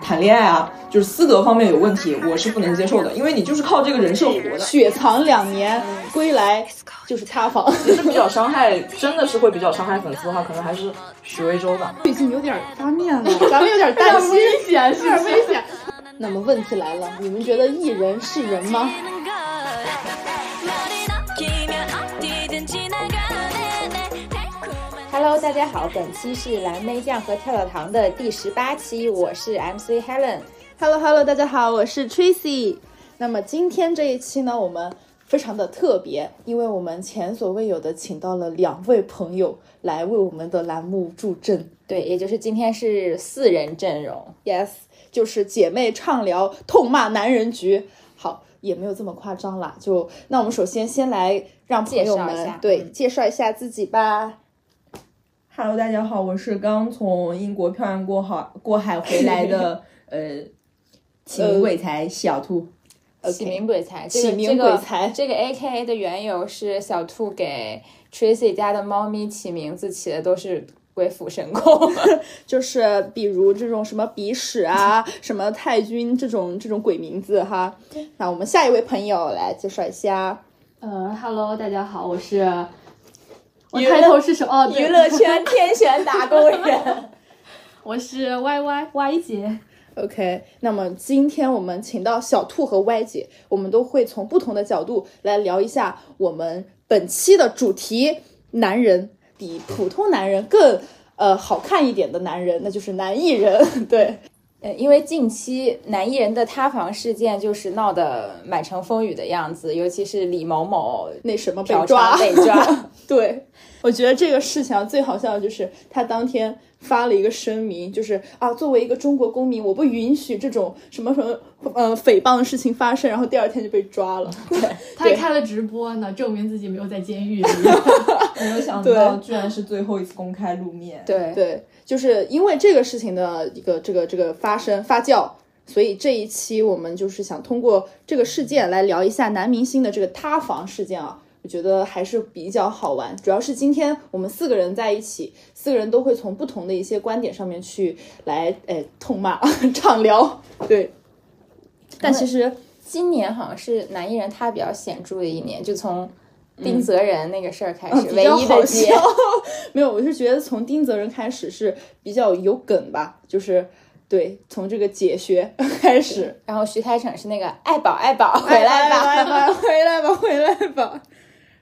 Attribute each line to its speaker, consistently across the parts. Speaker 1: 谈恋爱啊，就是私德方面有问题，我是不能接受的，因为你就是靠这个人设活的，
Speaker 2: 雪藏两年归来就是塌 房，
Speaker 3: 其实比较伤害，真的是会比较伤害粉丝的话，可能还是许魏洲吧。
Speaker 4: 已经有点发面了，
Speaker 2: 咱们有点担心，
Speaker 4: 危险，
Speaker 2: 有点危险。那么问题来了，你们觉得艺人是人吗？
Speaker 5: Hello，大家好，本期是蓝莓酱和跳跳糖的第十八期，我是 MC Helen。
Speaker 2: Hello Hello，大家好，我是 Tracy。那么今天这一期呢，我们非常的特别，因为我们前所未有的请到了两位朋友来为我们的栏目助阵。
Speaker 5: 对，也就是今天是四人阵容，
Speaker 2: Yes，就是姐妹畅聊，痛骂男人局。好，也没有这么夸张啦。就那我们首先先来让朋友
Speaker 5: 介绍一下嗯
Speaker 2: 们对介绍一下自己吧。
Speaker 1: Hello，大家好，我是刚从英国漂洋过海过海回来 的呃，启明鬼才小兔。
Speaker 5: 启明鬼才，这
Speaker 2: 启
Speaker 5: 个
Speaker 2: 明鬼才
Speaker 5: 这个、这个 AKA 的缘由是小兔给 Tracy 家的猫咪起名字起的都是鬼斧神 工，
Speaker 2: 就是比如这种什么鼻屎啊，什么太君这种这种鬼名字哈。那我们下一位朋友来介绍一下
Speaker 4: 呃，Hello，大家好，我是。我开头是什么？哦，对
Speaker 5: 娱乐圈天选打工 人。
Speaker 4: 我是 Y Y Y 姐。
Speaker 2: OK，那么今天我们请到小兔和歪姐，我们都会从不同的角度来聊一下我们本期的主题：男人比普通男人更呃好看一点的男人，那就是男艺人。 对，
Speaker 5: 呃，因为近期男艺人的塌房事件就是闹得满城风雨的样子，尤其是李某某
Speaker 2: 那什么被
Speaker 5: 嫖
Speaker 2: 抓
Speaker 5: 娼被抓，
Speaker 2: 对，我觉得这个事情啊，最好笑的就是他当天发了一个声明，就是啊，作为一个中国公民，我不允许这种什么什么呃诽谤的事情发生，然后第二天就被抓了。
Speaker 4: 她还开了直播呢，证明自己没有在监 狱里。
Speaker 1: 没有想到，
Speaker 2: 对
Speaker 1: 居然是最后一次公开露面。
Speaker 5: 对
Speaker 2: 对，就是因为这个事情的一个这个这个发生发酵，所以这一期我们就是想通过这个事件来聊一下男明星的这个塌房事件啊。我觉得还是比较好玩，主要是今天我们四个人在一起，四个人都会从不同的一些观点上面去来，哎，痛骂、 畅聊，对。但其实
Speaker 5: 今年好像是男艺人他比较显著的一年，就从丁泽仁那个事儿开始，唯一的
Speaker 2: 嗯哦比
Speaker 5: 结
Speaker 2: 较好笑没有，我是觉得从丁泽仁开始是比较有梗吧，就是对，从这个解学 开始。
Speaker 5: 然后徐开骋是那个爱宝爱 宝回来吧，
Speaker 2: 来吧，回来吧，回来吧。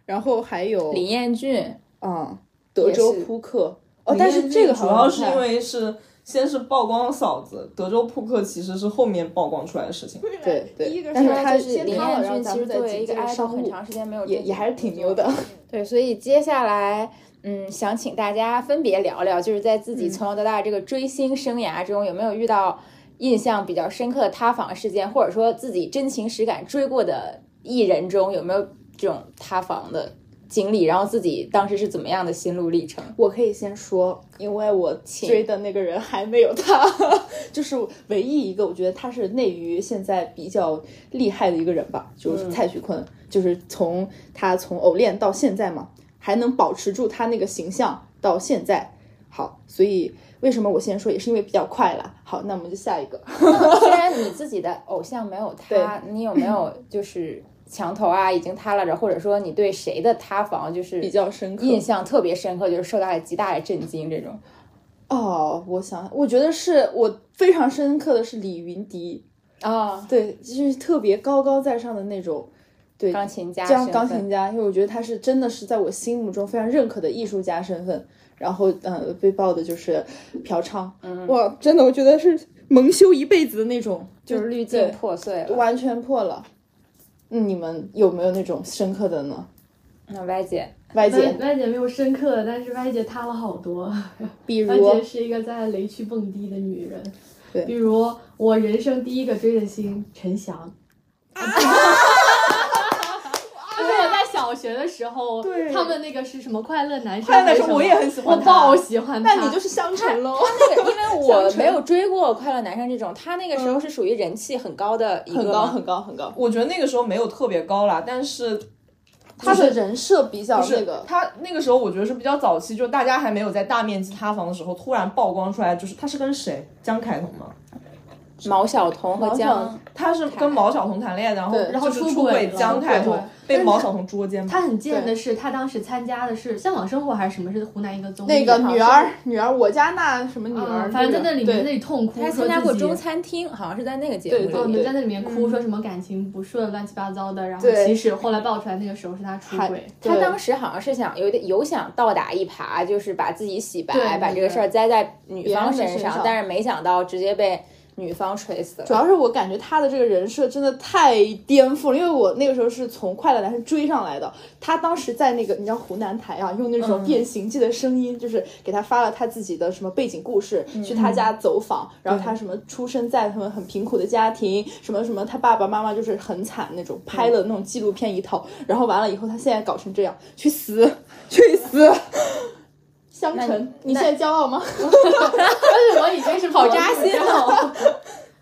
Speaker 2: 然后还有
Speaker 5: 林彦俊
Speaker 2: 嗯，德州
Speaker 5: 也是
Speaker 2: 扑克哦，但是这个
Speaker 1: 主
Speaker 2: 好
Speaker 1: 要
Speaker 2: 像
Speaker 1: 是因为是先是曝光嫂子，德州扑克其实是后面曝光出来的事情。
Speaker 2: 对
Speaker 4: 第一
Speaker 2: 对
Speaker 4: 个，
Speaker 2: 但是
Speaker 4: 出来
Speaker 2: 他
Speaker 5: 就是
Speaker 2: 先
Speaker 5: 林
Speaker 2: 塌了，
Speaker 5: 彦
Speaker 2: 然后
Speaker 5: 俊，
Speaker 2: 咱
Speaker 5: 其
Speaker 2: 们
Speaker 5: 实
Speaker 2: 再
Speaker 5: 作为
Speaker 2: 紧
Speaker 5: 一
Speaker 2: 接
Speaker 5: 个
Speaker 2: 着
Speaker 5: idol
Speaker 2: 商
Speaker 5: 很
Speaker 2: 务，
Speaker 5: 长时间没有
Speaker 2: 也也还是挺牛的。
Speaker 5: 对，所以接下来，嗯，想请大家分别聊聊，就是在自己从小到大这个追星生涯中，有没有遇到印象比较深刻的塌房事件，或者说自己真情实感追过的艺人中，有没有这种塌房的经历？然后自己当时是怎么样的心路历程？
Speaker 2: 我可以先说，因为我
Speaker 5: 请
Speaker 2: 追的那个人还没有他， 就是唯一一个我觉得他是内娱现在比较厉害的一个人吧，就是蔡徐坤，就是从他从偶练到现在嘛，还能保持住他那个形象到现在。好，所以为什么我先说，也是因为比较快啦。好，那我们就下一个。
Speaker 5: 虽然你自己的偶像没有他，你有没 有就是墙头啊已经塌了，然后或者说你对谁的塌房就是
Speaker 2: 比较深刻
Speaker 5: 印象特别深刻，就是受到了极大的震惊这种？
Speaker 2: 哦，我想，我觉得是我非常深刻的是李云迪，
Speaker 5: 啊、
Speaker 2: 对，就是特别高高在上的那种，对，
Speaker 5: 钢琴家
Speaker 2: 这样
Speaker 5: 身
Speaker 2: 钢
Speaker 5: 份
Speaker 2: 琴家，因为我觉得他是真的是在我心目中非常认可的艺术家身份。然后，呃，被爆的就是嫖娼，
Speaker 4: 嗯
Speaker 2: 哇，真的，我觉得是蒙羞一辈子的那种，就
Speaker 5: 就是滤镜
Speaker 2: 对
Speaker 5: 破碎了。
Speaker 2: 完全破了。嗯你们有没有那种深刻的呢？
Speaker 5: 那歪姐，
Speaker 2: 歪
Speaker 4: 歪
Speaker 2: 姐，
Speaker 4: 歪姐没有深刻，但是歪姐塌了好多。
Speaker 2: 比如
Speaker 4: 而且是一个在雷区蹦迪的女人。
Speaker 2: 对
Speaker 4: 比如我人生第一个追的星陈 翔。就是我在小学的时候，
Speaker 2: 对
Speaker 4: 他们那个是什么快乐男生？
Speaker 2: 快乐男生我也很喜欢
Speaker 4: 我
Speaker 2: 他
Speaker 4: 爆喜欢他。
Speaker 2: 那你就是香橙 喽，
Speaker 5: 那个因为我
Speaker 2: 相称
Speaker 5: 没有追过《快乐男生》这种，他那个时候是属于人气很高的一个
Speaker 2: 很高
Speaker 5: 吗
Speaker 2: 很高很高。
Speaker 1: 我觉得那个时候没有特别高啦，但是
Speaker 2: 他的人设比较
Speaker 1: 是
Speaker 2: 那个，
Speaker 1: 他那个时候，我觉得是比较早期，就大家还没有在大面积塌房的时候，突然曝光出来，就是他是跟谁？江凯彤吗？
Speaker 5: 毛晓彤和江，
Speaker 1: 他是跟毛晓彤谈恋爱，然后
Speaker 2: 对
Speaker 1: 然后就
Speaker 4: 就出
Speaker 1: 出
Speaker 4: 轨
Speaker 1: 轨
Speaker 4: 了
Speaker 1: 姜太
Speaker 2: 对
Speaker 1: 红，被毛晓彤捉奸。
Speaker 4: 他很贱的是，他当时参加的是《向往生活》还是什么？是湖南一个综艺。
Speaker 2: 那个女儿，女儿，我家那什么女
Speaker 4: 啊
Speaker 2: 儿，
Speaker 4: 反正在
Speaker 2: 这个
Speaker 4: 那里
Speaker 2: 对
Speaker 4: 面那里痛哭，
Speaker 5: 他参
Speaker 4: 说
Speaker 5: 加过
Speaker 4: 自
Speaker 5: 《
Speaker 4: 己
Speaker 5: 中餐厅》，好像是在那个节目里。
Speaker 2: 对
Speaker 4: 哦，你
Speaker 2: 对
Speaker 4: 们在那里面哭，
Speaker 2: 嗯
Speaker 4: 说什么感情不顺，乱七八糟的。然后
Speaker 2: 对
Speaker 4: 其实后来爆出来，那个时候是他 出轨。
Speaker 5: 他
Speaker 2: 对
Speaker 5: 当时好像是想有点有想倒打一耙，就是把自己洗白，
Speaker 4: 对对
Speaker 5: 把这个事儿栽在女
Speaker 2: 别
Speaker 5: 方
Speaker 2: 人
Speaker 5: 身
Speaker 2: 的身上
Speaker 5: 上，但是没想到直接被女方锤死
Speaker 2: 主
Speaker 5: 了。
Speaker 2: 要是我感觉他的这个人设真的太颠覆了，因为我那个时候是从《快乐男生》追上来的。他当时在那个你知道湖南台啊，用那
Speaker 5: 嗯
Speaker 2: 种《变形记》的声音，就是给他发了他自己的什么背景故事，
Speaker 5: 嗯
Speaker 2: 去他家走访，然后他什么出生在什么很贫苦的家庭，什么什么他爸爸妈妈就是很惨那种，拍
Speaker 5: 嗯
Speaker 2: 了那种纪录片一套，然后完了以后他现在搞成这样，去死，去死！香
Speaker 5: 那
Speaker 2: 橙，你现在骄傲吗？
Speaker 4: 但是我已经是
Speaker 5: 好扎心
Speaker 2: 啊
Speaker 4: 哦。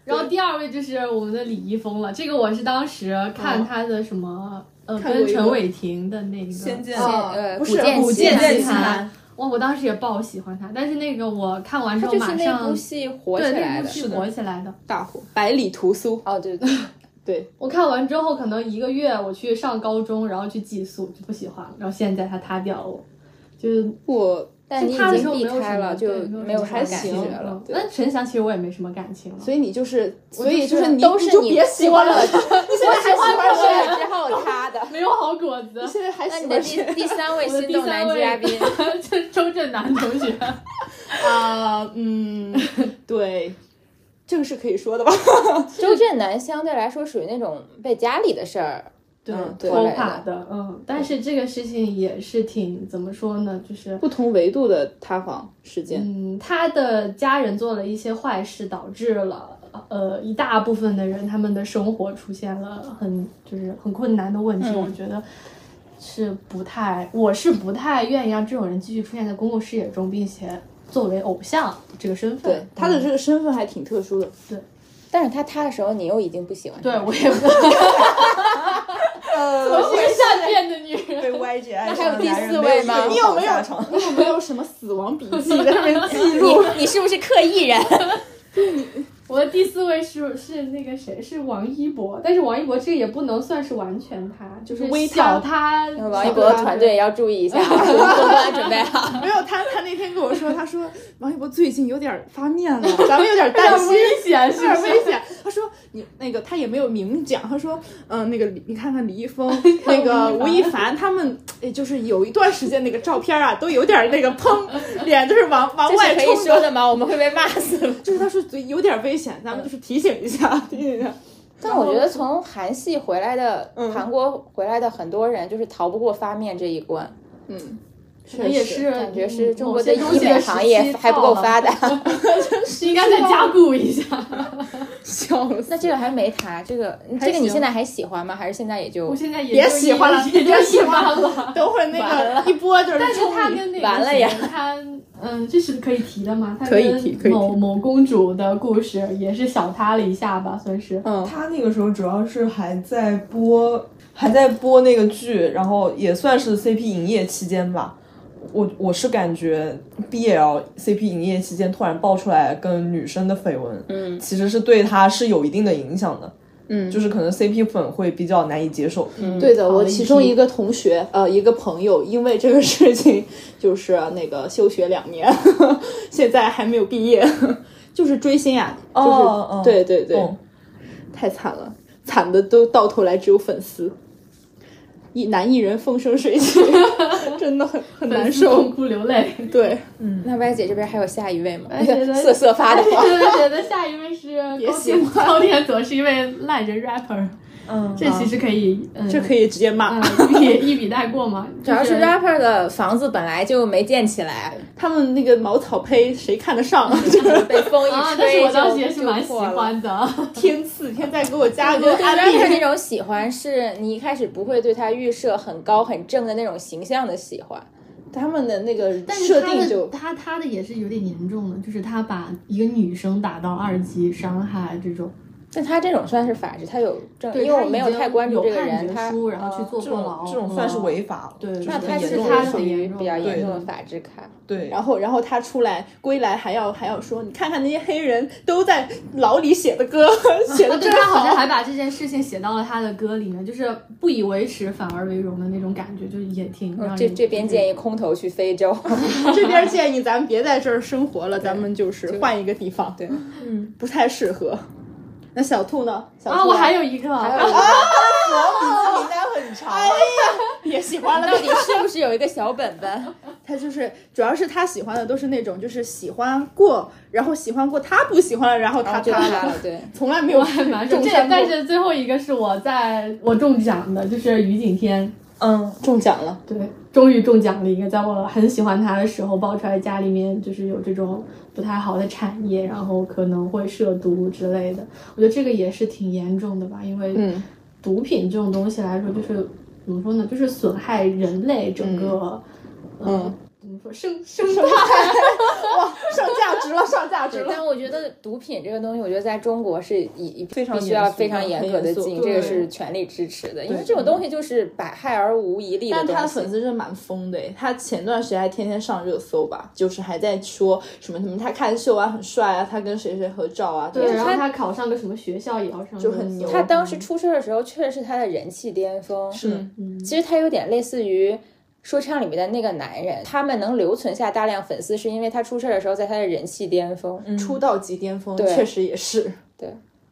Speaker 4: 然后第二位就是我们的李易峰了，这个我是当时看他的什么、呃，
Speaker 2: 哦看过一
Speaker 4: 跟
Speaker 2: 个
Speaker 4: 陈伟霆的那个
Speaker 1: 仙剑
Speaker 2: 啊
Speaker 5: 呃，
Speaker 2: 不
Speaker 5: 古
Speaker 2: 是
Speaker 5: 剑
Speaker 2: 古
Speaker 5: 奇
Speaker 2: 剑
Speaker 5: 谭
Speaker 2: 奇
Speaker 1: 奇谭，
Speaker 4: 哇，我当时也爆喜欢他，但是那个我看完之
Speaker 5: 他
Speaker 4: 后
Speaker 5: 就是
Speaker 4: 马
Speaker 5: 那
Speaker 4: 上
Speaker 5: 部戏火起
Speaker 4: 对
Speaker 5: 来
Speaker 4: 那部
Speaker 5: 的。
Speaker 4: 剧火起来的。
Speaker 2: 大火，百里屠苏，
Speaker 5: 哦，对对，对
Speaker 4: 我看完之后，可能一个月我去上高中，然后去寄宿，就不喜欢了。然后现在他塌掉了我，就是
Speaker 2: 我
Speaker 5: 但你
Speaker 4: 他
Speaker 5: 已
Speaker 4: 的时
Speaker 5: 经
Speaker 4: 候没
Speaker 5: 避
Speaker 4: 有什
Speaker 5: 开
Speaker 4: 么
Speaker 5: 了，就
Speaker 4: 对没
Speaker 5: 没
Speaker 4: 有
Speaker 5: 有
Speaker 4: 什
Speaker 5: 啥
Speaker 4: 么
Speaker 5: 感
Speaker 4: 感嗯
Speaker 5: 觉
Speaker 2: 行
Speaker 5: 了。
Speaker 2: 对
Speaker 4: 那陈翔其实我也没什么感情了。
Speaker 2: 所以你就是，所以
Speaker 5: 就是
Speaker 2: 是你，
Speaker 5: 都是
Speaker 2: 你就
Speaker 5: 你
Speaker 2: 别喜欢了，你 现在
Speaker 5: 我
Speaker 2: 还喜欢
Speaker 5: 我
Speaker 2: 谁？
Speaker 5: 之后他 的。
Speaker 4: 没有好果子
Speaker 2: 你。现在还
Speaker 5: 那
Speaker 2: 喜
Speaker 5: 你的
Speaker 2: 欢谁？
Speaker 5: 第第三位
Speaker 4: 我的
Speaker 5: 心
Speaker 4: 第
Speaker 5: 动
Speaker 4: 三
Speaker 5: 男
Speaker 4: 位
Speaker 5: 嘉宾， 嗯
Speaker 4: 就是周震南同学，
Speaker 2: 啊， 嗯，对，这个是可以说的吧？
Speaker 5: 周震南相对来说属于那种被家里的事儿
Speaker 4: 对
Speaker 2: 嗯对
Speaker 4: 拖垮的，嗯，但是这个事情也是挺怎么说呢，就是。
Speaker 2: 不同维度的塌房事件，
Speaker 4: 嗯，他的家人做了一些坏事，导致了呃一大部分的人他们的生活出现了很就是很困难的
Speaker 2: 嗯
Speaker 4: 问题。我觉得是不太，我是不太愿意让这种人继续出现在公共视野中，并且作为偶像这个身份。
Speaker 2: 对他的这个身份还挺特殊的，
Speaker 5: 但是他塌的时候，你又已经不喜欢他
Speaker 4: 对
Speaker 5: 了。
Speaker 4: 我也不，
Speaker 2: 呃
Speaker 4: 我是个善变的女人。
Speaker 1: 被 YG 爱
Speaker 5: 还有
Speaker 1: 上的
Speaker 5: 第
Speaker 1: 男
Speaker 5: 四
Speaker 1: 人
Speaker 5: 位
Speaker 1: 没
Speaker 5: 吗
Speaker 1: 有
Speaker 2: 你有没有
Speaker 1: 下场？
Speaker 2: 你有没有什么死亡笔记在上面 记录？
Speaker 5: 你你是不是刻意 人？
Speaker 4: 我的第四位是是那个谁，是王一博，但是王一博这个也不能算是完全他，就是
Speaker 2: 微
Speaker 4: 小
Speaker 2: 他
Speaker 4: 他。
Speaker 5: 王一博的团队也要注意一 下，工作准备好。
Speaker 2: 没有， 他他那天跟我说，他说王一博最近有点发面了，咱们有点 担心，
Speaker 4: 危险
Speaker 2: 有
Speaker 4: 是
Speaker 2: 点
Speaker 4: 不是？
Speaker 2: 危险。他说你那个他也没有明讲，他说嗯、那个李你看看李易峰、那个吴亦凡他们，哎，就是有一段时间那个照片啊，都有点那个砰，脸就是往往
Speaker 5: 这是
Speaker 2: 外
Speaker 5: 可以
Speaker 2: 冲
Speaker 5: 说
Speaker 2: 的。
Speaker 5: 的吗？我们会被骂死的。
Speaker 2: 就是他说嘴有点危险，咱们就是提醒一下， 提醒一下。
Speaker 5: 但我觉得从韩系回来的、
Speaker 2: 嗯
Speaker 5: 韩国回来的很多人，就是逃不过发面这一关，
Speaker 2: 嗯，
Speaker 4: 可能也是
Speaker 5: 感觉是中国的
Speaker 4: 的
Speaker 5: 医美行业还不够发，达。
Speaker 4: 应该再加固一下。
Speaker 2: 笑死。
Speaker 5: 那这个还没他，这个这个你现在还喜欢吗？还是现在也就
Speaker 4: 我现在也
Speaker 2: 别喜欢了
Speaker 4: 也就一般 了。
Speaker 2: 等会儿那个一播就是
Speaker 4: 但是
Speaker 2: 冲
Speaker 4: 他
Speaker 2: 你
Speaker 4: 跟那个
Speaker 5: 完了呀
Speaker 4: 谁他嗯，这是可以提的吗？他
Speaker 2: 可以提可以提
Speaker 4: 跟某某公主的故事也是小塌了一下吧，算是。
Speaker 2: 嗯，
Speaker 1: 他那个时候主要是还在播，还在播那个剧，然后也算是 CP 营业期间吧。我我是感觉 BL CP 营业期间突然爆出来跟女生的绯闻，嗯，其实是对他是有一定的影响的，嗯，就是可能 CP 粉会比较难以接受，嗯，
Speaker 2: 对的，我
Speaker 4: 一
Speaker 2: 其中
Speaker 4: 批
Speaker 2: 一个同学，呃，一个朋友，因为这个事情，就是那个休学两年， 现在还没有毕业， 就是追星呀、就是、
Speaker 1: 哦哦
Speaker 2: 对对对，
Speaker 1: 懂
Speaker 2: 太惨了，惨的都到头来只有粉丝，一男艺人风生水起， 真的很很难
Speaker 4: 痛
Speaker 2: 受。
Speaker 4: 哭流泪。
Speaker 2: 对，
Speaker 5: 那歪姐这边还有下一位吗？
Speaker 4: 哎觉得哎
Speaker 5: 瑟瑟发抖。
Speaker 4: 觉得觉得下一位是
Speaker 2: 别
Speaker 4: 高
Speaker 2: 喜
Speaker 4: 田
Speaker 2: 欢
Speaker 4: 高田左是一位烂人 rapper，
Speaker 1: 嗯，
Speaker 4: 这其实可以，嗯，
Speaker 2: 这可以直接骂、
Speaker 4: 嗯，一笔一笔带过嘛。
Speaker 5: 主要
Speaker 4: 就是
Speaker 5: rapper 的房子本来就没建起 来，
Speaker 2: 他们那个茅草胚，谁看得上？
Speaker 5: 被风
Speaker 4: 啊
Speaker 5: 一，
Speaker 4: 但是
Speaker 5: 吹
Speaker 4: 我
Speaker 5: 就
Speaker 4: 当时也是蛮
Speaker 5: 就
Speaker 4: 喜
Speaker 5: 破了
Speaker 4: 欢的。
Speaker 2: 天赐，天在给我加
Speaker 5: 我
Speaker 2: 个
Speaker 5: 觉得
Speaker 2: 安利
Speaker 5: rapper 那种喜欢是你一开始不会对他预设很高很正的那种形象的喜欢，
Speaker 2: 他们的那个
Speaker 4: 但
Speaker 2: 设
Speaker 4: 是他
Speaker 2: 定
Speaker 4: 的
Speaker 2: 就
Speaker 4: 他他的也是有点严重的，就是他把一个女生打到二级伤害这种，
Speaker 5: 但他这种算是法治，他有证，
Speaker 4: 对
Speaker 5: 因为
Speaker 4: 他
Speaker 5: 我
Speaker 4: 已
Speaker 5: 没有
Speaker 4: 经
Speaker 5: 太关注这个
Speaker 4: 判
Speaker 5: 人，
Speaker 4: 决
Speaker 5: 他
Speaker 4: 书然后去
Speaker 5: 呃
Speaker 4: 坐
Speaker 1: 这
Speaker 4: 过
Speaker 1: 种哦
Speaker 4: 牢，啊
Speaker 1: 这种算是违法了，
Speaker 4: 对
Speaker 1: 就是
Speaker 5: 那
Speaker 1: 很
Speaker 5: 他
Speaker 1: 严
Speaker 5: 是
Speaker 1: 重
Speaker 5: 他
Speaker 1: 的
Speaker 5: 属
Speaker 1: 事
Speaker 5: 于
Speaker 4: 严重
Speaker 5: 比较
Speaker 4: 的
Speaker 5: 严重的
Speaker 1: 对
Speaker 5: 法制卡。
Speaker 1: 对，
Speaker 2: 然后，然后他出来归来还要还要说，你看看那些黑人都在牢里写的歌，写的
Speaker 4: 哦对
Speaker 2: 真
Speaker 4: 他好像
Speaker 2: 好。
Speaker 4: 还把这件事情写到了他的歌里面，就是不以为耻反而为荣的那种感觉，就是也挺让
Speaker 5: 嗯
Speaker 4: 人
Speaker 5: 这这边建
Speaker 4: 议
Speaker 5: 议空投去非 洲，
Speaker 2: 这边建议咱们别在这儿生活了，咱们就是换一个地方，
Speaker 5: 对，
Speaker 2: 不太适合。那小兔呢？小兔
Speaker 4: 啊！我还有一个，
Speaker 5: 还有
Speaker 1: 我名单很长，
Speaker 2: 也喜欢了
Speaker 5: 到底是不是有一个小本本？
Speaker 2: 他就是，主要是他喜欢的都是那种，就是喜欢过，然后喜欢过他不喜欢了，然后他
Speaker 5: 就
Speaker 2: 他
Speaker 5: 他了，对，
Speaker 2: 从来没有
Speaker 4: 我还蛮
Speaker 2: 中
Speaker 4: 这
Speaker 2: 枪
Speaker 4: 也
Speaker 2: 过
Speaker 4: 算是最后一个是我在我中奖的，就是于景天，
Speaker 1: 嗯，
Speaker 2: 中奖了。
Speaker 4: 对，终于中奖了一个，在我很喜欢他的时候爆出来家里面就是有这种不太好的产业，然后可能会涉毒之类的，我觉得这个也是挺严重的吧，因为
Speaker 2: 嗯
Speaker 4: 毒品这种东西来说，就是怎么说呢，就是损害人类整个，呃
Speaker 2: 嗯，
Speaker 4: 怎么说生生态。
Speaker 2: 哇，上价值了，上价值
Speaker 5: 对
Speaker 2: 了。
Speaker 5: 但我觉得毒品这个东西，我觉得在中国是以
Speaker 1: 非常
Speaker 5: 必须要
Speaker 1: 严肃
Speaker 5: 非常
Speaker 1: 很
Speaker 5: 严
Speaker 1: 严
Speaker 5: 格的
Speaker 1: 肃
Speaker 5: 禁，
Speaker 4: 对
Speaker 5: 这个是全力支持的，因为
Speaker 1: 对
Speaker 5: 这种东西就是百害而无一利的
Speaker 2: 但
Speaker 5: 东西。
Speaker 2: 他的粉丝真的蛮疯的诶，他前段时间还天天上热搜吧，就是还在说什么什么他看秀啊很帅啊，他跟谁谁合照啊，
Speaker 4: 对，
Speaker 2: 就是
Speaker 4: 然后他考上个什么学校也要上热搜，
Speaker 2: 就很牛
Speaker 5: 他当时出事儿的时候，确实是他的人气巅峰。嗯
Speaker 1: 是的，
Speaker 5: 其实他有点类似于说唱里面的那个男人，他们能留存下大量粉丝，是因为他出事儿的时候在他的人气巅峰。嗯，
Speaker 2: 出道即巅峰，
Speaker 5: 对
Speaker 2: 确实也是，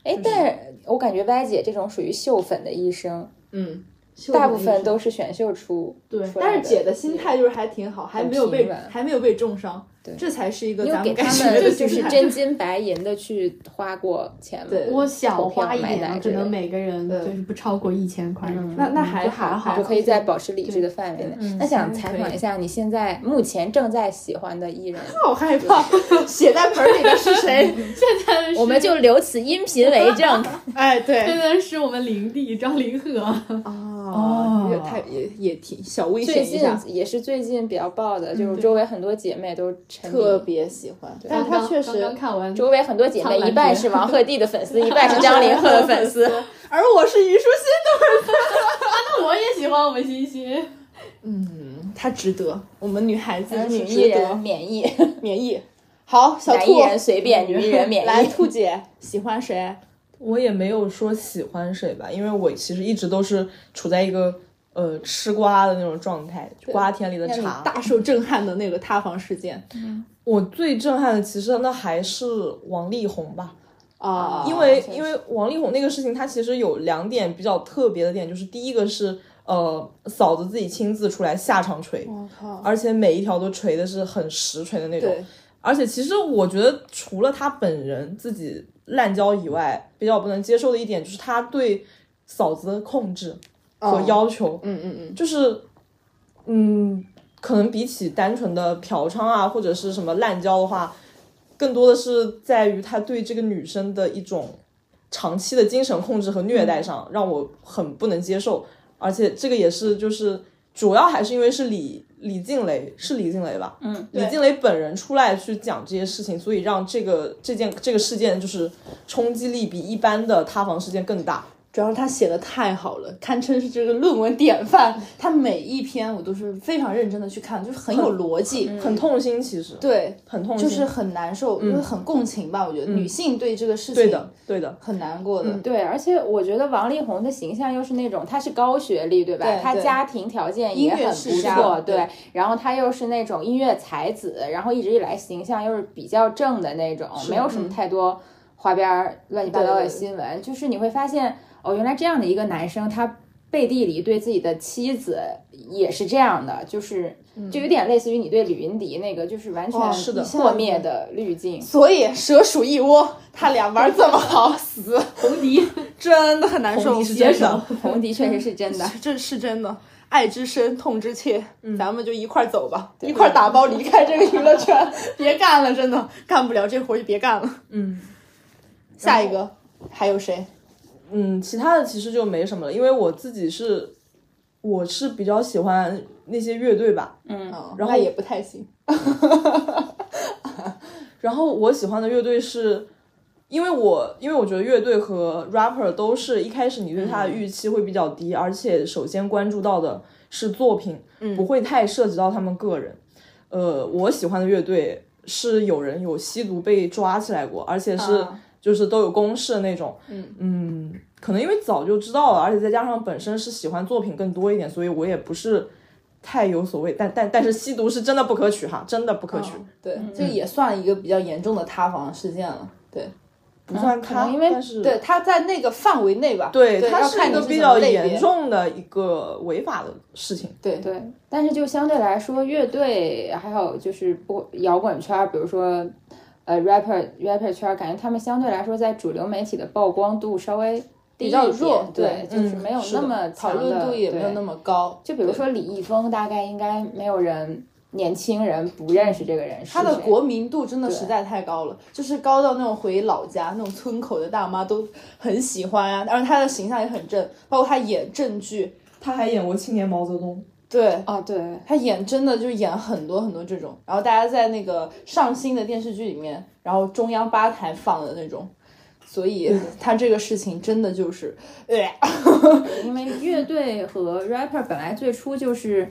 Speaker 5: 哎，但我感觉歪姐这种属于秀粉的一生，
Speaker 2: 嗯。
Speaker 5: 大部分都是选秀出。
Speaker 4: 对
Speaker 5: 出来
Speaker 2: 但是姐的心态就是还挺好，还没有
Speaker 5: 平
Speaker 2: 被
Speaker 5: 稳
Speaker 2: 还没有被重伤，
Speaker 5: 对
Speaker 2: 这才是一个
Speaker 5: 你有
Speaker 2: 咱
Speaker 5: 给
Speaker 2: 们
Speaker 5: 他
Speaker 2: 该学的
Speaker 5: 们
Speaker 2: 心
Speaker 5: 就是
Speaker 2: 态
Speaker 5: 真金白银的去花过钱吗？
Speaker 2: 对
Speaker 4: 我小花一
Speaker 5: 投票买奶
Speaker 4: 点，
Speaker 5: 之
Speaker 4: 可
Speaker 5: 类的
Speaker 4: 能每个人
Speaker 2: 对
Speaker 4: 就是不超过一千块。
Speaker 5: 嗯
Speaker 2: 那 那还
Speaker 4: 就还
Speaker 2: 好
Speaker 4: 好，
Speaker 5: 就可以在保持理智的范围内。那想
Speaker 4: 嗯
Speaker 5: 采
Speaker 2: 可以
Speaker 5: 访一下你现在目前正在喜欢的艺人，
Speaker 2: 好害 怕，写在盆儿里的是谁？
Speaker 4: 现在的是
Speaker 5: 我们就留此音频为证。
Speaker 2: 哎，对
Speaker 4: 现，在是我们林地张凌赫，
Speaker 2: 哦也太也也挺小危
Speaker 5: 最
Speaker 2: 险一
Speaker 5: 近
Speaker 2: 下，
Speaker 5: 也是最近比较爆的，就是周围很多姐妹都沉迷。
Speaker 2: 特别喜欢，但
Speaker 4: 刚
Speaker 2: 他确
Speaker 4: 刚刚
Speaker 2: 实，
Speaker 4: 看完
Speaker 5: 周围很多姐妹，
Speaker 4: 苍兰
Speaker 5: 一半
Speaker 4: 诀
Speaker 5: 是王鹤棣的粉丝，一半是张凌赫的粉丝。
Speaker 2: 而我是虞书欣，
Speaker 4: 那我也喜欢我们欣欣，
Speaker 2: 她值得，我们女孩子就是
Speaker 5: 女艺
Speaker 2: 值
Speaker 5: 嗯人
Speaker 2: 得
Speaker 5: 免疫，
Speaker 2: 免疫。好，小
Speaker 5: 男
Speaker 2: 兔
Speaker 5: 艺人随便，女艺人免
Speaker 2: 来，
Speaker 5: 疫。
Speaker 2: 兔姐喜欢谁？
Speaker 1: 我也没有说喜欢谁吧，因为我其实一直都是处在一个呃吃瓜的那种状态，瓜田里的
Speaker 2: 让你
Speaker 1: 茶。
Speaker 2: 大受震撼的那个塌房事件
Speaker 5: 嗯
Speaker 1: 我最震撼的其实那还是王力宏吧，
Speaker 2: 啊，
Speaker 1: 因为
Speaker 5: 哦确实
Speaker 1: 因为王力宏那个事情，他其实有两点比较特别的点，就是第一个是呃嫂子自己亲自出来下场锤，
Speaker 2: 我靠，
Speaker 1: 而且每一条都锤的是很实锤的那种
Speaker 2: 哦对。
Speaker 1: 而且其实我觉得，除了他本人自己滥交以外，比较不能接受的一点就是他对嫂子的控制和要求，
Speaker 2: 嗯嗯嗯，
Speaker 1: 就是嗯，可能比起单纯的嫖娼啊或者是什么滥交的话，更多的是在于他对这个女生的一种长期的精神控制和虐待
Speaker 2: 嗯
Speaker 1: 上，让我很不能接受。而且这个也是就是主要还是因为是李李静蕾是李静蕾吧，嗯，李静蕾本人出来去讲这些事情，所以让这个这件这个事件就是冲击力比一般的塌房事件更大。
Speaker 2: 主要是他写的太好了，堪称是这个论文典范。
Speaker 1: 嗯
Speaker 2: 他每一篇我都是非常认真的去看，就是很有逻辑，
Speaker 1: 很痛心，其实
Speaker 2: 对，
Speaker 1: 很嗯痛心，
Speaker 2: 就是很难受，就是很共情吧。我觉得女性对这个事情
Speaker 1: 对的，对嗯的，
Speaker 2: 很难过的。
Speaker 5: 对，而且我觉得王力宏的形象又是那种，他是高学历，对吧？
Speaker 2: 对
Speaker 5: 他
Speaker 2: 对
Speaker 5: 家庭条件也很
Speaker 2: 乐
Speaker 5: 不
Speaker 2: 世
Speaker 5: 错，
Speaker 2: 家
Speaker 5: 对
Speaker 2: 对
Speaker 5: 然后他又是那种音乐才子，然后一直以来形象又是比较正的那种，没有什么太多花边儿乱七八
Speaker 2: 嗯
Speaker 5: 糟
Speaker 2: 对
Speaker 5: 的
Speaker 2: 对
Speaker 5: 新闻。就是你会发现，哦，原来这样的一个男生，他背地里对自己的妻子也是这样的，就是
Speaker 2: 嗯
Speaker 5: 就有点类似于你对李云迪那个，就是
Speaker 2: 哦
Speaker 5: 完全
Speaker 1: 是的
Speaker 5: 破灭的滤镜。
Speaker 2: 嗯所以蛇鼠一窝，他俩玩这 么好，死
Speaker 4: 红迪，
Speaker 2: 真的很难受。
Speaker 1: 红迪是真
Speaker 2: 的
Speaker 1: 的，
Speaker 5: 红迪确实是 真的。
Speaker 2: 这是真的。爱之深，痛之切，
Speaker 1: 嗯
Speaker 2: 咱们就一块儿走吧，一块儿打包离开这个娱乐圈， 别干了，真的干不了这活就别干了。
Speaker 1: 嗯
Speaker 2: 下一个还有谁？
Speaker 1: 嗯，其他的其实就没什么了，因为我自己是我是比较喜欢那些乐队吧，
Speaker 2: 然后也不太行。
Speaker 1: 然后我喜欢的乐队是因为我因为我觉得乐队和 rapper 都是一开始你对他的预期会比较低，而且首先关注到的是作品，不会太涉及到他们个人。呃，我喜欢的乐队是有人有吸毒被抓起来过，而且是
Speaker 2: 啊
Speaker 1: 就是都有公示的那种。嗯可能因为早就知道了，而且再加上本身是喜欢作品更多一点，所以我也不是太有所谓。但但但是吸毒是真的不可取哈，真的不可取，
Speaker 6: 对，这也算一个比较严重的塌房事件了。对，
Speaker 1: 不算
Speaker 6: 可
Speaker 1: 他，
Speaker 6: 哦能因为
Speaker 1: 但是
Speaker 6: 对他在那个范围内吧。
Speaker 1: 对，
Speaker 6: 对，
Speaker 1: 它
Speaker 6: 要
Speaker 1: 是
Speaker 6: 看
Speaker 1: 一
Speaker 6: 你
Speaker 1: 个
Speaker 6: 是
Speaker 1: 比
Speaker 6: 什
Speaker 1: 较
Speaker 6: 么类别
Speaker 1: 严重的一个违法的事情。
Speaker 6: 对
Speaker 5: 对，但是就相对来说，乐队还有就是不摇滚圈儿，比如说呃 rapper rapper 圈儿，感觉他们相对来说在主流媒体的曝光度稍微低
Speaker 6: 比
Speaker 5: 一
Speaker 6: 较
Speaker 5: 点
Speaker 6: 弱，
Speaker 5: 对，
Speaker 6: 嗯
Speaker 5: 就是没有
Speaker 6: 是
Speaker 5: 那
Speaker 6: 的
Speaker 5: 么
Speaker 6: 讨
Speaker 5: 强
Speaker 6: 论
Speaker 5: 的
Speaker 6: 度也没有
Speaker 5: 对
Speaker 6: 那么高。
Speaker 5: 就比如说李易峰，大概应该没有人年轻人不认识这个人是
Speaker 2: 他的
Speaker 5: 谁
Speaker 2: 国民度真的
Speaker 5: 对
Speaker 2: 实在太高了，就是高到那种回老家那种村口的大妈都很喜欢啊，而且他的形象也很正，包括他演正剧，
Speaker 1: 他还演过青年毛泽东，
Speaker 2: 对
Speaker 5: 啊，对，
Speaker 2: 他演真的就演很多很多这种，然后大家在那个上新的电视剧里面，然后中央八台放的那种，所以他这个事情真的就是，
Speaker 5: 因为乐队和 rapper 本来最初就是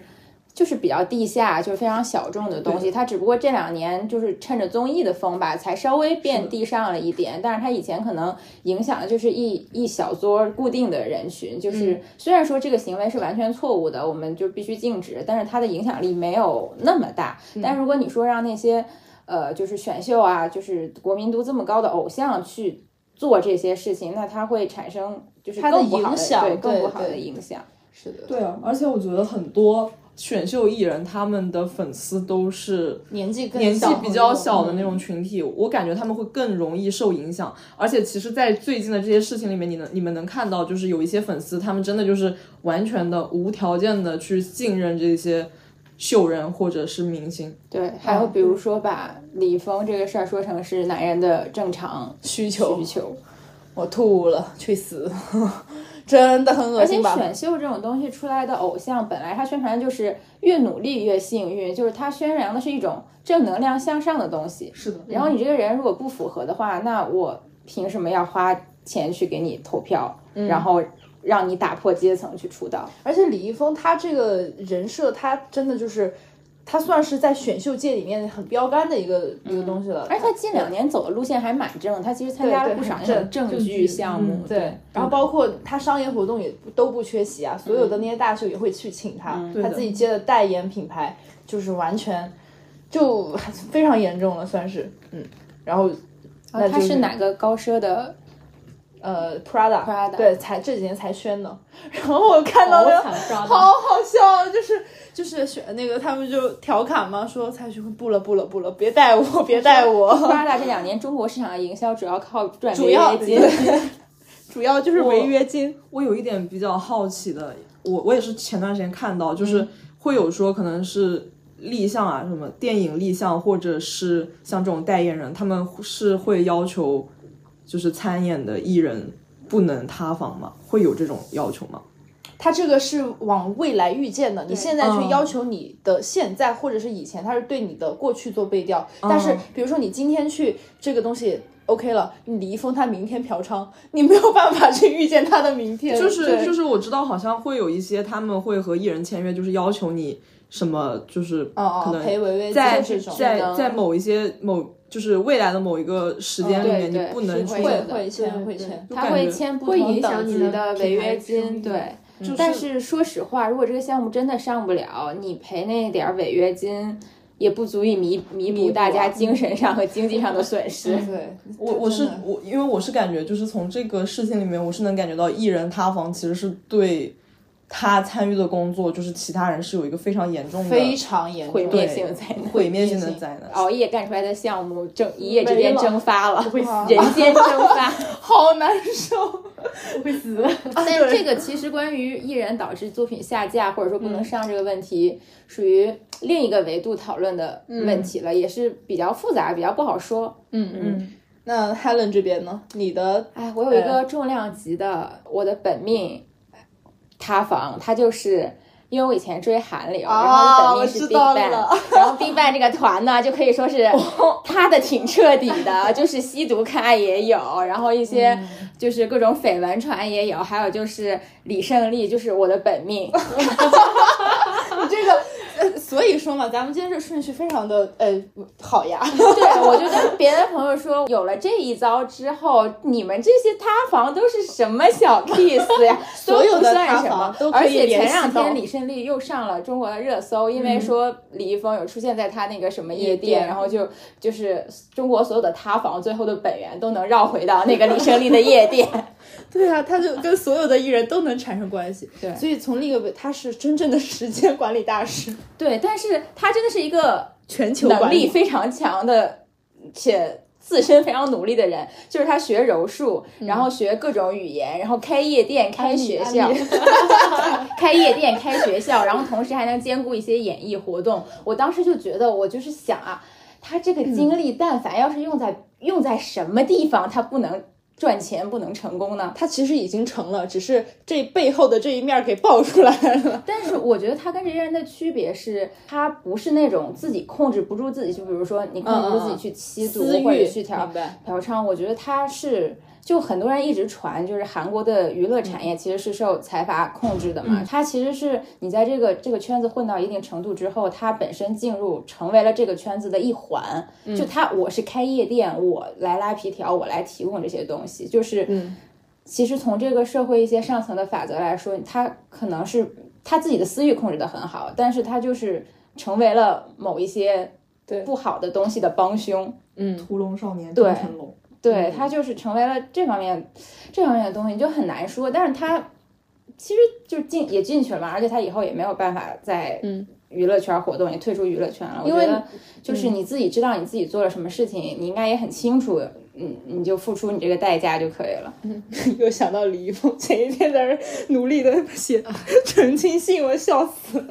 Speaker 5: 就是比较地下，就是非常小众的东西。它只不过这两年就是趁着综艺的风吧，才稍微变地上了一点。但是它以前可能影响的就是一一小撮固定的人群，就是、
Speaker 2: 嗯
Speaker 5: 虽然说这个行为是完全错误的，我们就必须禁止，但是它的影响力没有那么大。
Speaker 2: 嗯
Speaker 5: 但如果你说让那些呃，就是选秀啊，就是国民度这么高的偶像去做这些事情，那它会产生就是
Speaker 2: 它的
Speaker 5: 更不好
Speaker 2: 影响
Speaker 5: 对更
Speaker 2: 对
Speaker 5: 不好的
Speaker 2: 对
Speaker 5: 影响。
Speaker 2: 是的，
Speaker 1: 对啊，而且我觉得很多选秀艺人他们的粉丝都是
Speaker 2: 年纪更
Speaker 1: 年纪
Speaker 2: 小
Speaker 1: 比较
Speaker 2: 很多
Speaker 1: 小的那
Speaker 2: 嗯
Speaker 1: 种群体，我感觉他们会更容易受影响。而且其实，在最近的这些事情里面，你能你们能看到，就是有一些粉丝，他们真的就是完全的无条件的去信任这些秀人或者是明星。
Speaker 5: 对，还
Speaker 2: 嗯
Speaker 5: 有比如说把李易峰这个事儿说成是男人的正常
Speaker 2: 需求
Speaker 5: 需，求，
Speaker 2: 我吐了，去死， 真的很恶
Speaker 5: 而且
Speaker 2: 心吧？
Speaker 5: 哎选秀这种东西出来的偶像，本来他宣传的就是越努力越幸运，就是他宣扬的是一种正能量向上的东西。
Speaker 1: 是的，
Speaker 5: 然后你这个人如果不符合的话，那我凭什么要花钱去给你投票，
Speaker 2: 嗯
Speaker 5: 然后让你打破阶层去出道？
Speaker 2: 而且李易峰他这个人设，他真的就是，他算是在选秀界里面很标杆的一个、一个东西了。
Speaker 5: 嗯而且他近两年走的路线还蛮正，他其实参
Speaker 2: 对
Speaker 5: 加了
Speaker 2: 对
Speaker 5: 不少
Speaker 2: 很
Speaker 5: 那
Speaker 2: 正嗯
Speaker 5: 种正剧项目，对，
Speaker 2: 然后包括他商业活动也不都不缺席啊，所有的
Speaker 5: 嗯
Speaker 2: 那些大秀也会去请他，
Speaker 1: 对
Speaker 2: 他
Speaker 1: 的
Speaker 2: 自己接的代言品牌就是完全就 非常严重了，算是嗯。然后那
Speaker 5: 哦他
Speaker 2: 就是
Speaker 5: 哪个高奢的？
Speaker 2: 呃，Prada
Speaker 5: Prada
Speaker 2: 对，才这几年才宣的。 然后我看到
Speaker 4: 好
Speaker 2: 那个
Speaker 4: 惨不知道
Speaker 2: 好好笑啊，就是 就是选那个他们就调侃嘛，说蔡徐坤不了不了不了，别带我 别带 我，
Speaker 5: Prada 这两年中国市场的营销主要靠赚
Speaker 2: 主
Speaker 5: 违
Speaker 2: 要
Speaker 5: 约金，
Speaker 2: 主要就是违约金，
Speaker 1: 我有一点比较好奇的，我我也是前段时间看到，
Speaker 2: 嗯
Speaker 1: 就是会有说可能是立项啊，什么电影立项，或者是像这种代言人，他们是会要求就是参演的艺人不能塌房吗？会有这种要求吗？
Speaker 2: 它这个是往未来预见的，你现在
Speaker 1: 嗯
Speaker 2: 去要求你的现在或者是以前，它是对你的过去做背调。
Speaker 1: 嗯
Speaker 2: 但是比如说你今天去这个东西 OK 了，你李易峰他明天嫖娼，你没有办法去预见他的明天，
Speaker 1: 就是
Speaker 2: 对
Speaker 1: 就是我知道好像会有一些他们会和艺人签约，就是要求你什么就是
Speaker 2: 哦
Speaker 1: 可
Speaker 2: 哦
Speaker 1: 能
Speaker 2: 赔违约金
Speaker 1: 在
Speaker 2: 这种
Speaker 1: 在在某一些某就是未来的某一个时
Speaker 2: 哦
Speaker 1: 间里
Speaker 5: 对
Speaker 1: 面，
Speaker 5: 对
Speaker 1: 你不能
Speaker 5: 是
Speaker 1: 出
Speaker 5: 会
Speaker 2: 会
Speaker 1: 现
Speaker 5: 的
Speaker 2: 会签会
Speaker 4: 对对
Speaker 2: 签，
Speaker 1: 就
Speaker 5: 他
Speaker 1: 感
Speaker 5: 会
Speaker 1: 觉
Speaker 5: 签不
Speaker 4: 会
Speaker 5: 同
Speaker 4: 影响
Speaker 5: 等
Speaker 4: 你
Speaker 5: 级
Speaker 4: 的
Speaker 5: 的
Speaker 4: 品
Speaker 5: 违
Speaker 4: 牌
Speaker 5: 约
Speaker 4: 知名
Speaker 5: 金，
Speaker 4: 度
Speaker 5: 对。
Speaker 4: 嗯
Speaker 1: 就是
Speaker 5: 但是说实话，如果这个项目真的上不了，你赔那点儿违约金，也不足以弥弥补啊大家精神上和经济上的损失。
Speaker 4: 嗯
Speaker 2: 对，
Speaker 1: 我我是
Speaker 2: 真的
Speaker 1: 我，因为我是感觉，就是从这个事情里面，我是能感觉到艺人塌房其实是对他参与的工作，就是其他人是有一个非常严重的
Speaker 2: 非常严重，
Speaker 5: 毁灭
Speaker 1: 对
Speaker 5: 性哦灾难
Speaker 1: 毁灭性的灾难。
Speaker 5: 熬夜干出来的项目，蒸一夜之间蒸发了，
Speaker 2: 死
Speaker 5: 人间蒸 发。
Speaker 2: 好难 受。啊
Speaker 4: 会死。
Speaker 5: 但这个其实关于艺人导致作品下架或者说不能上这个问题，属于另一个维度讨论的问题了，也是比较复杂、比较不好说。
Speaker 2: 嗯嗯，那 Helen 这边呢？你的
Speaker 5: 哎，我有一个重量级的，我的本命塌房，它就是因为我以前追韩流，
Speaker 2: 啊
Speaker 5: 然后我的本命是
Speaker 2: 我
Speaker 5: Big
Speaker 2: 知道
Speaker 5: Bang，、
Speaker 2: 了
Speaker 5: 然后 Big Bang 这个团呢，就可以说 是塌的挺彻底的， 就是吸毒咖也有，然后一些
Speaker 2: 嗯
Speaker 5: 就是各种绯闻传也有，还有就是李胜利，就是我的本命，
Speaker 2: 这个，呃所以说嘛，咱们今天这顺序非常的呃好呀。
Speaker 5: 对，我就跟别的朋友说，有了这一招之后，你们这些塌房都是什么小 case 呀？都
Speaker 2: 所有
Speaker 5: 不
Speaker 2: 的
Speaker 5: 算
Speaker 2: 塌
Speaker 5: 什
Speaker 2: 房
Speaker 5: 么
Speaker 2: 都可
Speaker 5: 而
Speaker 2: 以
Speaker 5: 且
Speaker 2: 联
Speaker 5: 前
Speaker 2: 系
Speaker 5: 两
Speaker 2: 到
Speaker 5: 天李胜利又上了中国的热搜，因为说李易峰有出现在他那个什么夜店，
Speaker 2: 店
Speaker 5: 然后就就是中国所有的塌房最后的本源都能绕回到那个李胜利的夜店。
Speaker 2: 对啊，他就跟所有的艺人都能产生关系。
Speaker 5: 对
Speaker 2: 所以从另一个他是真正的时间管理大师，
Speaker 5: 对，但是他真的是一个
Speaker 2: 全球
Speaker 5: 能
Speaker 2: 管
Speaker 5: 力
Speaker 2: 理。
Speaker 5: 非常强的，且自身非常努力的人，就是他学柔术，
Speaker 2: 嗯
Speaker 5: 然后学各种语言，然后开夜店、开学校， 开夜店、开学校，然后同时还能兼顾一些演艺活动。我当时就觉得，我就是想啊，他这
Speaker 2: 嗯
Speaker 5: 个精力，但凡要是用在、用在什么地方，他不能赚钱，不能成功呢？
Speaker 2: 他其实已经成了，只是这背后的这一面给爆出来了。
Speaker 5: 但是我觉得他跟这些人的区别是，他不是那种自己控制不住自己，就比如说你控制不住自己去吸
Speaker 2: 嗯
Speaker 5: 毒
Speaker 2: 私欲
Speaker 5: 或者去嫖
Speaker 2: 明白
Speaker 5: 嫖娼，我觉得他是。就很多人一直传，就是韩国的娱乐
Speaker 2: 嗯
Speaker 5: 产业其实是受财阀控制的嘛。它其实是你在这个这个圈子混到一定程度之后，它本身进入成为了这个圈子的一环。
Speaker 2: 嗯
Speaker 5: 就他，我是开夜店，我来拉皮条，我来提供这些东西，就是。
Speaker 2: 嗯
Speaker 5: 其实从这个社会一些上层的法则来说，他可能是他自己的私欲控制的很好，但是他就是成为了某一些
Speaker 2: 对
Speaker 5: 不好的东西的帮凶。
Speaker 1: 屠龙少年
Speaker 5: 对
Speaker 1: 张成龙，
Speaker 5: 对他就是成为了这方面这方面的东西，你就很难说。但是他其实就进也进去了嘛，而且他以后也没有办法在
Speaker 2: 嗯
Speaker 5: 娱乐圈活动，也退出娱乐圈了。
Speaker 2: 因为嗯
Speaker 5: 我觉得就是你自己知道你自己做了什么事情，你应该也很清楚，嗯，你就付出你这个代价就可以了。
Speaker 2: 嗯又想到李易峰前一天在那儿努力的写澄清信，我笑死了。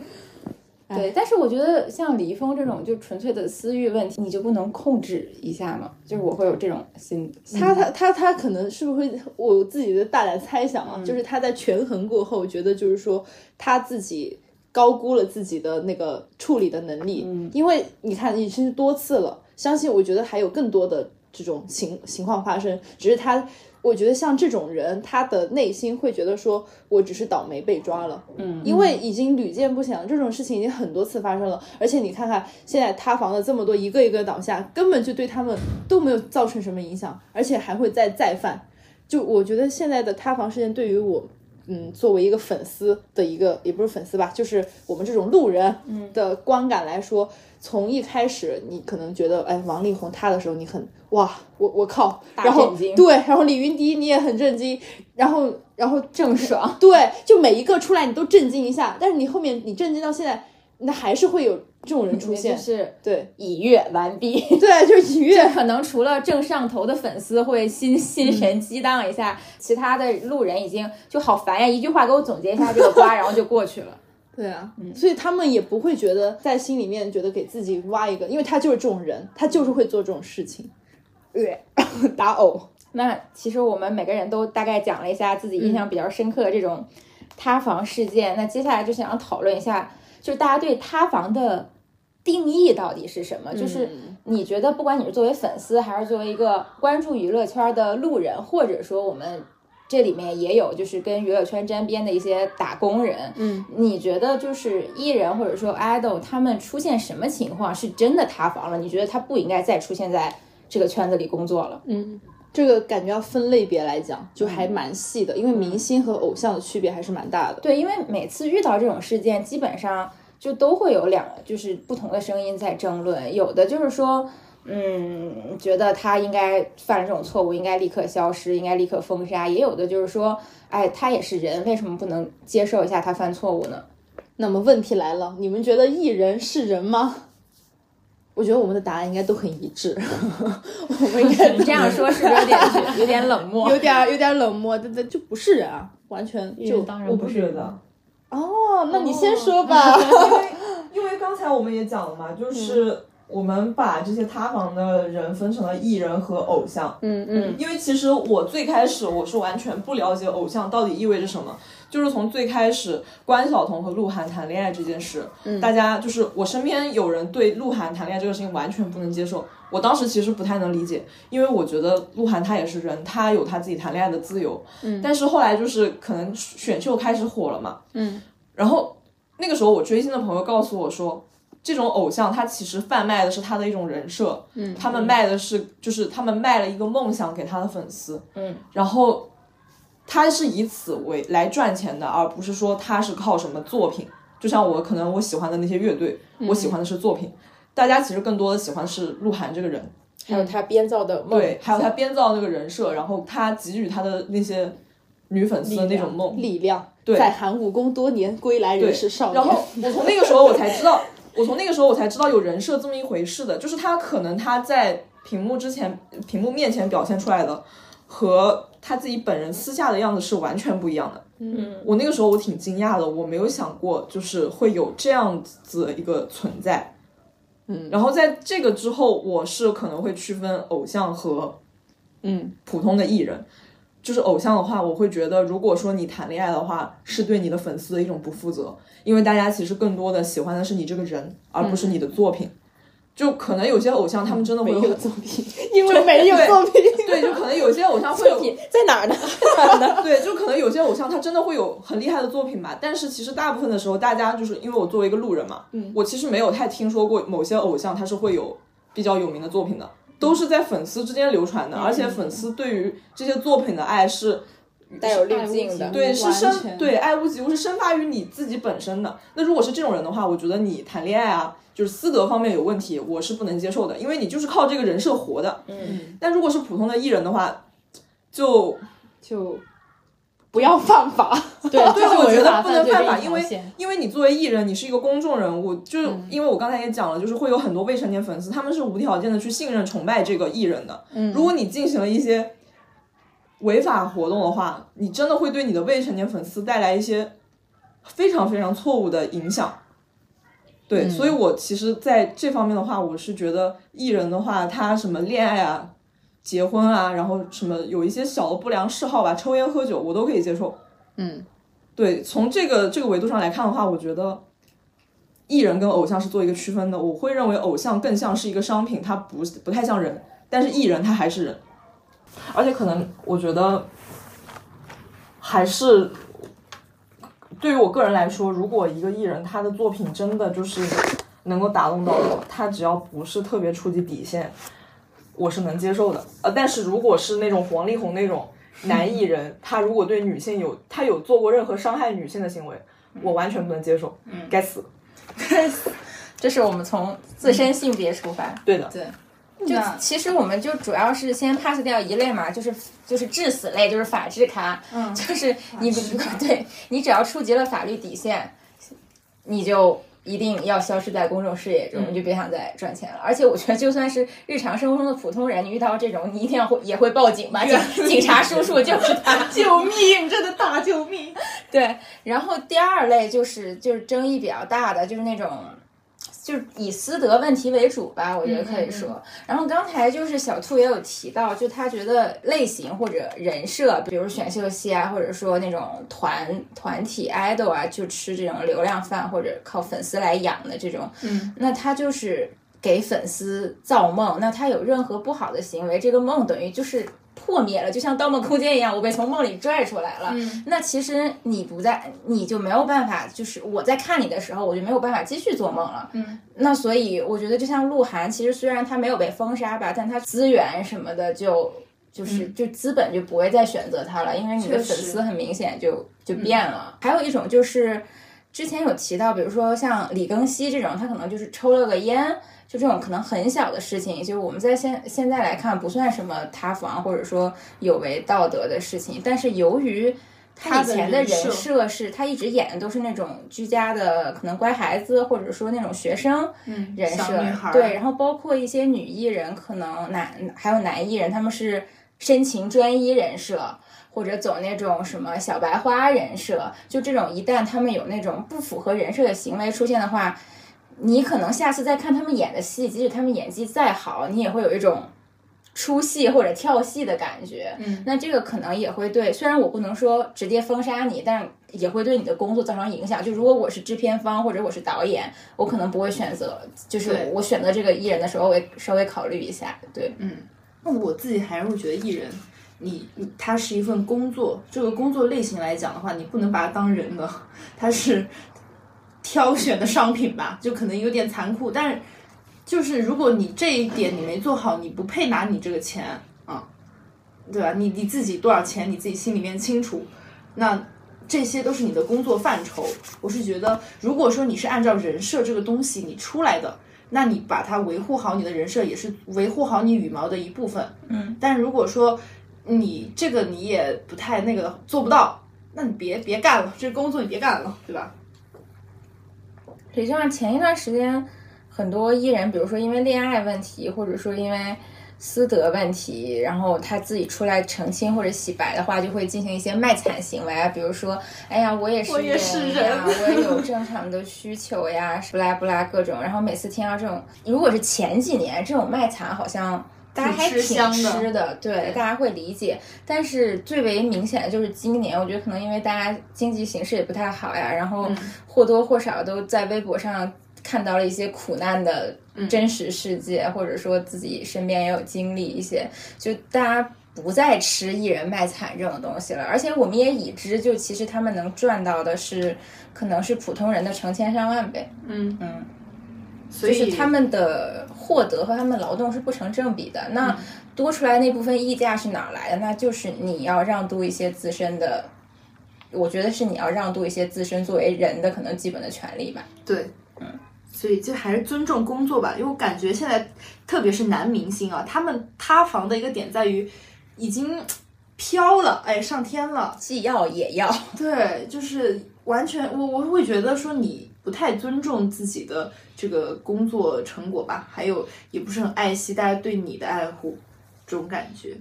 Speaker 5: 对，但是我觉得像李易峰这种就纯粹的私欲问题，你就不能控制一下吗？就是我会有这种心，
Speaker 2: 他他他他可能是不是会？我自己的大胆猜想啊，就是他在权衡过后，觉得就是说他自己高估了自己的那个处理的能力，因为你看已经是多次了，相信我觉得还有更多的这种情情况发生，只是他。我觉得像这种人，他的内心会觉得说，我只是倒霉被抓了，嗯，因为已经屡见不鲜了，这种事情已经很多次发生了，而且你看看现在塌房的这么多，一个一个倒下，根本就对他们都没有造成什么影响，而且还会再再犯。就我觉得现在的塌房事件对于我，嗯，作为一个粉丝的一个也不是粉丝吧，就是我们这种路人
Speaker 5: 嗯
Speaker 2: 的观感来说，从一开始你可能觉得，哎，王力宏塌的时候你很哇，我我靠，然后
Speaker 5: 震惊
Speaker 2: 对，然后李云迪你也很震惊，然后然后
Speaker 5: 郑爽。
Speaker 2: 对，就每一个出来你都震惊一下，但是你后面你震惊到现在，那还是会有这种人出
Speaker 5: 就
Speaker 2: 现，
Speaker 5: 是
Speaker 2: 对
Speaker 5: 已阅完毕，
Speaker 2: 对，就是愉悦。
Speaker 5: 可能除了正上头的粉丝会心心神激荡一下，其他的路人已经就好烦呀！一句话给我总结一下这个瓜，然后就过去了。
Speaker 2: 对啊，所以他们也不会觉得在心里面觉得给自己挖一个，因为他就是这种人，他就是会做这种事情。呃，打偶，
Speaker 5: 那其实我们每个人都大概讲了一下自己印象比较深刻的这种塌房事件。那接下来就想讨论一下，就是大家对塌房的定义到底是什么？就是你觉得，不管你是作为粉丝，还是作为一个关注娱乐圈的路人，或者说我们这里面也有就是跟娱乐圈沾边的一些打工人，
Speaker 2: 嗯，
Speaker 5: 你觉得就是艺人或者说 idol 他们出现什么情况是真的塌房了？你觉得他不应该再出现在这个圈子里工作了？
Speaker 2: 这个感觉要分类别来讲，就还蛮细的，因为明星和偶像的区别还是蛮大的。
Speaker 5: 对，因为每次遇到这种事件，基本上就都会有两就是不同的声音在争论，有的就是说。嗯，觉得他应该犯了这种错误，应该立刻消失，应该立刻封杀。也有的就是说，哎，他也是人，为什么不能接受一下他犯错误呢？
Speaker 2: 那么问题来了，你们觉得艺人是人吗？我觉得我们的答案应该都很一 致，我们应该
Speaker 5: 你这样说是不是有点 有点冷漠？
Speaker 2: 有点有点冷漠，但但就不是人啊，完全
Speaker 4: 艺
Speaker 2: 就
Speaker 4: 人当然
Speaker 1: 我不
Speaker 4: 是
Speaker 1: 觉得。
Speaker 2: 哦，那你先说吧。
Speaker 1: 因为刚才我们也讲了嘛，就是我们把这些塌房的人分成了艺人和偶像。
Speaker 2: 嗯嗯
Speaker 1: 因为其实我最开始我是完全不了解偶像到底意味着什么，就是从最开始关晓彤和鹿晗谈恋爱这件事，大家就是我身边有人对鹿晗谈恋爱这个事情完全不能接受。我当时其实不太能理解，因为我觉得鹿晗他也是人，他有他自己谈恋爱的自由。嗯，但是后来就是可能选秀开始火了嘛，嗯，然后那个时候我追星的朋友告诉我说，这种偶像他其实贩卖的是他的一种人设，嗯，他们卖的是就是他们卖了一个梦想给他的粉丝，嗯，然后他是以此为来赚钱的，而不是说他是靠什么作品。就像我可能我喜欢的那些乐队，
Speaker 2: 嗯
Speaker 1: 我喜欢的是作品，大家其实更多的喜欢是鹿晗这个人，
Speaker 5: 还有他编造的梦，
Speaker 1: 对，还有他编造那个人设，然后他给予他的那些女粉丝的那种梦，
Speaker 2: 力量，在韩武功多年归来仍是少年。
Speaker 1: 然后我从那个时候我才知道，我从那个时候我才知道有人设这么一回事的，就是他可能他在屏幕之前、屏幕面前表现出来的和他自己本人私下的样子是完全不一样的。嗯，我那个时候我挺惊讶的，我没有想过就是会有这样子的一个存在。嗯，然后在这个之后，我是可能会区分偶像和嗯普通的艺人。就是偶像的话，我会觉得，如果说你谈恋爱的话，是对你的粉丝的一种不负责，因为大家其实更多的喜欢的是你这个人，而不是你的作品。就可能有些偶像，他们真的会有作品，
Speaker 2: 因为没有作品，
Speaker 1: 对， 就可能有些偶像会有，
Speaker 5: 在哪儿呢？
Speaker 1: 对，就可能有些偶像他真的会有很厉害的作品吧。但是其实大部分的时候，大家就是因为我作为一个路人嘛，
Speaker 2: 嗯
Speaker 1: 我其实没有太听说过某些偶像他是会有比较有名的作品的，都是在粉丝之间流传的，
Speaker 2: 嗯
Speaker 1: 而且粉丝对于这些作品的爱是
Speaker 5: 带有滤镜的，
Speaker 1: 对，是
Speaker 2: 完
Speaker 1: 生
Speaker 2: 全
Speaker 1: 对爱屋及乌是生发于你自己本身的。那如果是这种人的话，我觉得你谈恋爱啊，就是私德方面有问题，我是不能接受的，因为你就是靠这个人设活的。嗯，但如果是普通的艺人的话，就
Speaker 2: 就不要犯法。
Speaker 7: 对，
Speaker 1: 对，
Speaker 7: 这是
Speaker 1: 我觉
Speaker 7: 违
Speaker 1: 得
Speaker 7: 法
Speaker 1: 不能
Speaker 7: 犯罪的一条
Speaker 1: 犯法，因为嗯
Speaker 7: 线
Speaker 1: 因为你作为艺人，你是一个公众人物，就是因为我刚才也讲了，就是会有很多未成年粉丝，他们是无条件的去信任、崇拜这个艺人的。如果你进行了一些违法活动的话，你真的会对你的未成年粉丝带来一些非常非常错误的影响。对，所以我其实在这方面的话，我是觉得艺人的话，他什么恋爱啊、结婚啊，然后什么有一些小的不良嗜好吧，抽烟喝酒，我都可以接受。对，从这个这个维度上来看的话，我觉得艺人跟偶像是做一个区分的。我会认为偶像更像是一个商品，它不是不太像人，但是艺人他还是人。
Speaker 8: 而且可能我觉得还是对于我个人来说，如果一个艺人他的作品真的就是能够打动到我，他只要不是特别触及底线，我是能接受的。呃，但是如果是那种黄力宏那种男艺人，他如果对女性有他有做过任何伤害女性的行为，我完全不能接受，
Speaker 2: 嗯
Speaker 8: 该死。
Speaker 5: 这是我们从自身性别出发。
Speaker 8: 对的，
Speaker 5: 就其实我们就主要是先 pass 掉一类嘛，就是就是致死类，就是法治咖，嗯，就是你不 对你只要触及了法律底线，你就一定要消失在公众视野中，你就别想再赚钱了。而且我觉得，就算是日常生活中的普通人，你遇到这种，你一定要会也会报警吧，警警察叔叔就是他，
Speaker 2: 救命！真的大救命！
Speaker 5: 对，然后第二类就是就是争议比较大的，就是那种。就是以私德问题为主吧，我觉得可以说。然后刚才就是小兔也有提到，就他觉得类型或者人设，比如选秀系啊，或者说那种团团体 idol 啊，就吃这种流量饭或者靠粉丝来养的这种，嗯，那他就是给粉丝造梦，那他有任何不好的行为，这个梦等于就是破灭了，就像《盗梦空间》一样，我被从梦里拽出来了。那其实你不在，你就没有办法，就是我在看你的时候，我就没有办法继续做梦了。嗯，那所以我觉得，就像鹿晗，其实虽然他没有被封杀吧，但他资源什么的就。就是就资本就不会再选择他了，因为你的粉丝很明显就就变了。还有一种就是之前有提到，比如说像李庚希这种，他可能就是抽了个烟，就这种可能很小的事情，就我们在现现在来看不算什么塌房或者说有违道德的事情，但是由于他以前的人设是他一直演的都是那种居家的可能乖孩子，或者说那种学生人设，
Speaker 9: 小女孩儿
Speaker 5: 对，然后包括一些女艺人，可能男还有男艺人，他们是深情专一人设。或者走那种什么小白花人设，就这种，一旦他们有那种不符合人设的行为出现的话，你可能下次再看他们演的戏，即使他们演技再好，你也会有一种出戏或者跳戏的感觉。嗯，那这个可能也会对，虽然我不能说直接封杀你，但也会对你的工作造成影响。就如果我是制片方或者我是导演，我可能不会选择，就是
Speaker 2: 对
Speaker 5: 我选择这个艺人的时候，我也稍微考虑一下。对，
Speaker 2: 那我自己还是会觉得艺人，你你他是一份工作，这个工作类型来讲的话，你不能把它当人的，他是挑选的商品吧，就可能有点残酷，但是就是如果你这一点你没做好，你不配拿你这个钱啊，对吧？你你自己多少钱你自己心里面清楚，那。这些都是你的工作范畴，我是觉得，如果说你是按照人设这个东西你出来的，那你把它维护好你的人设，也是维护好你羽毛的一部分。但如果说你这个你也不太那个做不到，那你别别干了，这工作你别干了，对吧？
Speaker 5: 对，就像前一段时间，很多艺人，比如说因为恋爱问题，或者说因为私德问题，然后他自己出来澄清或者洗白的话，就会进行一些卖惨行为啊，比如说，哎呀，我也是
Speaker 2: 我也是人
Speaker 5: 呀，我也有正常的需求呀，不啦不啦各种。然后每次听到这种，如果是前几年这种卖惨，好像。大家还挺
Speaker 2: 挺吃香的
Speaker 5: 吃的，对，大家会理解。但是最为明显的就是今年，我觉得可能因为大家经济形势也不太好呀，然
Speaker 2: 嗯
Speaker 5: 后或多或少都在微博上看到了一些苦难
Speaker 2: 嗯
Speaker 5: 的真实世界，或者说自己身边也有经历一些，就大家。不再吃艺人卖惨这种东西了，而且我们也已知，就其实他们能赚到的是，可能是普通人的成千上万倍，
Speaker 2: 嗯
Speaker 5: 嗯，
Speaker 2: 所
Speaker 5: 就
Speaker 2: 以
Speaker 5: 是他们的获得和他们劳动是不成正比的。
Speaker 2: 嗯
Speaker 5: 那多出来那部分溢价是哪儿来的？那就是你要让渡一些自身的，我觉得是你要让渡一些自身作为人的可能基本的权利吧。
Speaker 2: 对，所以就还是尊重工作吧，因为我感觉现在，特别是男明星啊，他们塌房的一个点在于，已经飘了，哎，上天了，
Speaker 5: 既要也要，
Speaker 2: 对，就是完全，我我会觉得说你不太尊重自己的这个工作成果吧，还有也不是很爱惜大家对你的爱护，这种感觉。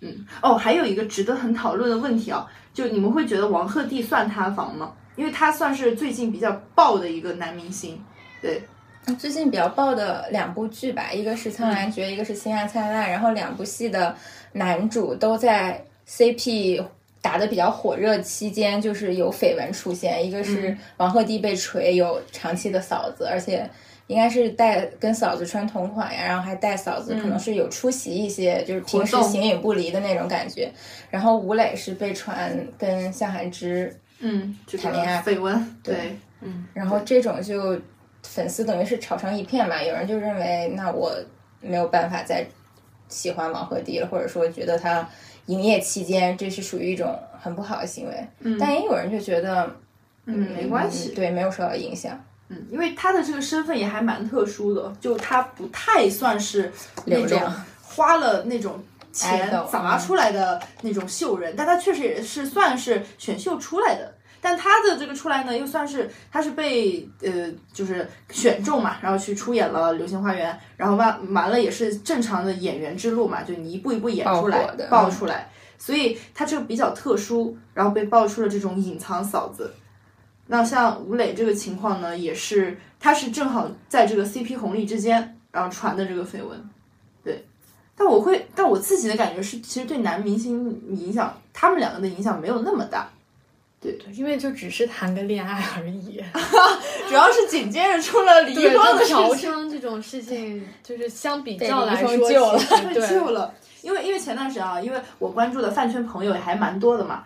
Speaker 2: 嗯，哦，还有一个值得很讨论的问题啊，就你们会觉得王鹤棣算塌房吗？因为他算是最近比较爆的一个男明星，
Speaker 5: 最近比较爆的两部剧吧，一个是《苍兰诀》，一个是《星汉灿烂》，然后两部戏的男主都在 CP 打得比较火热期间，就是有绯闻出现，一个
Speaker 2: 嗯
Speaker 5: 是王鹤棣被锤有长期的嫂子，而且。应该是带跟嫂子穿同款呀，然后还带嫂子，可能是有出席一些、就是平
Speaker 2: 嗯
Speaker 5: 时
Speaker 2: 活动
Speaker 5: 形影不离的那种感觉。然后吴磊是被传跟向涵之
Speaker 2: 嗯，这个
Speaker 5: 谈恋爱
Speaker 2: 绯闻，对，嗯
Speaker 5: 然后这种就粉丝等于是吵成一片吧，有人就认为那我没有办法再喜欢王鹤棣了，或者说觉得他营业期间这是属于一种很不好的行为，嗯、但也有人就觉得
Speaker 2: 嗯，没关系，
Speaker 5: 嗯对，没有受到影响。
Speaker 2: 嗯，因为他的这个身份也还蛮特殊的，就他不太算是那
Speaker 5: 流
Speaker 2: 种
Speaker 5: 量
Speaker 2: 花了那种钱
Speaker 5: Idol，
Speaker 2: 砸
Speaker 5: 嗯
Speaker 2: 出来的那种秀人，但他确实也是算是选秀出来的。但他的这个出来呢，又算是他是被呃就是选中嘛，然后去出演了《流星花园》，然后完完了也是正常的演员之路嘛，就你一步一步演出来
Speaker 5: 爆火的
Speaker 2: 爆
Speaker 5: 嗯
Speaker 2: 出来，所以他这个比较特殊，然后被爆出了这种隐藏嫂子。那像吴磊这个情况呢，也是他是正好在这个 CP 红利之间，然后传的这个绯闻，对。但我会，但我自己的感觉是，其实对男明星影响，他们两个的影响没有那么大，
Speaker 10: 因为就只是谈个恋爱而 已。
Speaker 2: 主要是紧接着出了离
Speaker 4: 对，
Speaker 2: 婚的
Speaker 4: 就
Speaker 2: 事
Speaker 4: 嫖
Speaker 2: 情，
Speaker 4: 娼这种事情，就是相比较来
Speaker 5: 被
Speaker 4: 说，
Speaker 5: 离婚救了
Speaker 4: 其实
Speaker 2: 被救
Speaker 4: 对，
Speaker 2: 了。因为因为前段时间啊，因为我关注的饭圈朋友也还蛮多的嘛，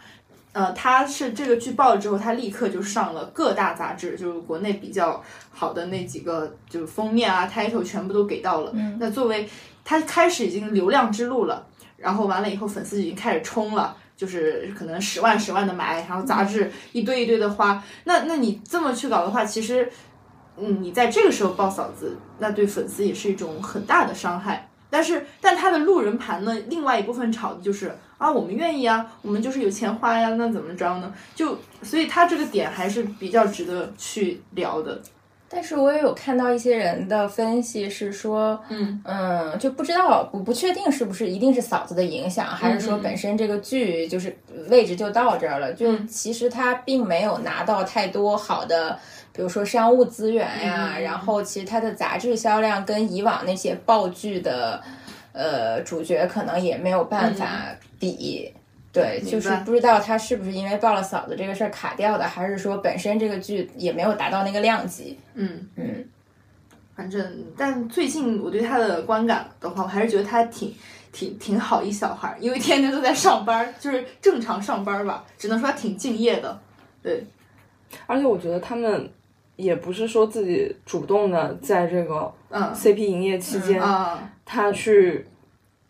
Speaker 2: 呃，他是这个剧爆了之后，他立刻就上了各大杂志，就是国内比较好的那几个，就是封面啊、title 全部都给到了。那作为他开始已经流量之路了，然后完了以后，粉丝已经开始冲了。就是可能十万十万的买，然后杂志一堆一堆的花，那那你这么去搞的话，其实，嗯，你在这个时候爆嫂子，那对粉丝也是一种很大的伤害。但是，但他的路人盘呢，另外一部分炒的就是啊，我们愿意啊，我们就是有钱花呀，那怎么着呢？就所以他这个点还是比较值得去聊的。
Speaker 5: 但是我也有看到一些人的分析是说，
Speaker 2: 嗯
Speaker 5: 嗯，就不知道不不确定是不是一定是嫂子的影响，还是说
Speaker 2: 嗯嗯
Speaker 5: 本身这个剧就是位置就到这儿了，就
Speaker 2: 嗯
Speaker 5: 其实他并没有拿到太多好的。比如说商务资源呀、
Speaker 2: 嗯嗯嗯
Speaker 5: 然后其实它的杂志销量跟以往那些爆剧的，呃主角可能也没有办法比。对，
Speaker 2: 嗯明
Speaker 5: 就是
Speaker 2: 白
Speaker 5: 不知道他是不是因为抱了嫂子这个事儿卡掉的，还是说本身这个剧也没有达到那个量级。
Speaker 2: 嗯，
Speaker 5: 嗯，
Speaker 2: 反正但最近我对他的观感的话，我还是觉得他挺挺挺好一小孩儿，因为天天都在上班儿， 就是正常上班儿吧，只能说他挺敬业的。
Speaker 1: 而且我觉得他们也不是说自己主动的在这个
Speaker 2: 嗯
Speaker 1: CP 营业期间，
Speaker 2: 啊，
Speaker 1: 他去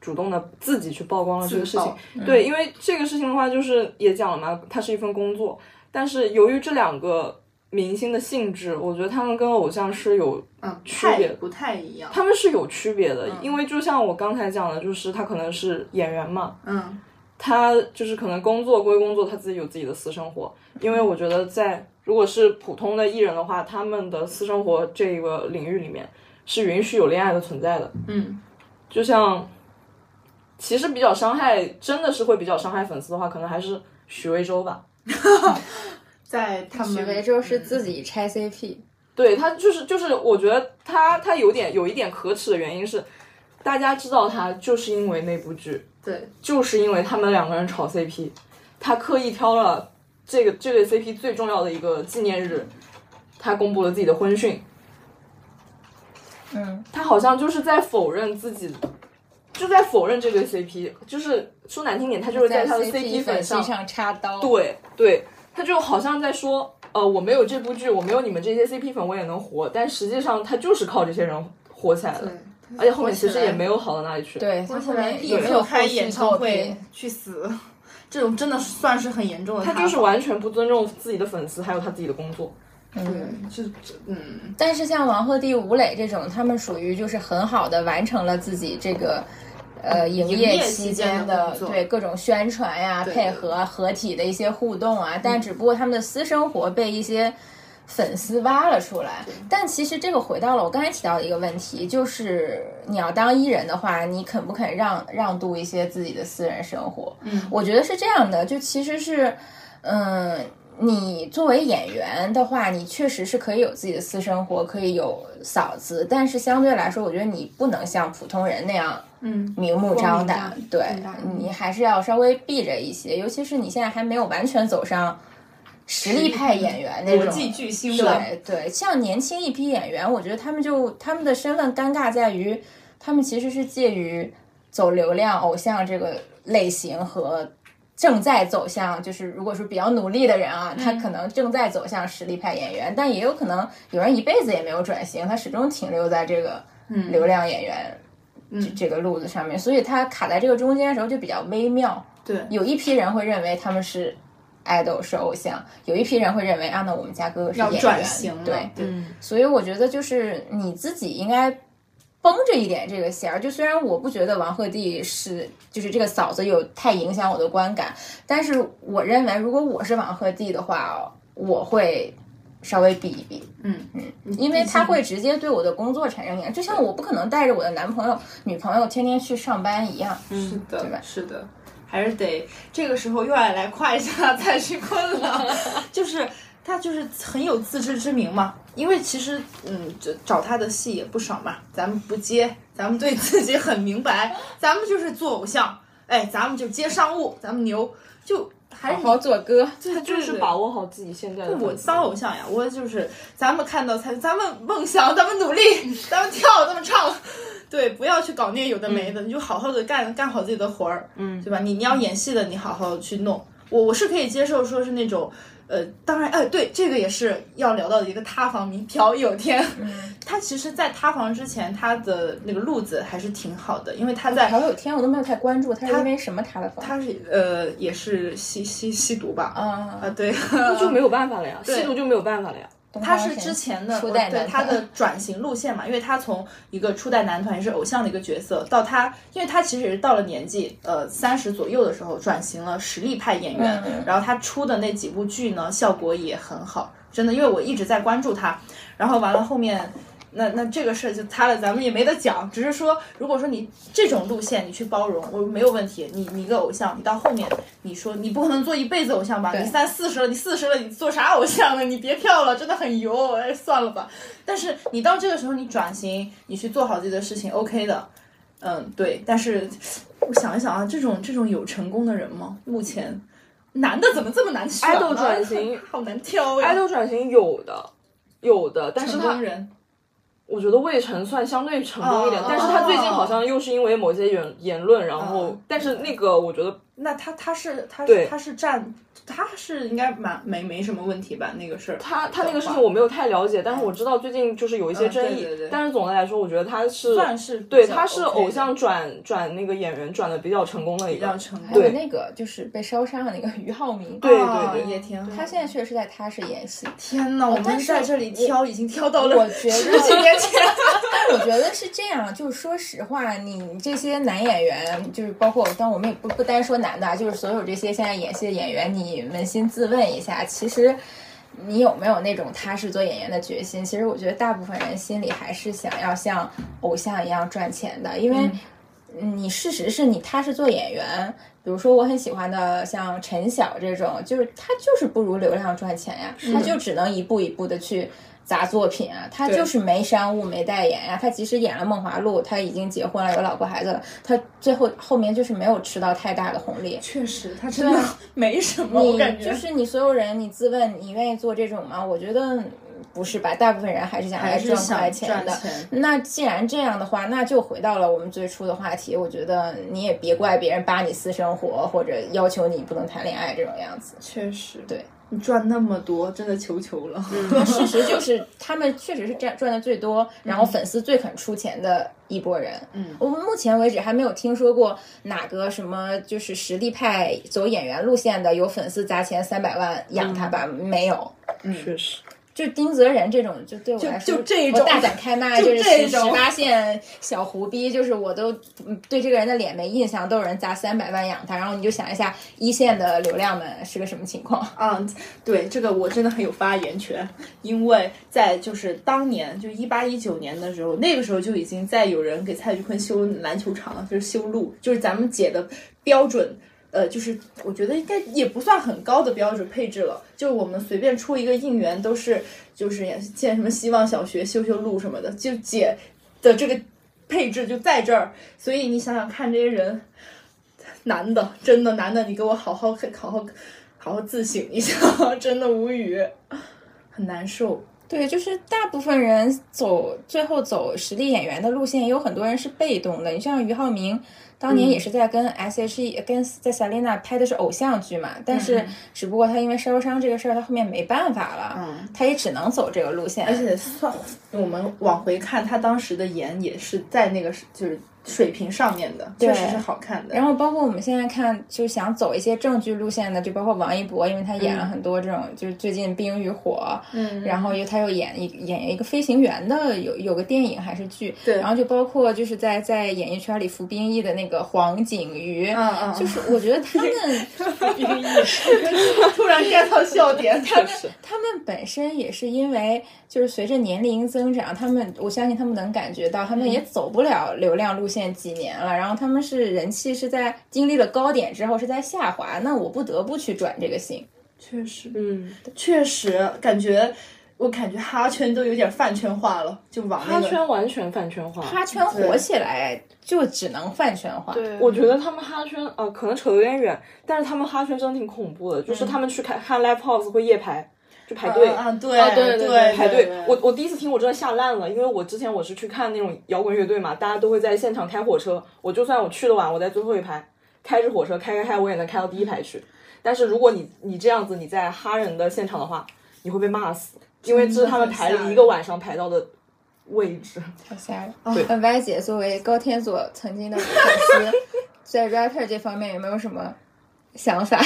Speaker 1: 主动的自己去曝光了这个事
Speaker 2: 自
Speaker 1: 情
Speaker 2: 曝。嗯
Speaker 1: 对，因为这个事情的话，就是也讲了嘛，它是一份工作，但是由于这两个明星的性质，我觉得他们跟偶像是有
Speaker 2: 嗯，
Speaker 1: 区
Speaker 2: 太
Speaker 1: 别
Speaker 2: 不太一样。
Speaker 1: 他们是有区别的，因为就像我刚才讲的，就是他可能是演员嘛，
Speaker 2: 嗯，
Speaker 1: 他就是可能工作归工作，他自己有自己的私生活。因为我觉得在如果是普通的艺人的话，他们的私生活这个领域里面是允许有恋爱的存在的。
Speaker 2: 嗯，
Speaker 1: 就像其实比较伤害，真的是会比较伤害粉丝的话，可能还是许魏洲吧。
Speaker 2: 在他们
Speaker 5: 许维洲是自己拆 CP，
Speaker 1: 对他就是就是，我觉得他他有点有一点可耻的原因是，大家知道他就是因为那部剧，
Speaker 2: 对，
Speaker 1: 就是因为他们两个人炒 CP，他刻意挑了这个这对 CP 最重要的一个纪念日，他公布了自己的婚讯。
Speaker 5: 嗯，
Speaker 1: 他好像就是在否认自己，就在否认这对 CP，就是说难听点，他就是在他的
Speaker 5: CP
Speaker 1: 粉
Speaker 5: 系上插刀。
Speaker 1: 对对，他就好像在说，呃，我没有这部剧，我没有你们这些 CP 粉，我也能活。但实际上，他就是靠这些人火起来的，而且后面其实也没有好到哪里去。
Speaker 5: 对，
Speaker 2: 他
Speaker 5: 他
Speaker 2: 后
Speaker 5: 后
Speaker 2: 面
Speaker 5: 面
Speaker 2: 也
Speaker 5: 也
Speaker 2: 没
Speaker 5: 没
Speaker 2: 有
Speaker 5: 有
Speaker 2: 开
Speaker 5: 后
Speaker 2: 演
Speaker 5: 续
Speaker 2: 唱
Speaker 5: 作
Speaker 2: 会
Speaker 5: 品。
Speaker 2: 去死，这种真的算是很严重的
Speaker 1: 他
Speaker 2: 塌房。
Speaker 1: 就是完全不尊重自己的粉丝，还有他自己的工作。
Speaker 2: 对，就就嗯，
Speaker 5: 但是像王鹤棣、吴磊这种，他们属于就是很好的完成了自己这个。呃，营
Speaker 2: 营业
Speaker 5: 业
Speaker 2: 期
Speaker 5: 期
Speaker 2: 间
Speaker 5: 间
Speaker 2: 的
Speaker 5: 的
Speaker 2: 工作
Speaker 5: 对各种宣传呀、
Speaker 2: 对嗯
Speaker 5: 配合合体的一些互动啊，但只不过他们的私生活被一些粉丝挖了出来。但其实这个回到了我刚才提到的一个问题，就是你要当艺人的话，你肯不肯让让渡一些自己的私人生活？嗯，我觉得是这样的，就其实是，嗯、你作为演员的话，你确实是可以有自己的私生活，可以有嫂子，但是相对来说，我觉得你不能像普通人那样，嗯，明目张胆，对你还是要稍微避着一些，尤其是你现在还没有完全走上实力派嗯演员那
Speaker 2: 国
Speaker 5: 种
Speaker 2: 际巨星了，
Speaker 5: 对对，像年轻一批演员，我觉得他们就他们的身份尴尬在于，他们其实是介于走流量偶像这个类型和正在走向，就是如果说比较努力的人啊，他可能正在走向实力派演员，但也有可能有人一辈子也没有转型，他始终停留在这个
Speaker 2: 嗯
Speaker 5: 流量演员。这这个路子上面，所以他卡在这个中间的时候就比较微妙。
Speaker 2: 对
Speaker 5: 有一批人会认为他们是 idol 是偶像，有一批人会认为啊，那我们家哥哥是
Speaker 2: 要
Speaker 5: 演员，
Speaker 2: 转型了，
Speaker 5: 对，嗯
Speaker 2: 对，
Speaker 1: 嗯
Speaker 5: 所以我觉得就是你自己应该绷着一点这个弦儿。就虽然我不觉得王鹤棣是就是这个嫂子有太影响我的观感，但是我认为如果我是王鹤棣的话，我会稍微避一避。
Speaker 2: 嗯
Speaker 5: 嗯，因为他会直接对我的工作产生影响，就像我不可能带着我的男朋友、女朋友天天去上班一样。
Speaker 2: 是
Speaker 5: 对吧
Speaker 2: 的，是的，还是得这个时候又要来夸一下蔡徐坤了， 就是他就是很有自知之明嘛，因为其实嗯，这找他的戏也不少嘛，咱们不接，咱们对自己很明白，咱们就是做偶像，哎，咱们就接商务，咱们牛，就还是
Speaker 5: 好好做歌，
Speaker 1: 他就是把握好自己现在的
Speaker 2: 我
Speaker 1: 粉丝
Speaker 2: 当偶像呀，我就是咱们看到才，咱们梦想，咱们努力，咱们跳，咱们唱，对，不要去搞那有的没的，你就好好的干干好自己的活儿，嗯，对吧？你你要演戏的，你好好去弄。我我是可以接受，说是那种，呃，当然，哎，对，这个也是要聊到的一个塌房迷朴有天，他其实，在塌房之前，他的那个路子还是挺好的，因为他在
Speaker 5: 好有天我都没有太关注他是因为什么塌的房
Speaker 2: 他是呃也是吸吸吸毒吧，
Speaker 5: 啊
Speaker 2: 啊，对，
Speaker 1: 那就没有办法了呀，吸毒就没有办法了呀。
Speaker 2: 他是之前的
Speaker 5: 初代
Speaker 2: 对
Speaker 5: 男
Speaker 2: 他
Speaker 5: 团
Speaker 2: 的 转型路线嘛，因为他从一个初代男团也是偶像的一个角色，到他，因为他其实也是到了年纪，呃，三十左右的时候转型了实力派演员，
Speaker 5: 嗯
Speaker 2: 然后他出的那几部剧呢，效果也很好，真的，因为我一直在关注他，然后完了后面。那那这个事儿就塌了，咱们也没得讲，只是说，如果说你这种路线你去包容，我没有问题。你你一个偶像，你到后面你说你不可能做一辈子偶像吧？你三四十了，你四十了，你做啥偶像呢？你别跳了，真的很油，哎，算了吧。但是你到这个时候你转型，你去做好自己的事情，OK 的。嗯，对。但是我想一想啊，这种这种有成功的人吗？目前男的怎么这么难选、
Speaker 1: 爱
Speaker 2: 啊？
Speaker 1: 豆转型，
Speaker 2: 好难挑呀、
Speaker 1: 爱豆转型有的，有的，但是
Speaker 2: 成
Speaker 1: 他
Speaker 2: 功人
Speaker 1: 我觉得未成算相对成功一点，
Speaker 2: 哦
Speaker 1: 但是他最近好像又是因为某些言言论，然后、但是那个我觉得
Speaker 2: 那他他是他
Speaker 1: 对
Speaker 2: 是他是占他是应该蛮没没什么问题吧？那个事儿，
Speaker 1: 他他那个事情我没有太了解，但是我知道最近就是有一些
Speaker 2: 嗯
Speaker 1: 争议，
Speaker 2: 对对对
Speaker 1: 但是总的来说，我觉得他是
Speaker 2: 算是比
Speaker 1: 对
Speaker 2: 较
Speaker 1: 他是
Speaker 2: OK 的
Speaker 1: 偶像转转那个演员转的比较成功的一
Speaker 2: 比较
Speaker 1: 个，
Speaker 2: 成功，
Speaker 1: 对
Speaker 5: 那个就是被烧伤的那个 俞灏明，
Speaker 1: 对
Speaker 2: 啊
Speaker 1: 对对，
Speaker 2: 也挺好。
Speaker 5: 他现在确实在踏实演戏。
Speaker 2: 天哦哪，我们
Speaker 5: 但是
Speaker 2: 在这里挑已经挑到了
Speaker 5: 我觉
Speaker 2: 十
Speaker 5: 得
Speaker 2: 几年 前。
Speaker 5: 但我觉得是这样，就是说实话，你这些男演员，就是包括，但我们也不不单说男的啊，就是所有这些现在演戏的演员，你扪心自问一下，其实你有没有那种踏实做演员的决心？其实我觉得大部分人心里还是想要像偶像一样赚钱的，因为你事实是你踏实做演员。比如说我很喜欢的像陈晓这种，就是他就是不如流量赚钱呀，他就只能一步一步的去砸作品啊，他就是没商务没代言呀、他即使演了《梦华录》，他已经结婚了，有老婆孩子了，他最后后面就是没有吃到太大的红利。
Speaker 2: 确实，他真的没什么，我感
Speaker 5: 你
Speaker 2: 觉
Speaker 5: 就是你所有人，你自问你愿意做这种吗？我觉得不是吧，大部分人还是想
Speaker 2: 还
Speaker 5: 来
Speaker 2: 是
Speaker 5: 赚快
Speaker 2: 想
Speaker 5: 钱
Speaker 2: 赚
Speaker 5: 的。
Speaker 2: 钱。
Speaker 5: 那既然这样的话，那就回到了我们最初的话题。我觉得你也别怪别人扒你私生活，或者要求你不能谈恋爱这种样子。
Speaker 2: 确实，嗯
Speaker 5: 对
Speaker 2: 你赚那么多，真的求求了。
Speaker 5: 事实 就是，他们确实是赚赚的最多，然后粉丝最肯出钱的一波人。
Speaker 2: 嗯
Speaker 5: 我们目前为止还没有听说过哪个什么就是实力派走演员路线的，有粉丝砸钱三百万养他吧？
Speaker 2: 嗯
Speaker 5: 没有。
Speaker 11: 确实，
Speaker 5: 就丁泽仁这种，就对我来说，
Speaker 2: 就这种
Speaker 5: 我大胆 开麦，
Speaker 2: 就是这
Speaker 5: 十
Speaker 2: 种
Speaker 5: 八线小胡逼，就是我都嗯对这个人的脸没印象，都有人砸三百万养他，然后你就想一下一线的流量们是个什么情况？
Speaker 2: 啊，对这个我真的很有发言权，因为在就是当年就一八一九年的时候，那个时候就已经在有人给蔡徐坤修篮球场了，就是修路，就是咱们姐的标准。呃，就是我觉得应该也不算很高的标准配置了，就是我们随便出一个应援都是就是也建什么希望小学修修路什么的，就姐的这个配置就在这儿，所以你想想看，这些人男的真的男的，你给我好好看好好好好自省一下， 真的无语，很难受。
Speaker 5: 对，就是大部分人走最后走实力演员的路线，也有很多人是被动的。你像俞灏明，当
Speaker 2: 嗯
Speaker 5: 年也是在跟 S.H.E、跟在 Selina 拍的是偶像剧嘛，但是只不过他因为烧伤这个事儿，他后面没办法了，
Speaker 2: 嗯
Speaker 5: 他也只能走这个路线。
Speaker 2: 而且算我们往回看，他当时的颜也是在那个就是水平上面的，确实是好看的。
Speaker 5: 然后包括我们现在看，就想走一些正剧路线的，就包括王一博，因为他演了
Speaker 2: 嗯
Speaker 5: 很多这种，就是最近《冰与火》，嗯，然后又他又演一演一个飞行员的，有有个电影还是剧，
Speaker 2: 对
Speaker 5: 然后就包括就是在在演艺圈里服兵役的那个黄景瑜，
Speaker 2: 嗯嗯，
Speaker 5: 就是我觉得他们
Speaker 2: 突然 get 到笑点，确实
Speaker 5: 他们本身也是因为就是随着年龄增长，他们我相信他们能感觉到，他们
Speaker 2: 嗯
Speaker 5: 也走不了流量路线几年了，然后他们是人气是在经历了高点之后是在下滑，那我不得不去转这个型。
Speaker 2: 确实
Speaker 1: 嗯，
Speaker 2: 确实感觉我感觉哈圈都有点饭圈化了，就往那
Speaker 1: 他
Speaker 2: 个
Speaker 1: 圈完全饭圈化。
Speaker 5: 哈圈火起来就只能饭圈化，
Speaker 12: 对，
Speaker 1: 我觉得他们哈圈啊、呃可能扯得有点远，但是他们哈圈真的挺恐怖的，
Speaker 2: 嗯
Speaker 1: 就是他们去看看 live house 会夜排，就排队。
Speaker 2: 啊，对
Speaker 12: 啊对对对
Speaker 2: 对，
Speaker 1: 排队，我我第一次听我真的吓烂了，因为我之前我是去看那种摇滚乐队嘛，大家都会在现场开火车，我就算我去的晚，我在最后一排开着火车开开开，我也能开到第一排去。但是如果你你这样子你在哈人的现场的话，你会被骂死，因为这是他们排了一个晚上排到的位置。
Speaker 5: 太吓人。那哦歪姐作为高天佐曾经的粉 丝，在 rapper 这方面有没有什么想法？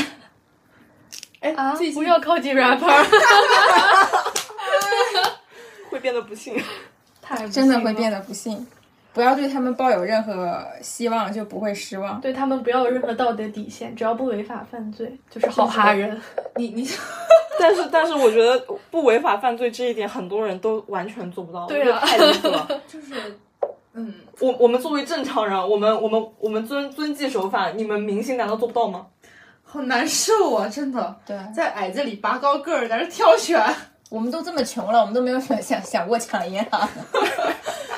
Speaker 2: 哎，最近
Speaker 12: 不要靠近 rapper，
Speaker 1: 会变得不幸。
Speaker 12: 太
Speaker 5: 真的会变得不幸，不要对他们抱有任何希望，就不会失望。
Speaker 12: 对他们不要有任何道德底线，只要不违法犯罪，就是好哈人。
Speaker 2: 你你
Speaker 1: 但是但是我觉得不违法犯罪这一点，很多人都完全做不到，
Speaker 12: 对
Speaker 1: 我觉得
Speaker 12: 啊
Speaker 1: 太离谱 了。
Speaker 2: 就是嗯。
Speaker 1: 我我们作为正常人，我们我们我们遵遵纪守法，你们明星难道做不到吗？
Speaker 2: 好难受啊！真的，
Speaker 5: 对
Speaker 2: 在矮子里拔高个儿，在这挑选，
Speaker 5: 我们都这么穷了，我们都没有想想想过抢银行。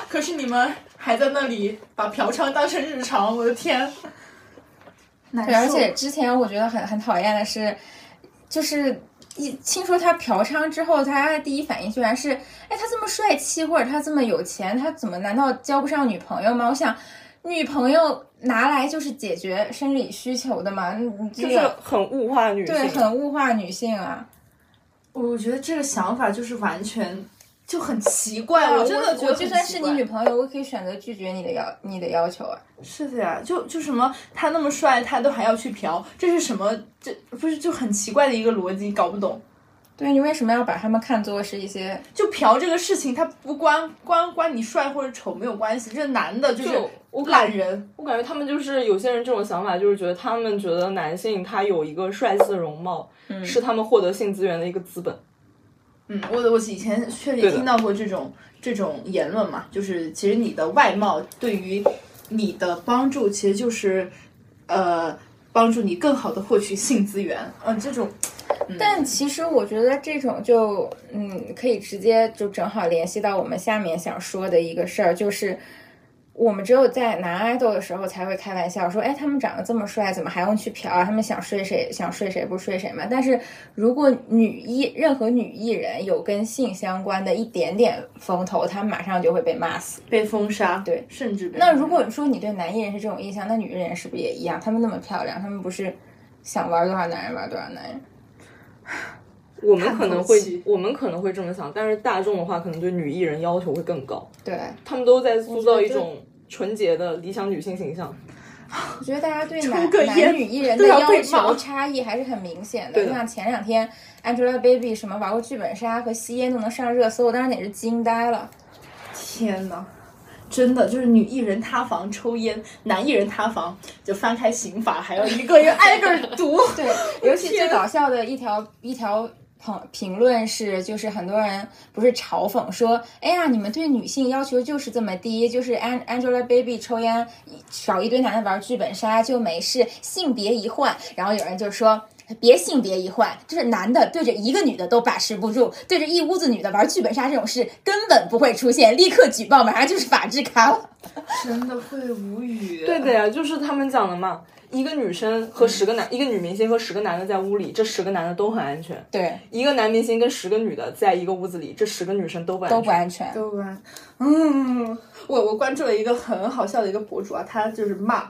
Speaker 2: 可是你们还在那里把嫖娼当成日常，我的天！
Speaker 5: 对，而且之前我觉得很很讨厌的是，就是一听说他嫖娼之后，他第一反应居然是，哎，他这么帅气，或者他这么有钱，他怎么难道交不上女朋友吗？我想，女朋友拿来就是解决生理需求的嘛，你你这
Speaker 1: 就是
Speaker 5: 个
Speaker 1: 很物化女性。
Speaker 5: 对，很物化女性啊。
Speaker 2: 我觉得这个想法就是完全就很奇怪，
Speaker 5: 我
Speaker 2: 真的觉
Speaker 5: 啊
Speaker 2: 得
Speaker 5: 我就
Speaker 2: 很
Speaker 5: 算
Speaker 2: 奇
Speaker 5: 是你
Speaker 2: 怪
Speaker 5: 女朋友，我可以选择拒绝你的要你的要求啊。
Speaker 2: 是的呀，就就什么他那么帅，他都还要去嫖，这是什么？这不是就很奇怪的一个逻辑，搞不懂。
Speaker 5: 对你为什么要把他们看作是一些？
Speaker 2: 就嫖这个事情，它不关关关你帅或者丑没有关系，这男的就是
Speaker 1: 就我感
Speaker 2: 懒人，
Speaker 1: 我感觉他们就是有些人这种想法，就是觉得他们觉得男性他有一个帅气的容貌，是他们获得性资源的一个资本。
Speaker 2: 嗯，我我以前确实
Speaker 1: 对的
Speaker 2: 听到过这种这种言论嘛，就是其实你的外貌对于你的帮助，其实就是呃帮助你更好的获取性资源，嗯、这种
Speaker 5: 但其实我觉得这种就嗯，可以直接就正好联系到我们下面想说的一个事儿，就是我们只有在男爱豆的时候才会开玩笑说，哎，他们长得这么帅，怎么还用去嫖啊？他们想睡谁想睡谁不睡谁嘛。但是如果女艺任何女艺人有跟性相关的一点点风头，她马上就会被骂死。
Speaker 2: 被封杀，
Speaker 5: 对，
Speaker 2: 甚至被
Speaker 5: 那如果说你对男艺人是这种印象，那女艺人是不是也一样？她们那么漂亮，她们不是想玩多少男人玩多少男人？
Speaker 1: 我们可能
Speaker 2: 看头
Speaker 1: 会
Speaker 2: 期，
Speaker 1: 我们可能会这么想，但是大众的话，可能对女艺人要求会更高，
Speaker 5: 对。
Speaker 1: 他们都在塑造一种纯洁的理想女性形象。
Speaker 5: 我觉得大家对男
Speaker 2: 个烟
Speaker 5: 男女艺人的
Speaker 2: 都要
Speaker 5: 要
Speaker 2: 被
Speaker 5: 求
Speaker 2: 骂
Speaker 5: 差异还是很明显的。
Speaker 1: 对
Speaker 5: 你
Speaker 1: 的
Speaker 5: 像前两天 Angelababy 什么玩过剧本杀和吸烟都能上热搜，我当时简直惊呆了。
Speaker 2: 天呐，真的就是女艺人塌房抽烟，男艺人塌房就翻开刑法，还要一个人挨个儿读。
Speaker 5: 对， 尤其最搞笑的一条一条评评论是，就是很多人不是嘲讽说，哎呀，你们对女性要求就是这么低，就是 An Angelababy 抽烟少一堆男的玩剧本杀就没事，性别一换，然后有人就说。别性别一换，就是男的对着一个女的都把持不住，对着一屋子女的玩剧本杀这种事根本不会出现，立刻举报，马上就是法制咖了。
Speaker 2: 真的会无语。
Speaker 1: 对的呀，就是他们讲的嘛，一个女生和十个男，一个女明星和十个男的在屋里，这十个男的都很安全；
Speaker 5: 对，
Speaker 1: 一个男明星跟十个女的在一个屋子里，这十个女生都不安
Speaker 5: 都
Speaker 1: 全。
Speaker 5: 不安 全。
Speaker 2: 都吧，嗯，我我关注了一个很好笑的一个博主啊，他就是骂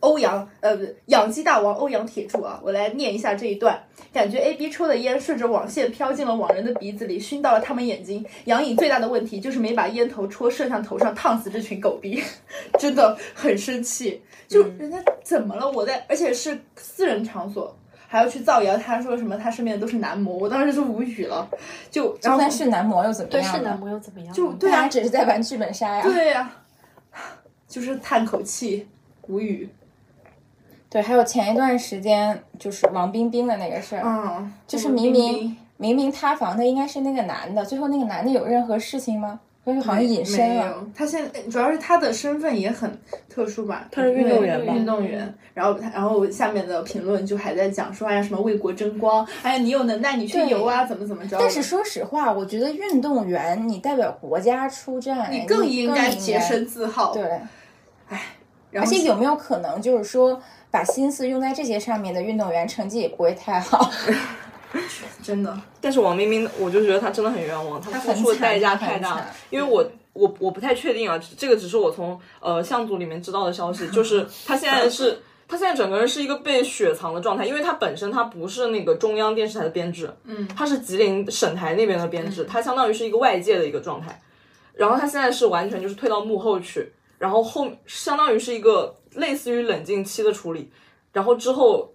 Speaker 2: 欧阳呃不是养鸡大王欧阳铁柱啊，我来念一下这一段，感觉 A B 抽的烟顺着网线飘进了网人的鼻子里，熏到了他们眼睛。杨颖最大的问题就是没把烟头戳射向头上，烫死这群狗逼， 真的很生气。就
Speaker 5: 嗯
Speaker 2: 人家怎么了？我在，而且是私人场所。还要去造谣，他说什么？他身边都是男模，我当时就无语了。就然
Speaker 5: 就
Speaker 2: 后
Speaker 5: 算是男模又怎么
Speaker 4: 对，
Speaker 5: 样呢？
Speaker 4: 是男 模又怎么样？
Speaker 2: 就对
Speaker 5: 大
Speaker 2: 啊
Speaker 5: 家，只是在玩剧本杀呀、
Speaker 2: 对呀、就是叹口气，无语。
Speaker 5: 对，还有前一段时间就是王冰冰的那个事儿，
Speaker 2: 嗯，
Speaker 5: 就是
Speaker 2: 我
Speaker 5: 明
Speaker 2: 冰
Speaker 5: 明
Speaker 2: 冰
Speaker 5: 明明塌房的应该是那个男的，最后那个男的有任何事情吗？就是好像隐身
Speaker 2: 没
Speaker 5: 了。
Speaker 2: 有，他现在主要是他的身份也很特殊吧，
Speaker 1: 他是运动员吧
Speaker 2: 运动员。然后他，然后下面的评论就还在讲说，哎呀，什么为国争光，哎呀，你有能耐你去
Speaker 5: 对
Speaker 2: 游啊，怎么怎么着。
Speaker 5: 但是说实话，我觉得运动员你代表国家出战，
Speaker 2: 你
Speaker 5: 你
Speaker 2: 更
Speaker 5: 应
Speaker 2: 应该洁身自好。
Speaker 5: 对，
Speaker 2: 然
Speaker 5: 而
Speaker 2: 后
Speaker 5: 且有没有可能就是说把心思用在这些上面的运动员成绩也不会太好？
Speaker 2: 真的，
Speaker 1: 但是王冰冰，我就觉得她真的很冤枉，她付
Speaker 5: 很
Speaker 1: 出的
Speaker 5: 惨
Speaker 1: 代价
Speaker 5: 她
Speaker 1: 太
Speaker 5: 很
Speaker 1: 大
Speaker 5: 惨
Speaker 1: 了。因为我我我不太确定啊，这个只是我从呃项组里面知道的消息， 就是她现在是。她现在整个人是一个被雪藏的状态，因为她本身她不是那个中央电视台的编制，嗯，她是吉林省台那边的编
Speaker 5: 嗯
Speaker 1: 制，她相当于是一个外界的一个状态，然后她现在是完全就是退到幕后去，然后后相当于是一个类似于冷静期的处理，然后之后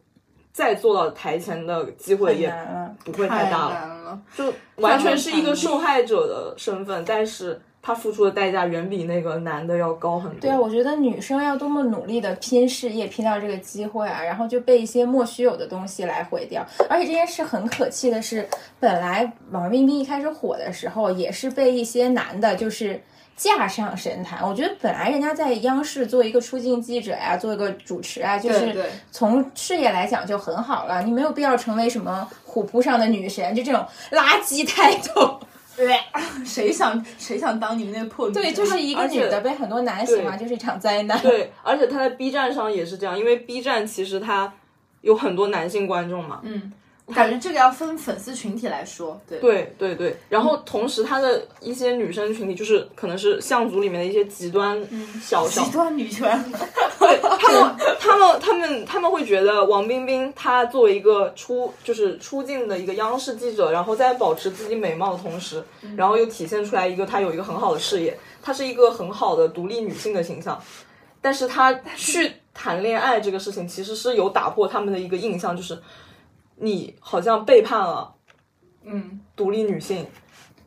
Speaker 1: 再做到台前的机会也
Speaker 5: 难啊
Speaker 1: 不会
Speaker 2: 太
Speaker 1: 太大了
Speaker 2: 难，了。
Speaker 1: 就完全是一个受害者的身份，但是他付出的代价远比那个男的要高很多。
Speaker 5: 对啊，我觉得女生要多么努力的拼事业，拼到这个机会啊，然后就被一些莫须有的东西来毁掉。而且这件事很可气的是，本来王冰冰一开始火的时候，也是被一些男的，就是。架上神坛，我觉得本来人家在央视做一个出镜记者呀、做一个主持啊，就
Speaker 2: 对
Speaker 5: 是
Speaker 2: 对
Speaker 5: 从事业来讲就很好了，你没有必要成为什么虎扑上的女神，就这种垃圾态度。
Speaker 2: 谁想谁想当你们那个破驴？
Speaker 5: 对，就是一个
Speaker 1: 而
Speaker 5: 女
Speaker 1: 且
Speaker 5: 的被很多男喜欢，
Speaker 1: 对
Speaker 5: 就是一场灾难。
Speaker 1: 对，而且他在 B 站上也是这样，因为 B 站其实他有很多男性观众嘛。
Speaker 2: 嗯，感觉这个要分粉丝群体来说，对
Speaker 1: 对对对，然后同时他的一些女生群体，就是可能是相族里面的一些极端小小
Speaker 2: 极端女权，
Speaker 1: 他们他们他们他们会觉得王冰冰她作为一个出就是出镜的一个央视记者，然后在保持自己美貌的同时，然后又体现出来一个她有一个很好的事业，她是一个很好的独立女性的形象。但是她去谈恋爱这个事情，其实是有打破他们的一个印象，就是你好像背叛了，
Speaker 2: 嗯，
Speaker 1: 独立女性，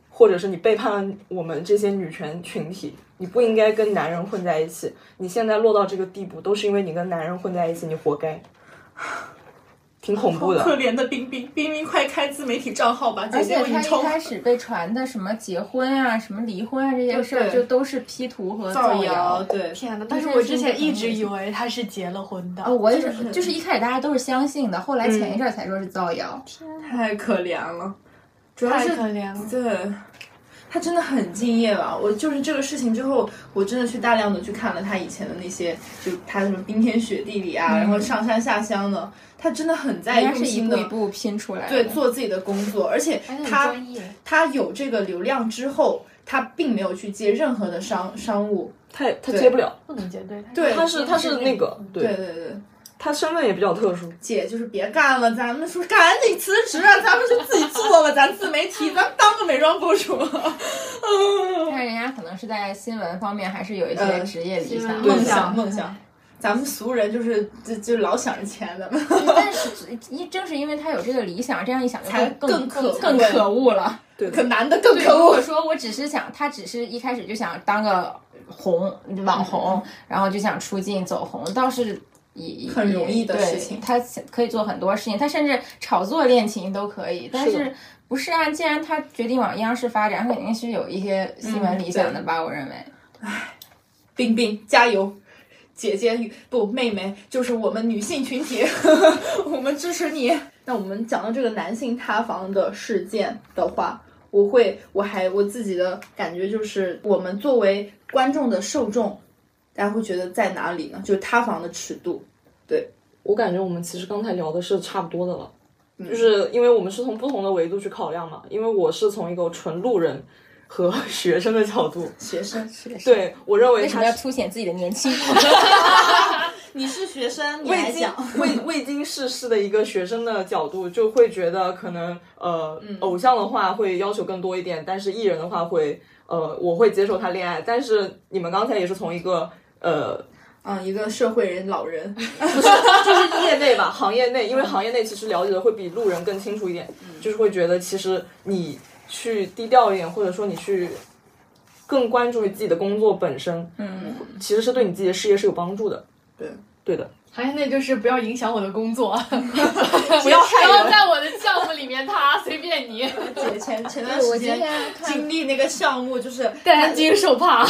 Speaker 1: 或者是你背叛了我们这些女权群体，你不应该跟男人混在一起。你现在落到这个地步，都是因为你跟男人混在一起，你活该，挺恐怖
Speaker 2: 可
Speaker 1: 的。
Speaker 2: 怜的冰冰，冰冰快开自媒体账号吧，
Speaker 5: 而
Speaker 2: 姐
Speaker 5: 且
Speaker 2: 姐我已
Speaker 5: 她
Speaker 2: 经
Speaker 5: 一
Speaker 2: 充
Speaker 5: 开始被传的什么结婚啊、什么离婚啊这些事儿，
Speaker 2: 对
Speaker 5: 就都是 P 图和
Speaker 2: 造
Speaker 5: 造
Speaker 2: 谣，。对，
Speaker 12: 天呐，但是我之前一直以为他是结了婚的。
Speaker 5: 哦，我也是，就是一开始大家都是相信的，后来前一阵儿才说是造谣。
Speaker 2: 太可怜了，主要
Speaker 12: 太
Speaker 2: 是
Speaker 12: 可怜了，
Speaker 2: 对，他真的很敬业吧？我就是这个事情之后，我真的去大量的去看了他以前的那些，就他什么冰天雪地里啊，然后上山下乡的，他真的很在
Speaker 5: 嗯人
Speaker 2: 嗯哎用
Speaker 5: 家是一
Speaker 2: 心
Speaker 5: 步
Speaker 2: 的
Speaker 5: 一步拼出来的。
Speaker 2: 对做自己的工作，而且他
Speaker 4: 业，
Speaker 2: 他有这个流量之后，他并没有去接任何的商商务，
Speaker 1: 他也他
Speaker 2: 对
Speaker 1: 接不了，
Speaker 12: 不能结对他。
Speaker 2: 对
Speaker 1: 他是他是那个，
Speaker 2: 对
Speaker 1: 对
Speaker 2: 对对。
Speaker 1: 他身份也比较特殊。
Speaker 2: 姐就是别干了，咱们说赶紧辞职啊，咱们就自己做吧，咱自媒体，咱们当个美妆博主。
Speaker 5: 但是人家可能是在新闻方面还是有一些
Speaker 2: 呃
Speaker 5: 职业理
Speaker 4: 新
Speaker 5: 想
Speaker 4: 闻
Speaker 2: 梦
Speaker 5: 的。
Speaker 4: 梦
Speaker 2: 想
Speaker 4: 想
Speaker 2: 梦想，咱们俗人就是就就老想着钱，咱们
Speaker 5: 但是一正是因为他有这个理想，这样一想就
Speaker 2: 才
Speaker 5: 更
Speaker 2: 更可
Speaker 5: 更更
Speaker 2: 恶
Speaker 5: 可恶了。
Speaker 2: 可难的更
Speaker 5: 对，
Speaker 2: 可
Speaker 5: 如果
Speaker 2: 恶。
Speaker 5: 说我只是想，他只是一开始就想当个红网红，然后就想出镜走红，倒是也
Speaker 2: 嗯很容易的
Speaker 5: 也
Speaker 2: 事情
Speaker 5: 对他可以做很多事情，他甚至炒作恋情都可以。但
Speaker 1: 是的
Speaker 5: 是不是啊？既然他决定往央视发展，他肯定是有一些新闻理
Speaker 2: 嗯
Speaker 5: 想的吧？我认为。
Speaker 2: 冰冰加油，姐姐不妹妹，就是我们女性群体， 我们支持你。那我们讲到这个男性塌房的事件的话，我会我还我自己的感觉就是，我们作为观众的受众，大家会觉得在哪里呢？就是塌房的尺度。
Speaker 1: 我感觉我们其实刚才聊的是差不多的了，就是因为我们是从不同的维度去考量嘛。因为我是从一个纯路人和学生的角度，
Speaker 2: 学生，
Speaker 1: 对我认为
Speaker 5: 为什
Speaker 1: 他
Speaker 5: 么要
Speaker 1: 是
Speaker 5: 凸显自己的 年轻？
Speaker 2: 你是学生，你
Speaker 1: 未
Speaker 2: 来
Speaker 1: 经
Speaker 2: 讲。
Speaker 1: 未未经世事的一个学生的角度，就会觉得可能呃，偶像的话会要求更多一点，但是艺人的话会呃，我会接受他恋爱。但是你们刚才也是从一个呃，
Speaker 2: 嗯，一个社会人老 人，
Speaker 1: 不是 就是业内吧，行业内，因为行业内其实了解的会比路人更清楚一点，就是会觉得其实你去低调一点，或者说你去。更关注于自己的工作本身，
Speaker 5: 嗯，
Speaker 1: 其实是对你自己的事业是有帮助的。
Speaker 2: 对，
Speaker 1: 对的。
Speaker 4: 还有那就是不要影响我的工作，
Speaker 2: 不要害
Speaker 4: 不要
Speaker 2: 人。
Speaker 4: 在我的项目里面塌，随便 你，
Speaker 2: 姐前前段时间经历那个项目，就是
Speaker 4: 担惊受怕。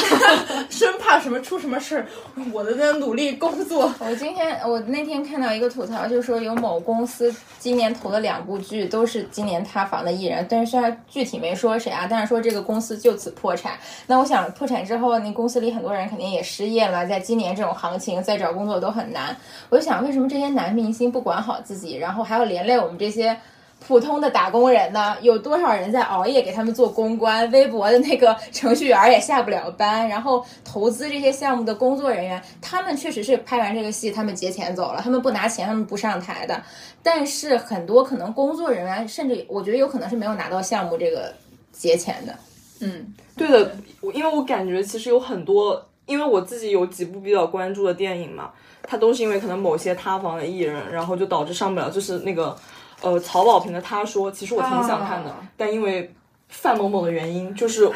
Speaker 2: 生怕什么出什么事儿，我的在努力工作。
Speaker 5: 我今天我那天看到一个吐槽，就是说有某公司今年投的两部剧都是今年塌房的艺人，但是虽然具体没说谁啊，但是说这个公司就此破产。那我想破产之后，那公司里很多人肯定也失业了，在今年这种行情，再找工作都很难。我就想，为什么这些男明星不管好自己，然后还要连累我们这些？普通的打工人呢，有多少人在熬夜给他们做公关？微博的那个程序员也下不了班，然后投资这些项目的工作人员，他们确实是拍完这个戏，他们结钱走了，他们不拿钱，他们不上台的。但是很多可能工作人员，甚至我觉得有可能是没有拿到项目这个结钱的。
Speaker 2: 嗯，
Speaker 1: 对的，我因为我感觉其实有很多，因为我自己有几部比较关注的电影嘛，它都是因为可能某些塌房的艺人，然后就导致上不了。就是那个，呃，曹保平的《他说》，其实我挺想看的，
Speaker 2: 啊
Speaker 1: 但因为范某某的原因， 就是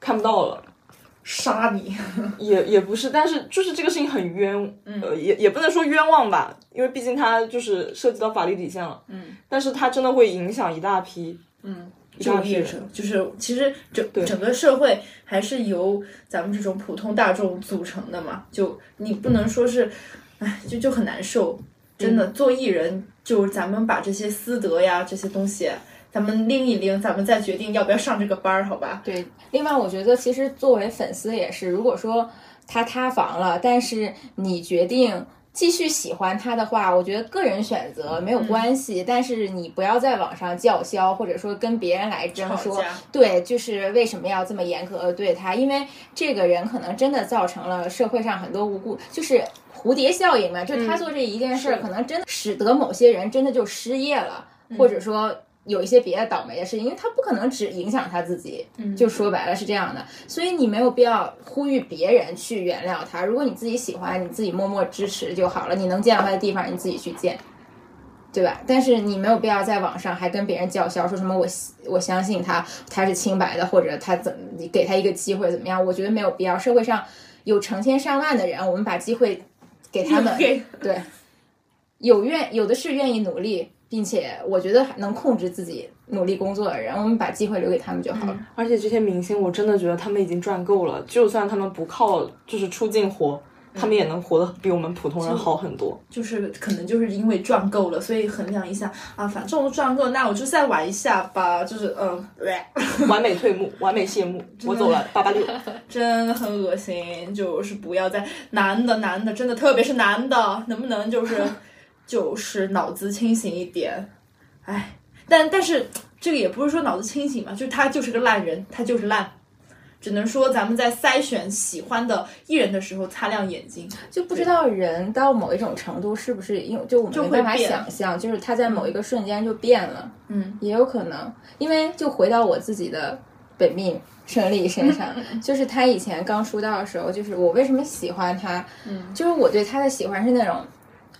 Speaker 1: 看不到了。
Speaker 2: 杀你！
Speaker 1: 也也不是，但是就是这个事情很冤，
Speaker 2: 嗯
Speaker 1: 呃，也也不能说冤枉吧，因为毕竟它就是涉及到法律底线了。嗯，但是它真的会影响一大批，嗯，一大
Speaker 2: 就
Speaker 1: 批
Speaker 2: 业
Speaker 1: 人。
Speaker 2: 者，就是其实整整个社会还是由咱们这种普通大众组成的嘛，就你不能说是，哎，就就很嗯难受。真的，做艺人，就咱们把这些私德呀这些东西，咱们拎一拎，咱们再决定要不要上这个班儿，好吧？
Speaker 5: 对，另外我觉得其实作为粉丝也是，如果说他塌房了，但是你决定继续喜欢他的话，我觉得个人选择没有
Speaker 2: 嗯
Speaker 5: 关系，但是你不要在网上叫嚣，或者说跟别人来争
Speaker 2: 吵
Speaker 5: 说
Speaker 2: 架，
Speaker 5: 对，就是为什么要这么严格地对他？因为这个人可能真的造成了社会上很多无辜，就是蝴蝶效应嘛，就
Speaker 2: 嗯
Speaker 5: 他做这一件事儿，可能真的使得某些人真的就失业了，
Speaker 2: 嗯
Speaker 5: 或者说有一些别的倒霉的事情，因为他不可能只影响他自己，就说白了是这样的，所以你没有必要呼吁别人去原谅他。如果你自己喜欢，你自己默默支持就好了，你能见到他的地方你自己去见。对吧？但是你没有必要在网上还跟别人叫嚣，说什么我希我相信他，他是清白的，或者他怎么你给他一个机会怎么样？我觉得没有必要。社会上有成千上万的人，我们把机会给他们，
Speaker 2: 给
Speaker 5: 对，有愿有的是愿意努力，并且我觉得还能控制自己努力工作的人，我们把机会留给他们就好了。
Speaker 1: 而且这些明星，我真的觉得他们已经赚够了，就算他们不靠就是出镜活，他们也能活得比我们普通人好很多。
Speaker 2: 就是可能就是因为赚够了，所以衡量一下啊，反正我赚够，那我就再玩一下吧。就是嗯，
Speaker 1: 完美退幕，完美谢幕，我走了，八八六。
Speaker 2: 真的很恶心，就是不要再男的男的，真的特别是男的，能不能就是 就是脑子清醒一点？哎，但但是这个也不是说脑子清醒嘛，就是他就是个烂人，他就是烂。只能说咱们在筛选喜欢的艺人的时候擦亮眼睛，
Speaker 5: 就不知道人到某一种程度是不是因为就嗯我们没办
Speaker 2: 就
Speaker 5: 法
Speaker 2: 会变
Speaker 5: 想象，就是他在某一个瞬间就变了，
Speaker 2: 嗯，
Speaker 5: 也有可能，因为就回到我自己的本命胜利身上， 就是他以前刚出道的时候，就是我为什么喜欢他，嗯，就是我对他的喜欢是那种。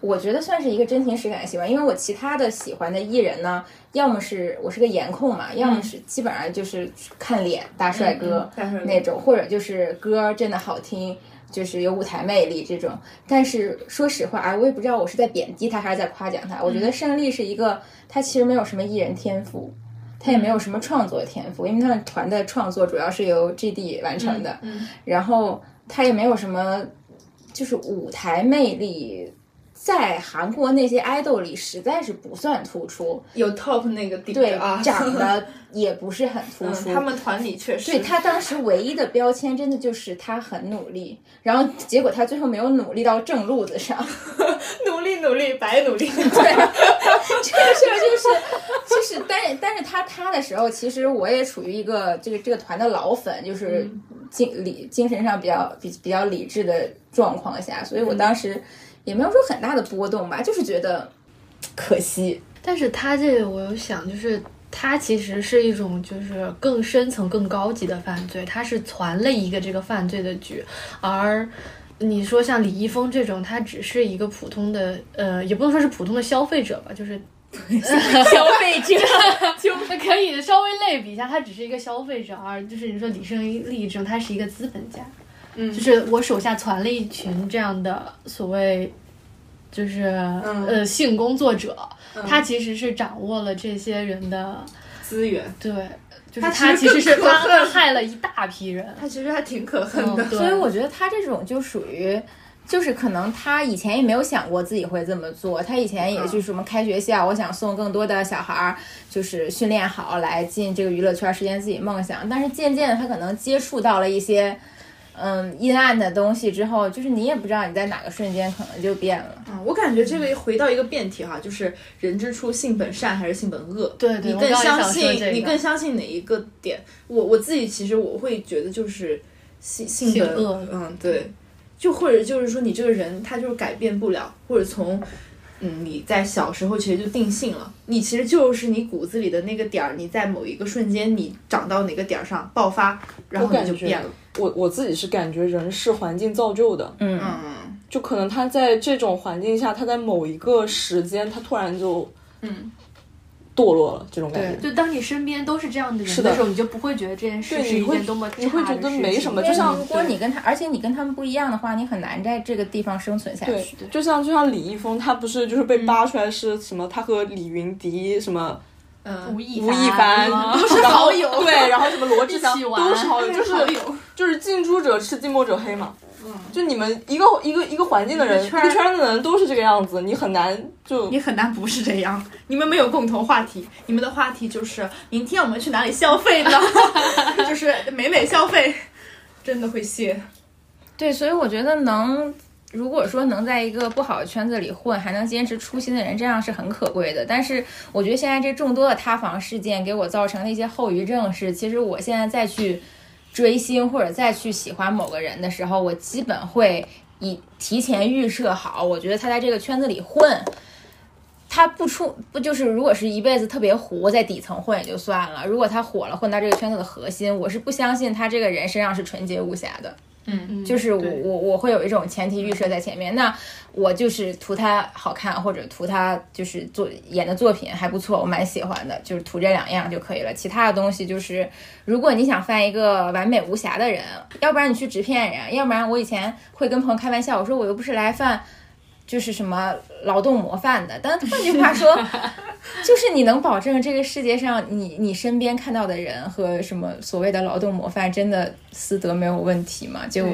Speaker 5: 我觉得算是一个真情实感的喜欢，因为我其他的喜欢的艺人呢，要么是我是个颜控嘛，要么是基本上就是看脸嗯大帅哥，
Speaker 2: 嗯但是
Speaker 5: 那种，或者就是歌真的好听，就是有舞台魅力这种。但是说实话，啊，我也不知道我是在贬低他还是在夸奖他。我
Speaker 2: 嗯
Speaker 5: 觉得胜利是一个，他其实没有什么艺人天赋，他也没有什
Speaker 2: 嗯
Speaker 5: 么创作天赋，因为他们团的创作主要是由 GD 完成的，
Speaker 2: 嗯
Speaker 5: 然后他也没有什么就是舞台魅力。在韩国那些 idol 里，实在是不算突出，
Speaker 2: 有 top 那个顶
Speaker 5: 对，
Speaker 2: 着啊，
Speaker 5: 长得也不是很突出。
Speaker 2: 嗯 他们团里确实
Speaker 5: 对他当时唯一的标签，真的就是他很努力，然后结果他最后没有努力到正路子上。
Speaker 2: 努力努力白努力，
Speaker 5: 对， 这个事儿就是就是，但是但是他塌的时候，其实我也处于一个这个这个团的老粉，就是精理精神上比较比比较理智的状况下，所以我当时也没有说很大的波动吧，就是觉得可惜。
Speaker 4: 但是他这个我有想，就是他其实是一种就是更深层、更高级的犯罪，他是传了一个这个犯罪的局，而。你说像李易峰这种，他只是一个普通的，呃，也不能说是普通的消费者吧，就是
Speaker 5: 消费者，
Speaker 4: 就 可以稍微类比一下，他只是一个消费者，而就是你说李胜利这种，他是一个资本家，嗯，就是我手下传了一群这样的所谓。就是、呃，性工作者，他其实是掌握了这些人的
Speaker 2: 资源，
Speaker 4: 对，就是
Speaker 2: 他
Speaker 4: 他
Speaker 2: 其实
Speaker 4: 其实是
Speaker 2: 更可
Speaker 4: 他
Speaker 2: 恨
Speaker 4: 害了一大批人，
Speaker 2: 他其实还挺可恨
Speaker 4: 嗯
Speaker 2: 的，，
Speaker 4: 对
Speaker 5: 所以我觉得他这种就属于，就是可能他以前也没有想过自己会这么做，他以前也
Speaker 1: 嗯
Speaker 5: 就是什么开学校，我想送更多的小孩儿，就是训练好来进这个娱乐圈，实现自己梦想。但是渐渐的，他可能接触到了一些。嗯，阴暗的东西之后，就是你也不知道你在哪个瞬间可能就变了。
Speaker 4: 嗯
Speaker 2: 啊，我感觉这个回到一个辩题哈，就是人之初性本善还是性本恶？
Speaker 4: 对对
Speaker 2: 你
Speaker 4: 我
Speaker 2: 更
Speaker 4: 刚才
Speaker 2: 相
Speaker 4: 想说
Speaker 2: 信、
Speaker 4: 这个
Speaker 2: 你更相信哪一个点？我我自己其实我会觉得就是性性
Speaker 4: 性
Speaker 2: 本
Speaker 4: 恶
Speaker 2: 嗯对，就或者就是说你这个人他就是改变不了，或者从嗯你在小时候其实就定性了，你其实就是你骨子里的那个点儿，你在某一个瞬间你长到哪个点儿上爆发，然后
Speaker 1: 感
Speaker 2: 你就
Speaker 1: 觉
Speaker 2: 变了。
Speaker 1: 我我自己是感觉人是环境造就的，嗯，
Speaker 2: 嗯，
Speaker 1: 就可能他在这种环境下，他在某一个时间，他突然就
Speaker 2: 嗯
Speaker 1: 堕落了，这种感觉。
Speaker 4: 就当你身边都是这样的人
Speaker 1: 是的
Speaker 4: 的时候，你就不会觉得这件事
Speaker 1: 对
Speaker 4: 是
Speaker 1: 你
Speaker 4: 一
Speaker 1: 会
Speaker 4: 件多么差的
Speaker 1: 你会觉得
Speaker 4: 事
Speaker 1: 没
Speaker 4: 情
Speaker 1: 什么
Speaker 5: 就
Speaker 1: 就
Speaker 5: 像
Speaker 1: 像
Speaker 5: 如果你跟他，而且你跟他们不一样的话，你很难在这个地方生存下
Speaker 1: 对
Speaker 5: 去。，
Speaker 1: 就像就像李易峰，他不是就是被扒出来是什么？他和李云迪什么
Speaker 4: 吴亦
Speaker 1: 吴亦凡
Speaker 4: 嗯
Speaker 1: 都是好 友，对，然后什么罗志祥
Speaker 4: 一起玩
Speaker 1: 都是好友，就是
Speaker 4: 好友
Speaker 1: 就是近朱者赤，近墨者黑嘛。就你们一个一个一个环境的人，
Speaker 2: 一个
Speaker 1: 一
Speaker 2: 圈儿
Speaker 1: 个圈儿的人都是这个样子，你很难就
Speaker 2: 你很难不是这样，你们没有共同话题，你们的话题就是明天我们去哪里消 费呢？就是每每消费，真的会谢。
Speaker 5: 对，所以我觉得能，如果说能在一个不好的圈子里混，还能坚持初心的人，这样是很可贵的。但是我觉得现在这众多的塌房事件给我造成的一些后遗症是，其实我现在再去追星或者再去喜欢某个人的时候，我基本会以提前预设好，我觉得他在这个圈子里混。他不出不就是，如果是一辈子特别糊，在底层混也就算了。如果他火了，混到这个圈子的核心，我是不相信他这个人身上是纯洁无瑕的。就是我
Speaker 1: 对
Speaker 5: 我我会有一种前提预设在前面，那我就是图他好看，或者图他就是做演的作品还不错，我蛮喜欢的，就是图这两样就可以了。其他的东西就是，如果你想犯一个完美无瑕的人，要不然你去直骗人，要不然我以前会跟朋友开玩笑，我说我又不是来犯。就是什么劳动模范的，但换句话说，就是你能保证这个世界上你你身边看到的人和什么所谓的劳动模范真的私德没有问题吗？就
Speaker 2: 啊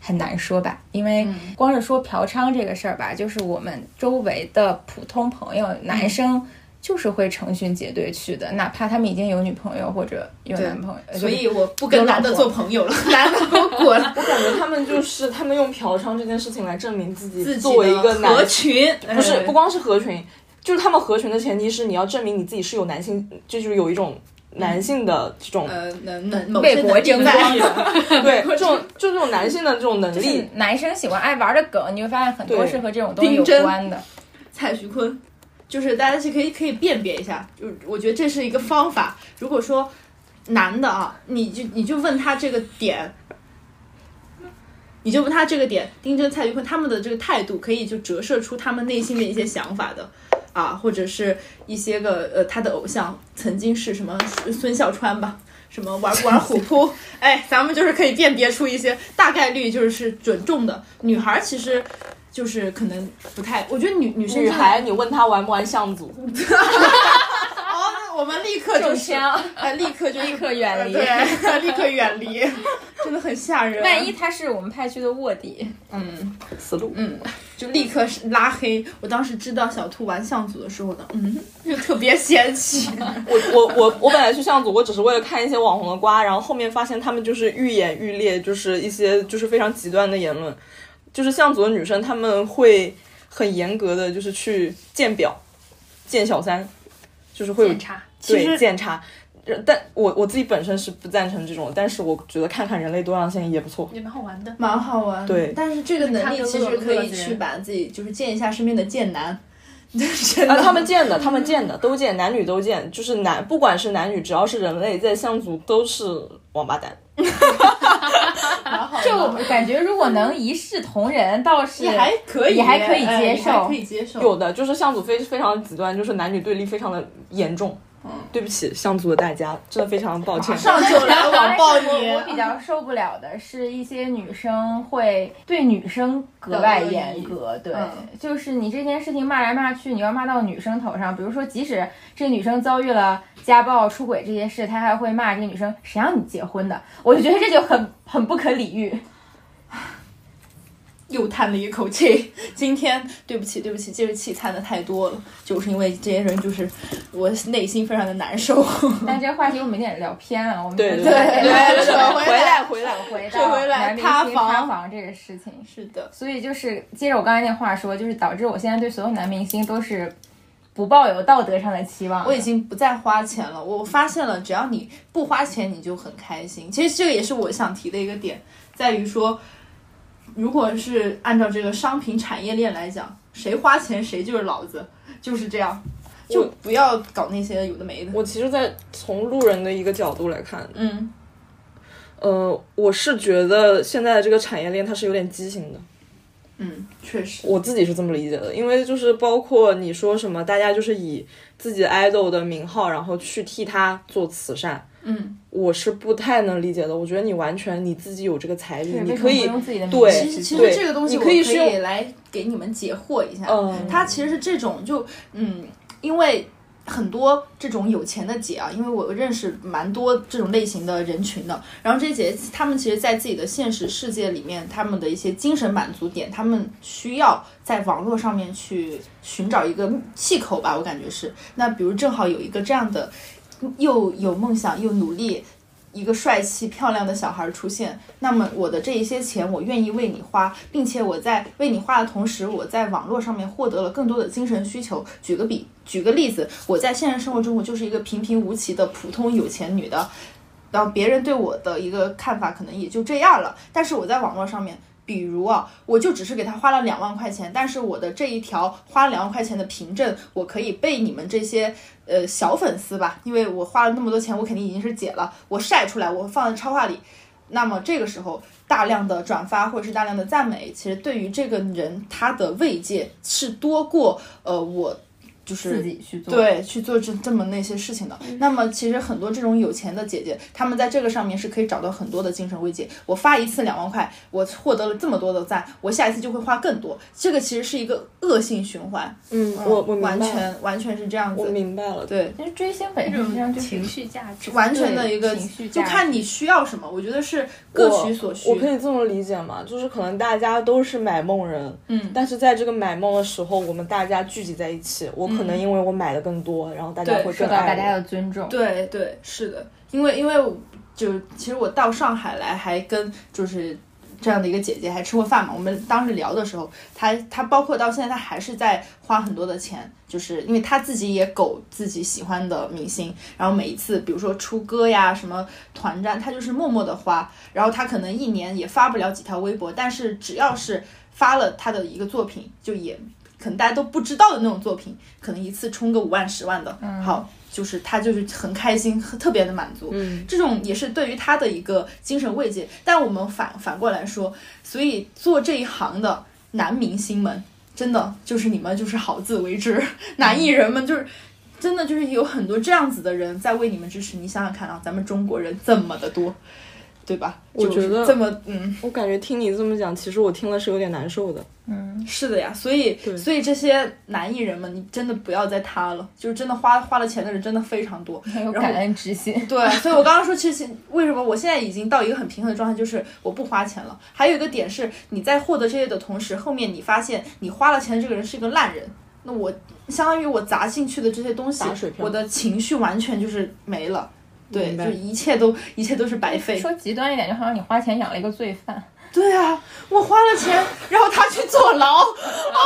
Speaker 5: 很难说吧，因
Speaker 2: 嗯
Speaker 5: 为光是说嫖娼这个事儿吧，就是我们周围的普通朋友，
Speaker 2: 嗯
Speaker 5: 男生就是会成群结队去的，哪怕他们已经有女朋友或者有男朋友，呃
Speaker 2: 所
Speaker 5: 就
Speaker 2: 以我不跟男的做朋友了，男的给我 滚！
Speaker 1: 我感觉他们就是他们用嫖娼这件事情来证明自己
Speaker 2: 自己
Speaker 1: 作为一个
Speaker 2: 的合
Speaker 1: 男，
Speaker 2: 群
Speaker 1: 不是
Speaker 2: 哎
Speaker 1: 不光是合群，就是他们合群的前提是你要证明你自己是有男性，这就是有一种男性的这种、
Speaker 2: 呃，能能某
Speaker 5: 为
Speaker 2: 些
Speaker 5: 国争光
Speaker 2: 能力在
Speaker 1: 对这种就这种男性的这种能
Speaker 5: 就
Speaker 1: 力
Speaker 5: 是。男生喜欢爱玩的梗，你会发现很多
Speaker 1: 对
Speaker 5: 是和这种东西有
Speaker 2: 丁真
Speaker 5: 关的。
Speaker 2: 蔡徐坤，就是大家是可以可以辨别一下，就是我觉得这是一个方法。如果说男的啊，你就你就问他这个点，你就问他这个点，丁真、蔡徐坤他们的这个态度，可以就折射出他们内心的一些想法的。啊，或者是一些个呃，他的偶像曾经是什么孙孙笑川吧，什么玩玩虎扑，哎，咱们就是可以辨别出一些大概率就是是准中的女孩，其实就是可能不太，我觉得女女生
Speaker 1: 女
Speaker 2: 真的
Speaker 1: 孩，你问她玩不玩相组？
Speaker 2: 哦，那我们立刻就是， 哎，立刻 就
Speaker 5: 立刻远离
Speaker 2: 对，立刻远离，真的很吓
Speaker 1: 啊
Speaker 2: 人。
Speaker 5: 万一他是我们派去的卧底，
Speaker 2: 嗯，
Speaker 1: 死路。
Speaker 2: 嗯，就立刻是拉黑。我当时知道小兔玩相组的时候呢，嗯，就特别嫌 弃。
Speaker 1: 我我我我本来去相组，我只是为了看一些网红的瓜，然后后面发现他们就是愈演愈烈，就是一些就是非常极端的言论，就是相组的女生她们会很严格的就是去鉴表、鉴小三，就是会有
Speaker 4: 检查。
Speaker 1: 对检查。但我我自己本身是不赞成这种，但是我觉得看看人类多样性也不错。
Speaker 4: 也蛮好玩的，
Speaker 2: 蛮好玩，
Speaker 1: 对
Speaker 2: 但是这个能力其实可以去把自己就是见一下身边的贱男，真
Speaker 1: 啊，
Speaker 2: 的
Speaker 1: 他们见的，他们见的都见，男女都见，就是男，不管是男女，只要是人类，在相组都是王八蛋。啊
Speaker 5: 就感觉如果能一视同仁，倒是
Speaker 2: 也还可以，
Speaker 5: 也还可以
Speaker 2: 哎
Speaker 5: 接
Speaker 2: 也还
Speaker 5: 受
Speaker 2: 可以接受。
Speaker 1: 有的就是相组非非常极端，就是男女对立非常的严重。对不起，相组的大家，真的非常抱歉。
Speaker 2: 嗯上就来网暴你，
Speaker 5: 我我比较受不了的是一些女生会对女生格外严格，对，
Speaker 1: 嗯
Speaker 5: 就是你这件事情骂来骂去，你要骂到女生头上。比如说，即使这女生遭遇了家暴、出轨这些事，她还会骂这个女生谁让你结 婚的，我就觉得这就很很不可理喻。
Speaker 2: 又叹了一口气。 今天对不起，对不起，这个气叹的太多了，就是因为这些人，就是我内心非常的难受。
Speaker 5: 但这话题我们有点聊偏了，我们
Speaker 1: 对
Speaker 5: 就
Speaker 1: 对对
Speaker 2: 对扯回
Speaker 1: 回来
Speaker 2: 来
Speaker 1: 回来，
Speaker 5: 回
Speaker 2: 这
Speaker 5: 到
Speaker 2: 回来
Speaker 5: 男明
Speaker 2: 塌
Speaker 5: 星
Speaker 2: 房
Speaker 5: 塌房这个事情。
Speaker 2: 是的，
Speaker 5: 所以就是接着我刚才那话说，就是导致我现在对所有男明星都是不抱有道德上的期望。
Speaker 2: 我已经不再花钱了。我发现了，只要你不花钱，你就很开心。其实这个也是我想提的一个点，在于说，如果是按照这个商品产业链来讲，谁花钱谁就是老子，就是这样，就
Speaker 1: 我
Speaker 2: 不要搞那些有的没的。
Speaker 1: 我其实，在从路人的一个角度来看，
Speaker 2: 嗯，
Speaker 1: 呃，我是觉得现在的这个产业链它是有点畸形的。
Speaker 2: 嗯，确实，
Speaker 1: 我自己是这么理解的，因为就是包括你说什么，大家就是以自己 idol 的名号，然后去替他做慈善，
Speaker 2: 嗯，
Speaker 1: 我是不太能理解的。我觉得你完全你自己有这个财力，你
Speaker 5: 为什
Speaker 1: 可
Speaker 5: 么不
Speaker 1: 以
Speaker 5: 用自己的名
Speaker 1: 对
Speaker 5: 字
Speaker 2: 其
Speaker 5: 去
Speaker 2: 实其
Speaker 1: 对
Speaker 2: 实这个东西
Speaker 1: 你
Speaker 2: 我
Speaker 1: 可以是用
Speaker 2: 以来给你们解惑一下。
Speaker 1: 嗯
Speaker 2: 它其实是这种，就嗯，因为很多这种有钱的姐啊，因为我认识蛮多这种类型的人群的。然后这些姐，她们其实，在自己的现实世界里面，她们的一些精神满足点，她们需要在网络上面去寻找一个气口吧，我感觉是。那比如正好有一个这样的，又有梦想又努力，一个帅气漂亮的小孩出现，那么我的这一些钱，我愿意为你花，并且我在为你花的同时，我在网络上面获得了更多的精神需求。举个比，举个例子，我在现实生活中，我就是一个平平无奇的普通有钱女的，然后别人对我的一个看法可能也就这样了。但是我在网络上面，比如啊，我就只是给他花了两万块钱，但是我的这一条花了两万块钱的凭证，我可以被你们这些呃小粉丝吧，因为我花了那么多钱，我肯定已经是姐了，我晒出来，我放在超话里。那么这个时候，大量的转发或者是大量的赞美，其实对于这个人他的慰藉是多过呃我就是
Speaker 13: 自己去做。，
Speaker 2: 对，去做这这么那些事情的。
Speaker 1: 嗯
Speaker 2: 那么其实很多这种有钱的姐姐，她们在这个上面是可以找到很多的精神慰藉。我发一次两万块，我获得了这么多的赞，我下一次就会花更多。这个其实是一个恶性循环。
Speaker 1: 嗯，我我明白
Speaker 2: 完
Speaker 1: 了
Speaker 2: 全完全是这样
Speaker 1: 我
Speaker 2: 子，
Speaker 1: 明白了，
Speaker 2: 对，
Speaker 5: 其实追星本
Speaker 4: 这
Speaker 5: 身实际上
Speaker 4: 种
Speaker 5: 就是
Speaker 4: 情绪价值，
Speaker 2: 完全的一个
Speaker 5: 情绪价
Speaker 2: 就
Speaker 5: 值
Speaker 2: 看你需要什么。我觉得是各取所需。
Speaker 1: 我可以这么理解嘛？就是可能大家都是买梦人，
Speaker 2: 嗯
Speaker 1: 但是在这个买梦的时候，我们大家聚集在一起，我可能因为我买的更多，然后大家
Speaker 2: 嗯对
Speaker 1: 会
Speaker 2: 受
Speaker 13: 受
Speaker 1: 更
Speaker 13: 到
Speaker 1: 爱
Speaker 13: 大
Speaker 1: 我
Speaker 13: 家的尊重。
Speaker 2: 对对，是的，因为因为我就其实我到上海来，还跟就是这样的一个姐姐还吃过饭嘛。我们当时聊的时候，她她包括到现在，她还是在花很多的钱，就是因为她自己也狗自己喜欢的明星，然后每一次比如说出歌呀什么团战，她就是默默的花。然后她可能一年也发不了几条微博，但是只要是发了她的一个作品，就也。可能大家都不知道的那种作品，可能一次冲个五万、十万的，
Speaker 1: 嗯
Speaker 2: 好，就是他就是很开心，很特别的满足。嗯，这种也是对于他的一个精神慰藉。但我们反反过来说，所以做这一行的男明星们，真的就是你们就是好自为之， 男
Speaker 1: 嗯
Speaker 2: 艺人们就是。真的就是有很多这样子的人在为你们支持，你想想看啊，咱们中国人这么的多，对吧？
Speaker 1: 我觉得
Speaker 2: 就是这么嗯，
Speaker 1: 我感觉听你这么讲，其实我听了是有点难受的。
Speaker 2: 是的呀，所以
Speaker 1: 对
Speaker 2: 所以这些男艺人们，你真的不要再塌了，就是真的花花了钱的人真的非常多，
Speaker 5: 很有
Speaker 2: 然后
Speaker 5: 感恩之心。
Speaker 2: 对，所以我刚刚说，其实为什么我现在已经到一个很平衡的状态，就是我不花钱了。还有一个点是，你在获得这些的同时，后面你发现你花了钱的这个人是一个烂人，那我相当于我砸进去的这些东西
Speaker 1: 打水，漂
Speaker 2: 我的情绪完全就是没了。对，
Speaker 1: 明
Speaker 2: 就
Speaker 1: 白
Speaker 2: 是一切都一切都是白费。
Speaker 5: 说极端一点，就好像你花钱养了一个罪犯，
Speaker 2: 对啊，我花了钱，然后他去坐牢 啊！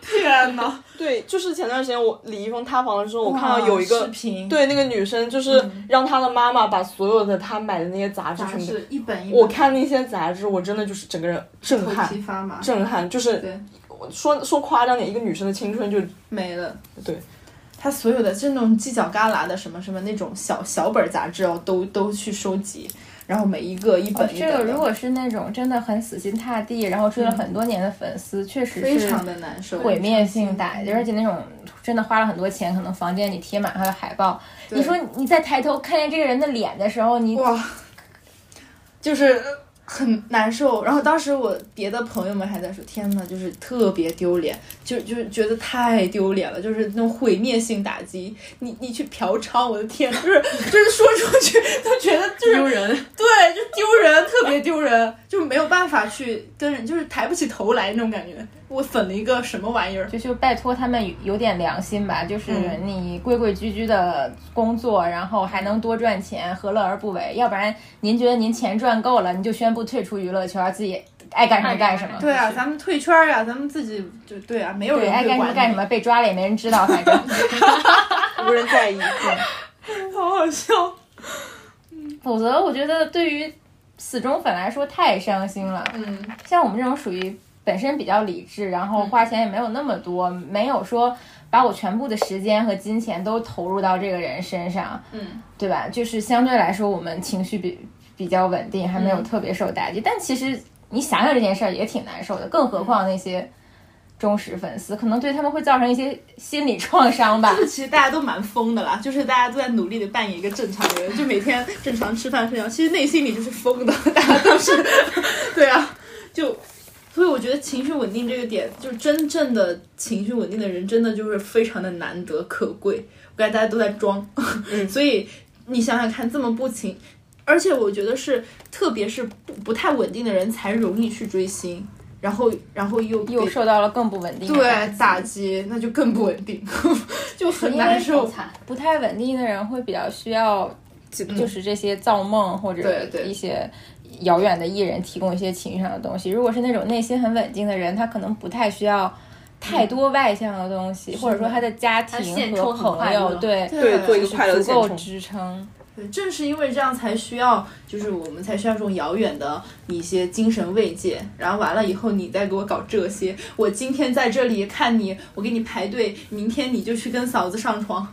Speaker 2: 天哪！
Speaker 1: 对，就是前段时间我李易峰塌房的时候，我看到有一
Speaker 2: 哇
Speaker 1: 个
Speaker 2: 视频，，嗯
Speaker 1: 对那个女生，就是让她的妈妈把所有的她买的那些杂志
Speaker 2: 杂
Speaker 1: 全部。
Speaker 2: 志一本一本，
Speaker 1: 我看那些杂志，我真的就是整个人震
Speaker 2: 头皮
Speaker 1: 撼，
Speaker 2: 发麻，
Speaker 1: 震撼，就是
Speaker 2: 对
Speaker 1: 我说说夸张点，一个女生的青春就
Speaker 2: 没了。
Speaker 1: 对，
Speaker 2: 他所有的这种犄角旮旯的什么什么那种小小本儿杂志哦，都都去收集，然后每一哦个一本一
Speaker 5: 这
Speaker 2: 本
Speaker 5: 个
Speaker 2: 的，
Speaker 5: 如果是那种真的很死心塌地，然后追了很多年的粉丝，确实
Speaker 2: 嗯非
Speaker 5: 是
Speaker 2: 常的难受，
Speaker 5: 毁灭性打
Speaker 2: 嗯
Speaker 5: 击，而且那种真的花了很多钱，可能房间里贴满他的海报。
Speaker 2: 对。
Speaker 5: 你说你在抬头看见这个人的脸的时候，你
Speaker 2: 哇，就是呃很难受。然后当时我别的朋友们还在说：“天呐，就是特别丢脸，就就是觉得太丢脸了，就是那种毁灭性打击。你你去嫖娼，我的天，就是就是说出去都觉得就是丢人，对，就丢人，特别丢人，就是没有办法去跟人，就是抬不起头来那种感觉。我粉了一个什么玩意儿？
Speaker 5: 就就拜托他们有点良心吧，就是
Speaker 2: 嗯
Speaker 5: 你规规矩矩的工作，然后还能多赚钱，何乐而不为？要不然您觉得您钱赚够了，你就宣布退出娱乐圈，自己爱干什么干什么。
Speaker 2: 对啊，咱们退圈儿啊，咱们自己就对啊，没有
Speaker 5: 对，
Speaker 2: 人
Speaker 5: 爱
Speaker 2: 会
Speaker 5: 干什
Speaker 2: 管
Speaker 5: 么
Speaker 2: 你
Speaker 5: 干什么，被抓了也没人知道， 反正
Speaker 1: 无人在意。
Speaker 2: 好好笑。
Speaker 5: 否则我觉得对于死忠粉来说太伤心了。
Speaker 2: 嗯，
Speaker 5: 像我们这种属于本身比较理智，然后花钱也没有那么多，没有说把我全部的时间和金钱都投入到这个人身上，
Speaker 2: 嗯，
Speaker 5: 对吧？就是相对来说，我们情绪比比较稳定，还没有
Speaker 2: 嗯
Speaker 5: 特别受打击。但其实你想想这件事儿也挺难受的，更何
Speaker 2: 嗯
Speaker 5: 况那些。忠实粉丝可能对他们会造成一些心理创 伤吧，
Speaker 2: 其实大家都蛮疯的啦，就是大家都在努力的扮演一个正常人，就每天正 常吃饭睡觉，其实内心里就是疯的，大家都是，对啊，就所以我觉得情绪稳定这个点，就是真正的情绪稳定的人，真的就是非常的难得可贵。我感觉大家都在装， 所以你想想看，这么不情，而且我觉得是，特别是不不太稳定的人才容易去追星，然后然后又
Speaker 5: 又
Speaker 2: 被
Speaker 5: 受到了更不稳定的打
Speaker 2: 对
Speaker 5: 击
Speaker 2: 打击，那就更不稳定， 就很
Speaker 5: 因
Speaker 2: 难
Speaker 5: 为
Speaker 2: 受。
Speaker 5: 不太稳定的人会比较需要，就
Speaker 2: 嗯
Speaker 5: 就是这些造梦或者
Speaker 2: 对对
Speaker 5: 一些遥远的艺人提供一些情绪上的东西。如果是那种内心很稳定的人，他可能不太需要
Speaker 2: 嗯
Speaker 5: 太多外向的东西，或者说他的家
Speaker 4: 他现
Speaker 5: 庭
Speaker 4: 充
Speaker 5: 和
Speaker 4: 很
Speaker 5: 朋
Speaker 4: 快乐
Speaker 5: 友对
Speaker 2: 对
Speaker 1: 对，做一个
Speaker 5: 是
Speaker 1: 快乐的
Speaker 5: 足够
Speaker 1: 现充。
Speaker 5: 支撑。
Speaker 2: 对，正是因为这样才需要，就是我们才需要这种遥远的一些精神慰藉。然后完了以后，你再给我搞这些，我今天在这里看你，我给你排队，明天你就去跟嫂子上床啊，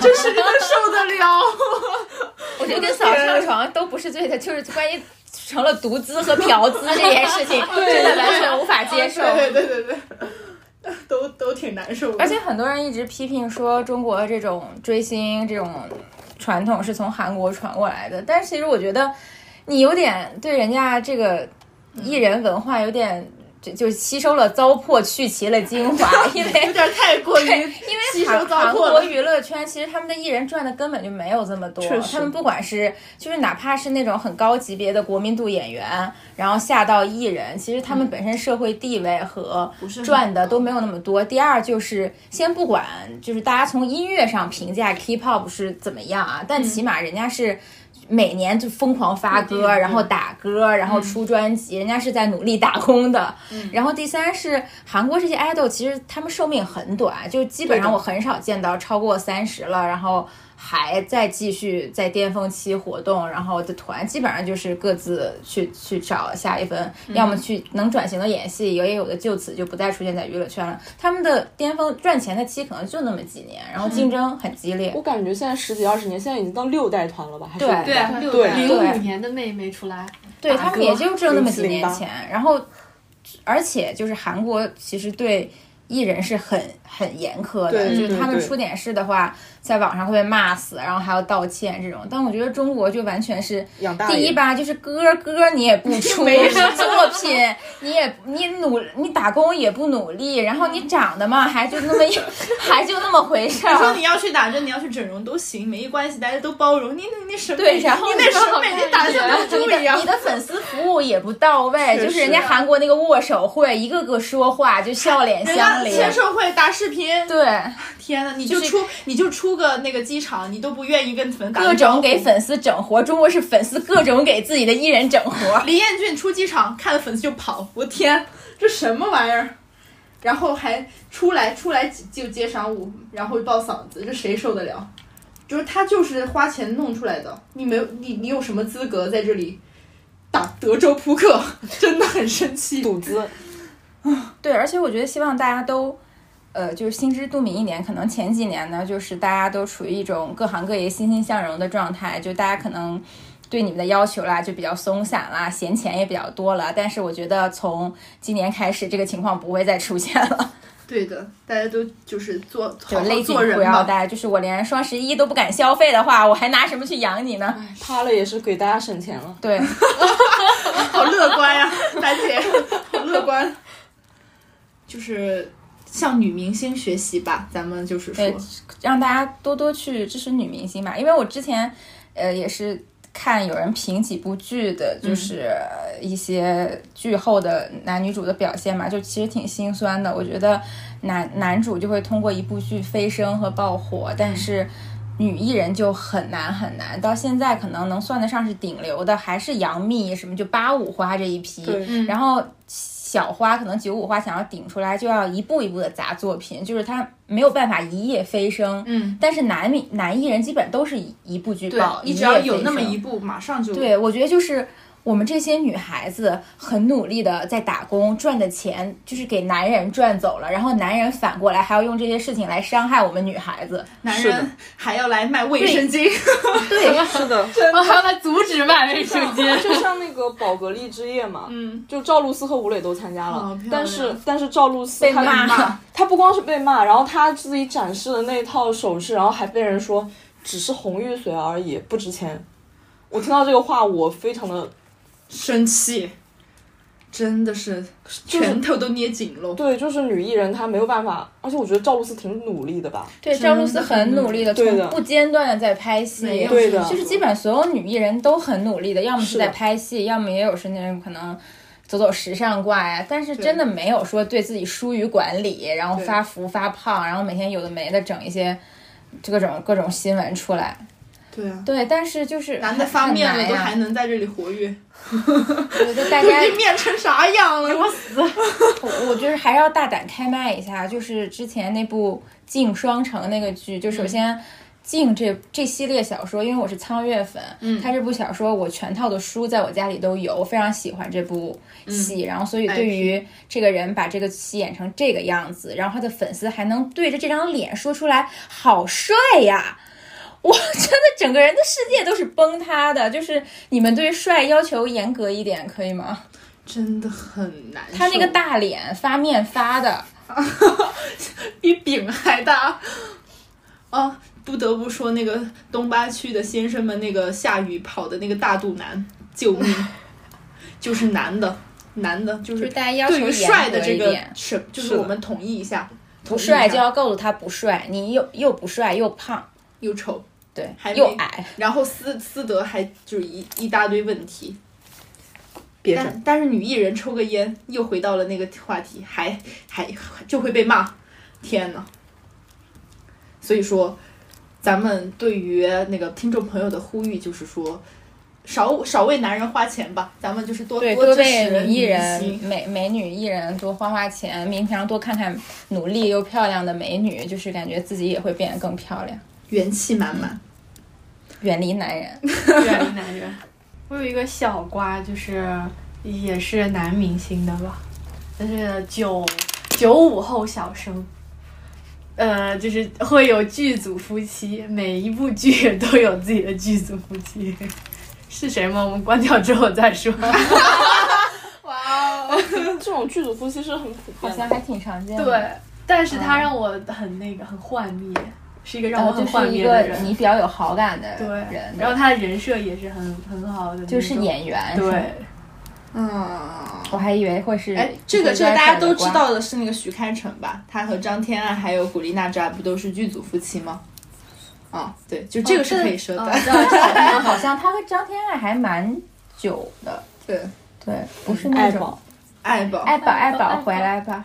Speaker 2: 这谁能受得了？
Speaker 5: 我觉得跟
Speaker 2: 啊
Speaker 5: 嫂上床都不是对的，就是关于成了独资和嫖资这件事 情，真的完全无法接受。
Speaker 2: 对对对对对， 都都挺难受的。
Speaker 5: 而且很多人一直批评说中国这种追星这种传统是从韩国传过来的，但是其实我觉得你有点对人家这个艺人文化有点。就就吸收了糟粕，去其了精华，因为
Speaker 2: 有点太过
Speaker 5: 对，
Speaker 2: 于
Speaker 5: 因
Speaker 2: 吸
Speaker 5: 为
Speaker 2: 收
Speaker 5: 韩
Speaker 2: 糟
Speaker 5: 韩
Speaker 2: 粕了
Speaker 5: 国娱乐圈其实他们的艺人赚的根本就没有这么多
Speaker 2: 确，实
Speaker 5: 他们不管是就是哪怕是那种很高级别的国民度演员，然后下到艺人，其实他们本身社会地位和
Speaker 2: 嗯是很
Speaker 5: 赚的都没有那么多。第二就是先不管，就是大家从音乐上评价 K-pop 是怎么样啊，
Speaker 2: 嗯
Speaker 5: 但起码人家是。每年就疯狂发歌，然后打歌，
Speaker 2: 嗯
Speaker 5: 然后出专辑，人家是在努力打工的。然后第三是韩国这些 idol，其实他们寿命很短，就基本上我很少见到超过三十了，然后还在继续在巅峰期活动，然后的团基本上就是各自去去找下一份，要么去能转型的演戏，有也有的就此就不再出现在娱乐圈了。他们的巅峰赚钱的期可能就那么几年，然后竞争很激烈。
Speaker 1: 我感觉现在十几二十年，现在已经到六代团了吧？还是
Speaker 5: 对
Speaker 1: 五代
Speaker 2: 对
Speaker 4: 六
Speaker 1: 对
Speaker 4: 零五年的妹妹出来，
Speaker 5: 对
Speaker 1: 打
Speaker 5: 他们
Speaker 1: 歌
Speaker 5: 也就只有那么几
Speaker 1: 0708
Speaker 5: 年前，然后而且就是韩国其实对艺人是很很严苛的，
Speaker 1: 对
Speaker 5: 就是
Speaker 1: 对
Speaker 5: 他们
Speaker 1: 对
Speaker 5: 出点事的话，在网上会被骂死，然后还要道歉这种。但我觉得中国就完全是
Speaker 1: 养大
Speaker 5: 第
Speaker 1: 爷
Speaker 5: 一吧，就是歌歌你也 不出，作品你也你努你打工也不努力，然后你
Speaker 1: 嗯
Speaker 5: 长得嘛还就那么一 还就那么回事
Speaker 2: 说
Speaker 5: 儿。
Speaker 2: 你要去打针，你要去整容都行，没关系，大家都包容。你你你审美，
Speaker 5: 对，然后
Speaker 2: 你那审美你打得像龙珠一样
Speaker 5: 你的你。的粉丝服务也不到位，
Speaker 2: 是
Speaker 5: 就是人家韩国那个握手会，一个个说话就笑脸
Speaker 2: 人家
Speaker 5: 相
Speaker 2: 签
Speaker 5: 连。
Speaker 2: 售会打视频，
Speaker 5: 对，
Speaker 2: 天呐，你就
Speaker 5: 就是
Speaker 2: 出你就出个那个机场，你都不愿意跟粉打
Speaker 5: 各
Speaker 2: 个招
Speaker 5: 种
Speaker 2: 呼
Speaker 5: 给。粉丝整活，中国是粉丝各种给自己的艺人整活。
Speaker 2: 林彦俊出机场，看了粉丝就跑，我天，这什么玩意儿？然后还出来出来就接赏舞，然后抱嗓子，这谁受得了？就是他就是花钱弄出来的，你没有你你有什么资格在这里打德州扑克？真的很生气。
Speaker 1: 赌资，
Speaker 5: 对，而且我觉得希望大家都，呃，就是心知肚明一点。可能前几年呢，就是大家都处于一种各行各业欣欣向荣的状态，就大家可能对你们的要求啦就比较松散啦，嫌钱也比较多了。但是我觉得从今年开始，这个情况不会再出现了，
Speaker 2: 对的，大家都就是做
Speaker 5: 就
Speaker 2: 好好
Speaker 5: 勒紧
Speaker 2: 做人
Speaker 5: 裤腰
Speaker 2: 吧。
Speaker 5: 带。就是我连双十一都不敢消费的话，我还拿什么去养你呢？
Speaker 2: 嗯
Speaker 1: 塌了也是给大家省钱了。
Speaker 5: 对，
Speaker 2: 好乐观呀、丹姐，好乐观。就是向女明星学习吧，咱们就是说
Speaker 5: 对，让大家多多去支持女明星吧，因为我之前呃也是看有人评几部剧的，
Speaker 2: 嗯
Speaker 5: 就是呃一些剧后的男女主的表现嘛，就其实挺心酸的。我觉得男男主就会通过一部剧飞升和爆火，但是。女艺人就很难很难，到现在可能能算得上是顶流的，还是杨幂什么就八五花这一批，
Speaker 1: 对
Speaker 2: 嗯
Speaker 5: 然后小花可能九五花想要顶出来，就要一步一步的砸作品，就是她没有办法一夜飞升。
Speaker 2: 嗯，
Speaker 5: 但是男明男艺人基本都是一一部剧
Speaker 2: 对
Speaker 5: 爆，，
Speaker 2: 你
Speaker 5: 夜
Speaker 2: 只要有
Speaker 5: 飞
Speaker 2: 那么
Speaker 5: 升
Speaker 2: 一步，马上就
Speaker 5: 对，我觉得就是我们这些女孩子很努力的在打工，赚的钱就是给男人赚走了，然后男人反过来还要用这些事情来伤害我们女孩子。
Speaker 2: 男
Speaker 1: 是的
Speaker 2: 人还要来卖卫生巾，
Speaker 5: 对，
Speaker 1: 是的，
Speaker 4: 我还要来阻止卖卫生巾。
Speaker 1: 就像那个宝格丽之夜嘛，
Speaker 2: 嗯，
Speaker 1: 就赵露思和吴磊都参加了
Speaker 2: 好漂亮，
Speaker 1: 但是但是赵露思
Speaker 5: 被
Speaker 1: 她
Speaker 5: 骂了，
Speaker 1: 她不光是被骂，然后她自己展示的那套首饰，然后还被人说只是红玉髓而已，不值钱。我听到这个话，我非常的
Speaker 2: 生气，真的是拳头都捏紧喽。
Speaker 1: 对，就是女艺人她没有办法，而且我觉得赵露思挺努力的吧，
Speaker 5: 对，赵露思很努力的，
Speaker 1: 对的
Speaker 5: 从不间断的在拍戏，
Speaker 1: 对
Speaker 2: 嗯
Speaker 1: 的
Speaker 5: 就是基本上所有女艺人都很努力的，要么
Speaker 1: 是
Speaker 5: 是
Speaker 1: 的
Speaker 5: 在拍戏，要么也有是那种可能走走时尚挂呀，但是真的没有说对自己疏于管理，然后发福发胖，然后每天有的没的整一些就各种各种新闻出来。
Speaker 2: 对啊，
Speaker 5: 对，但是就是
Speaker 2: 男的发面了
Speaker 5: 很
Speaker 2: 都
Speaker 5: 难呀
Speaker 2: 还能在这里活跃，
Speaker 5: 我觉 得大家
Speaker 2: 这面成啥样了？我
Speaker 5: 我就是还要大胆开麦一下，就是之前那部《镜双城》那个剧，就首先。镜这这系列小说，因为我是苍月粉，嗯，他这部小说我全套的书在我家里都有，我非常喜欢这部戏，然后所以对于这个人把这个戏演成这个样子，然后他的粉丝还能对着这张脸说出来“好帅呀”，我真的整个人的世界都是崩塌的。就是你们对帅要求严格一点，可以吗？
Speaker 2: 真的很难受。
Speaker 5: 他那个大脸发面发的，
Speaker 2: 比饼还大。哦，不得不说那个东八区的先生们，那个下雨跑的那个大肚腩，救命！ 就是男的，男的，就
Speaker 5: 就是是大家要求
Speaker 2: 对于帅
Speaker 5: 严格
Speaker 2: 的这
Speaker 5: 一
Speaker 2: 个
Speaker 5: 点，
Speaker 2: 是，就是
Speaker 1: 是的
Speaker 2: 我们统一一下，
Speaker 5: 不
Speaker 2: 不
Speaker 5: 帅就要告诉他不帅，你又又不帅又胖，
Speaker 2: 又丑，
Speaker 5: 对
Speaker 2: 还，没
Speaker 5: 又矮，
Speaker 2: 然后私私德还就是一一大堆问题。
Speaker 1: 别整。
Speaker 2: 但但是女艺人抽个烟，又回到了那个话题，还还就会被骂，天呐。所以说，咱们对于那个听众朋友的呼吁就是说，少少为男人花钱吧，咱们就是多
Speaker 5: 对，
Speaker 2: 多
Speaker 5: 多
Speaker 2: 支
Speaker 5: 为
Speaker 2: 持
Speaker 5: 女艺人
Speaker 2: 明、星
Speaker 5: 美美女艺人多花花钱，平常多看看努力又漂亮的美女，就是感觉自己也会变得更漂亮，
Speaker 2: 元气满满。
Speaker 5: 远离男人。
Speaker 4: 远离男人。我有一个小瓜，就是也是男明星的吧，就是九九五后小生。呃，就是会有剧组夫妻，每一部剧都有自己的剧组夫妻， 是谁吗？我们关掉之后再说。
Speaker 1: 这种剧组夫妻是很普
Speaker 5: 好
Speaker 1: 遍
Speaker 5: 像
Speaker 1: 的，
Speaker 5: 还挺常见的。
Speaker 4: 对，但是他让我很那个，很幻灭，嗯呃是一个
Speaker 5: 然
Speaker 4: 让我
Speaker 5: 后
Speaker 4: 很
Speaker 5: 就
Speaker 4: 幻
Speaker 5: 是一
Speaker 4: 灭
Speaker 5: 个
Speaker 4: 的人。
Speaker 5: 你比较有好感的
Speaker 4: 对
Speaker 5: 人，，
Speaker 4: 然后他的人设也是很很好的，
Speaker 5: 就是。演员。是吗
Speaker 4: 对，
Speaker 2: 嗯，
Speaker 5: 我还以为会是
Speaker 2: 哎，这个这个
Speaker 5: 就是
Speaker 2: 大家都
Speaker 5: 在
Speaker 2: 知
Speaker 5: 看着
Speaker 2: 道的是那个徐开骋吧？他和张天爱还有古力娜扎不都是剧组夫妻吗？啊、对，就
Speaker 5: 哦
Speaker 2: 这个是可以说的。
Speaker 5: 我知道这好像 好像他和张天爱还蛮久的，
Speaker 2: 对，
Speaker 5: 对，不是那
Speaker 1: 爱
Speaker 5: 种
Speaker 1: 宝
Speaker 2: 爱宝，
Speaker 5: 爱宝爱
Speaker 4: 爱
Speaker 5: 宝
Speaker 4: 宝
Speaker 5: 回来吧。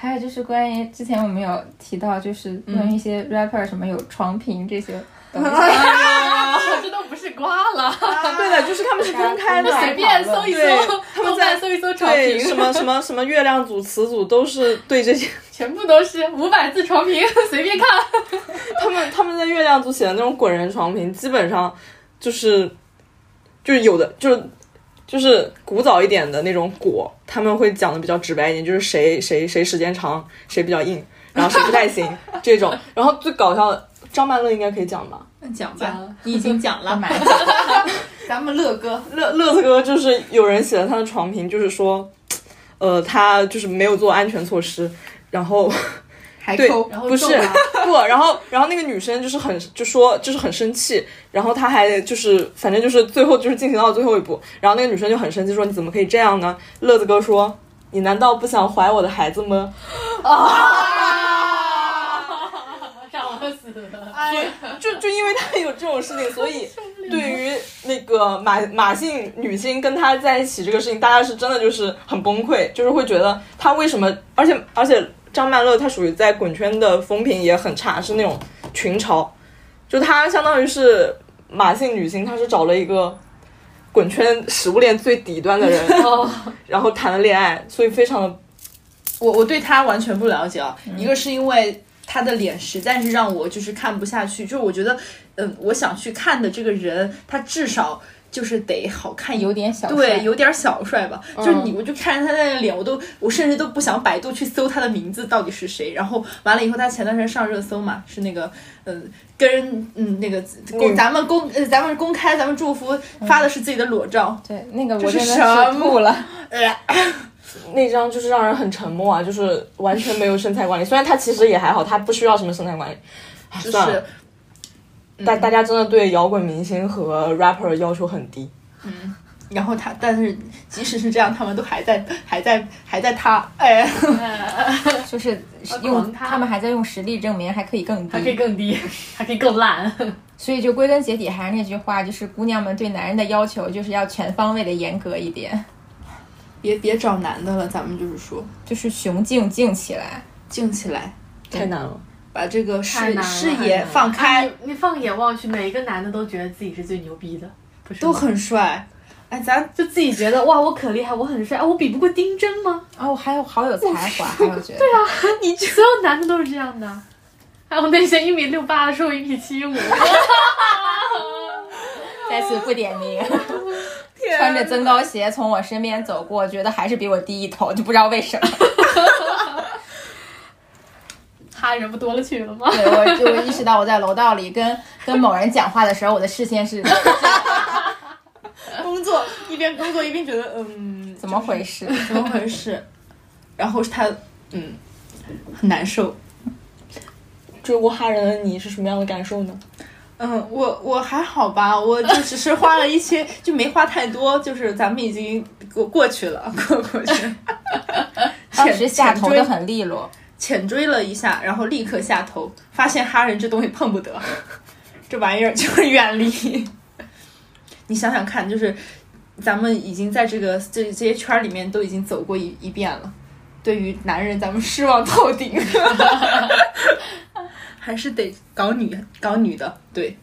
Speaker 5: 还有就是关于之前我们有提到，就是关于一些 rapper 什么有床评这些东西，
Speaker 4: 这都不是瓜了，
Speaker 1: 对的，就是他们是分开的，
Speaker 4: 随便搜一
Speaker 1: 对
Speaker 4: 搜，
Speaker 1: 他们
Speaker 4: 豆
Speaker 1: 在
Speaker 4: 瓣搜一搜潮
Speaker 1: 对
Speaker 4: 评
Speaker 1: 什，么什么什么月亮组、词组都是对这些，
Speaker 4: 全部都是五百字床评， 随便看。
Speaker 1: 他们他们在月亮组写的那种滚人床评，基本上就是就是有的就是。就是古早一点的那种果，他们会讲的比较直白一点，就是谁谁谁时间长，谁比较硬，然后谁不太行这种。然后最搞笑的，张曼乐应该可以讲吧？
Speaker 2: 那讲吧，你已经讲了， 咱们乐哥，
Speaker 1: 乐乐子哥就是有人写了他的床评，就是说，呃，他就是没有做安全措施，然后
Speaker 2: 还
Speaker 1: 对
Speaker 2: 抠，
Speaker 4: 然后
Speaker 1: 不是
Speaker 4: 中了
Speaker 1: 不，然后然后那个女生就是很就说就是很生气，然后她还就是反正就是最后就是进行到最后一步，然后那个女生就很生气说你怎么可以这样呢？乐子哥说你难道不想怀我的孩子吗？
Speaker 4: 让我死了。
Speaker 1: 就就因为他有这种事情，所以对于那个马马姓女星跟他在一起这个事情，大家是真的就是很崩溃，就是会觉得他为什么，而且而且张曼乐她属于在滚圈的风评也很差，是那种群嘲，就她相当于是马姓女星，她是找了一个。滚圈食物链最底端的人，然后谈了恋爱，所以非常的
Speaker 2: 我我对他完全不了解啊，
Speaker 5: 嗯
Speaker 2: 一个是因为他的脸实在是让我就是看不下去，就是我觉得，嗯，我想去看的这个人，他至少就是得好看
Speaker 5: 有。点小帅嗯
Speaker 2: 对，有点小帅吧，就是你，我就看着他那个脸，我都，我甚至都不想百度去搜他的名字到底是谁。然后完了以后，他前段时间上热搜嘛，是那个，嗯、跟嗯那个公，咱们公，呃咱们公开，咱们祝福发的是自己的裸照，
Speaker 5: 对那个
Speaker 2: 这
Speaker 5: 我
Speaker 2: 是
Speaker 5: 真的
Speaker 2: 什
Speaker 5: 是
Speaker 2: 么
Speaker 5: 吐了。
Speaker 1: 那张就是让人很沉默啊，就是完全没有身材管理。虽然他其实也还好，他不需要什么身材管理。啊
Speaker 2: 就
Speaker 1: 算
Speaker 2: 是
Speaker 1: 了，嗯大大家真的对摇滚明星和 rapper 要求很低。
Speaker 2: 然后他，但是即使是这样，他们都还在，还在，还在他，哎，
Speaker 5: 就是是
Speaker 4: 啊狂
Speaker 5: 用
Speaker 4: 他
Speaker 5: 他们还在用实力证明还可以更
Speaker 4: 还可以
Speaker 5: 低，
Speaker 4: 更低， 还可以更 烂。
Speaker 5: 所以就归根结底还是那句话，就是姑娘们对男人的要求就是要全方位的严格一点，
Speaker 2: 别别找男的了，咱们就是说，
Speaker 5: 就是雄竞竞起来。
Speaker 2: 静起来，
Speaker 1: 太难了。
Speaker 2: 把这个
Speaker 4: 太
Speaker 2: 视
Speaker 4: 难了哎
Speaker 2: 视
Speaker 1: 太难
Speaker 2: 野
Speaker 1: 了
Speaker 2: 放开，
Speaker 4: 你放眼望去，每一个男的都觉得自己是最牛逼的，不是吗
Speaker 2: 都很帅。哎，咱
Speaker 4: 就自己觉得哇，我可厉害，我很帅，啊我比不过丁真吗？
Speaker 5: 哦，还有好有才华，还有觉得对啊，
Speaker 4: 你所有男的都是这样的，还有那些一米六八的说我一米七五，
Speaker 5: 再次不点 名。穿着增高鞋从我身边走过，觉得还是比我低一头，就不知道为什么。
Speaker 4: 哈人不多了去了吗？
Speaker 5: 对我，就我意识到我在楼道里跟跟某人讲话的时候，我的视线 是
Speaker 2: 工作一边工作一边觉得，嗯，
Speaker 5: 怎么回事？
Speaker 2: 怎么回事？ 然后他，嗯，很难受。
Speaker 1: 追过哈人的你是什么样的感受呢？
Speaker 2: 嗯，我我还好吧，我就只是花了一些，就没花太多，就是咱们已经过过去了，过过去了，
Speaker 5: 当时下头
Speaker 2: 浅
Speaker 5: 的
Speaker 2: 追
Speaker 5: 很利落，
Speaker 2: 浅追了一下，然后立刻下头，发现哈人这东西碰不得，这玩意儿就是远离。 你想想看，就是咱们已经在这个这这些圈儿里面都已经走过一一遍了，对于男人咱们失望透顶， 还是得搞女搞女的，对，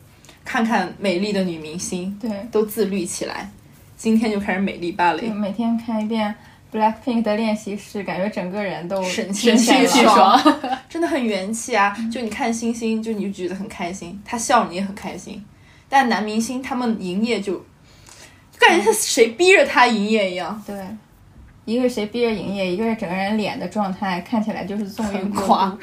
Speaker 2: 看看美丽的女明星，
Speaker 5: 对，
Speaker 2: 都自律起来。今天就开始美丽芭蕾
Speaker 5: 就，每天看一遍 Blackpink 的练习室，感觉整个人都
Speaker 2: 神
Speaker 5: 神
Speaker 2: 清气
Speaker 5: 爽。
Speaker 2: 爽， 真的很元气啊！就你看星星，就你就觉得很开心，他笑你也很开心。但男明星他们营业就，就感觉他谁逼着他营业一 样，
Speaker 5: 对，一个是谁逼着营业，一个是整个人脸的状态看起来就是纵欲过
Speaker 2: 垮
Speaker 5: 度。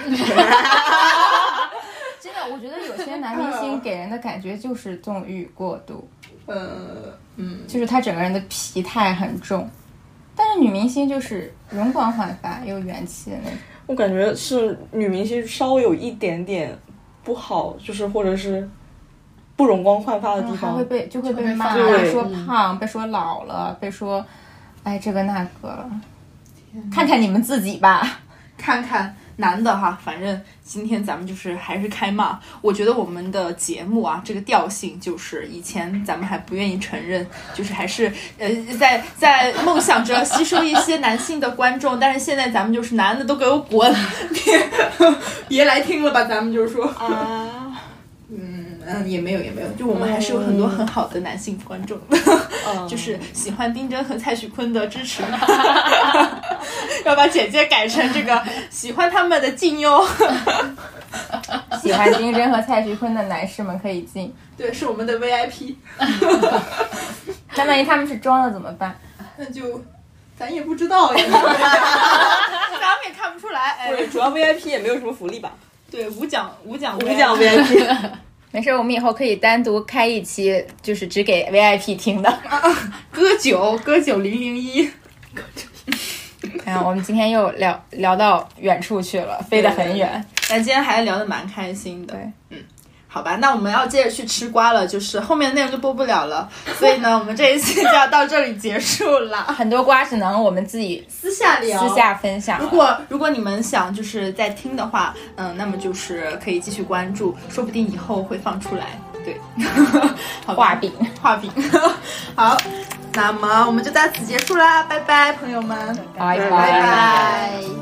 Speaker 5: 真的，我觉得有些男明星给人的感觉就是纵欲过度，
Speaker 2: 呃，
Speaker 5: 就是他整个人的疲态很重。但是女明星就是容光焕发又元气的那种。
Speaker 1: 我感觉是女明星稍微有一点点不好，就是或者是不容光焕发的地
Speaker 5: 然后还
Speaker 1: 方
Speaker 5: 会。被就会
Speaker 4: 就会
Speaker 5: 被
Speaker 4: 被
Speaker 5: 骂，
Speaker 4: 骂
Speaker 5: 被说
Speaker 4: 嗯
Speaker 5: 胖，被说老了，被说哎这个那个了。看看你们自己吧，
Speaker 2: 看看男的哈，反正今天咱们就是还是开骂。我觉得我们的节目啊，这个调性就是以前咱们还不愿意承认，就是还是呃在在梦想着吸收一些男性的观众，但是现在咱们就是男的都给我滚， 别别来听了吧，咱们就是说啊。嗯嗯，也没有也没有，就我们还是有很多很好的男性观众的， 就是喜欢丁真和蔡徐坤的支持， 要把简介改成这个喜欢他们的禁哟。
Speaker 5: 喜欢丁真和蔡徐坤的男士们可以进。
Speaker 2: 对，是我们的 VIP。
Speaker 5: 那万一他们是装的怎么办？
Speaker 2: 那就咱也不知道呀， 咱们也看不出来。
Speaker 1: 对，
Speaker 2: 哎，
Speaker 1: 主要 VIP 也没有什么福利吧？
Speaker 2: 对，五奖五奖
Speaker 1: 我们讲 VIP，
Speaker 5: 没事，我们以后可以单独开一期，就是只给 VIP 听 的。
Speaker 2: 歌九歌九零零一，
Speaker 5: 哎呀，我们今天又聊聊到远处去了，飞得很远。
Speaker 2: 咱今天还聊得蛮开心的。
Speaker 5: 对，
Speaker 2: 嗯。好吧，那我们要接着去吃瓜了，就是后面的内容就播不了了，所以呢，我们这一期就要到这里结束了。
Speaker 5: 很多瓜只能我们自己
Speaker 2: 私下聊，
Speaker 5: 私下分享了。
Speaker 2: 如果如果你们想就是在听的话，嗯，那么就是可以继续关注，说不定以后会放出来。对， 好吧
Speaker 5: 画饼，
Speaker 2: 画饼。 好，那么我们就到此结束啦，拜拜，朋友们，
Speaker 5: 拜
Speaker 2: 拜拜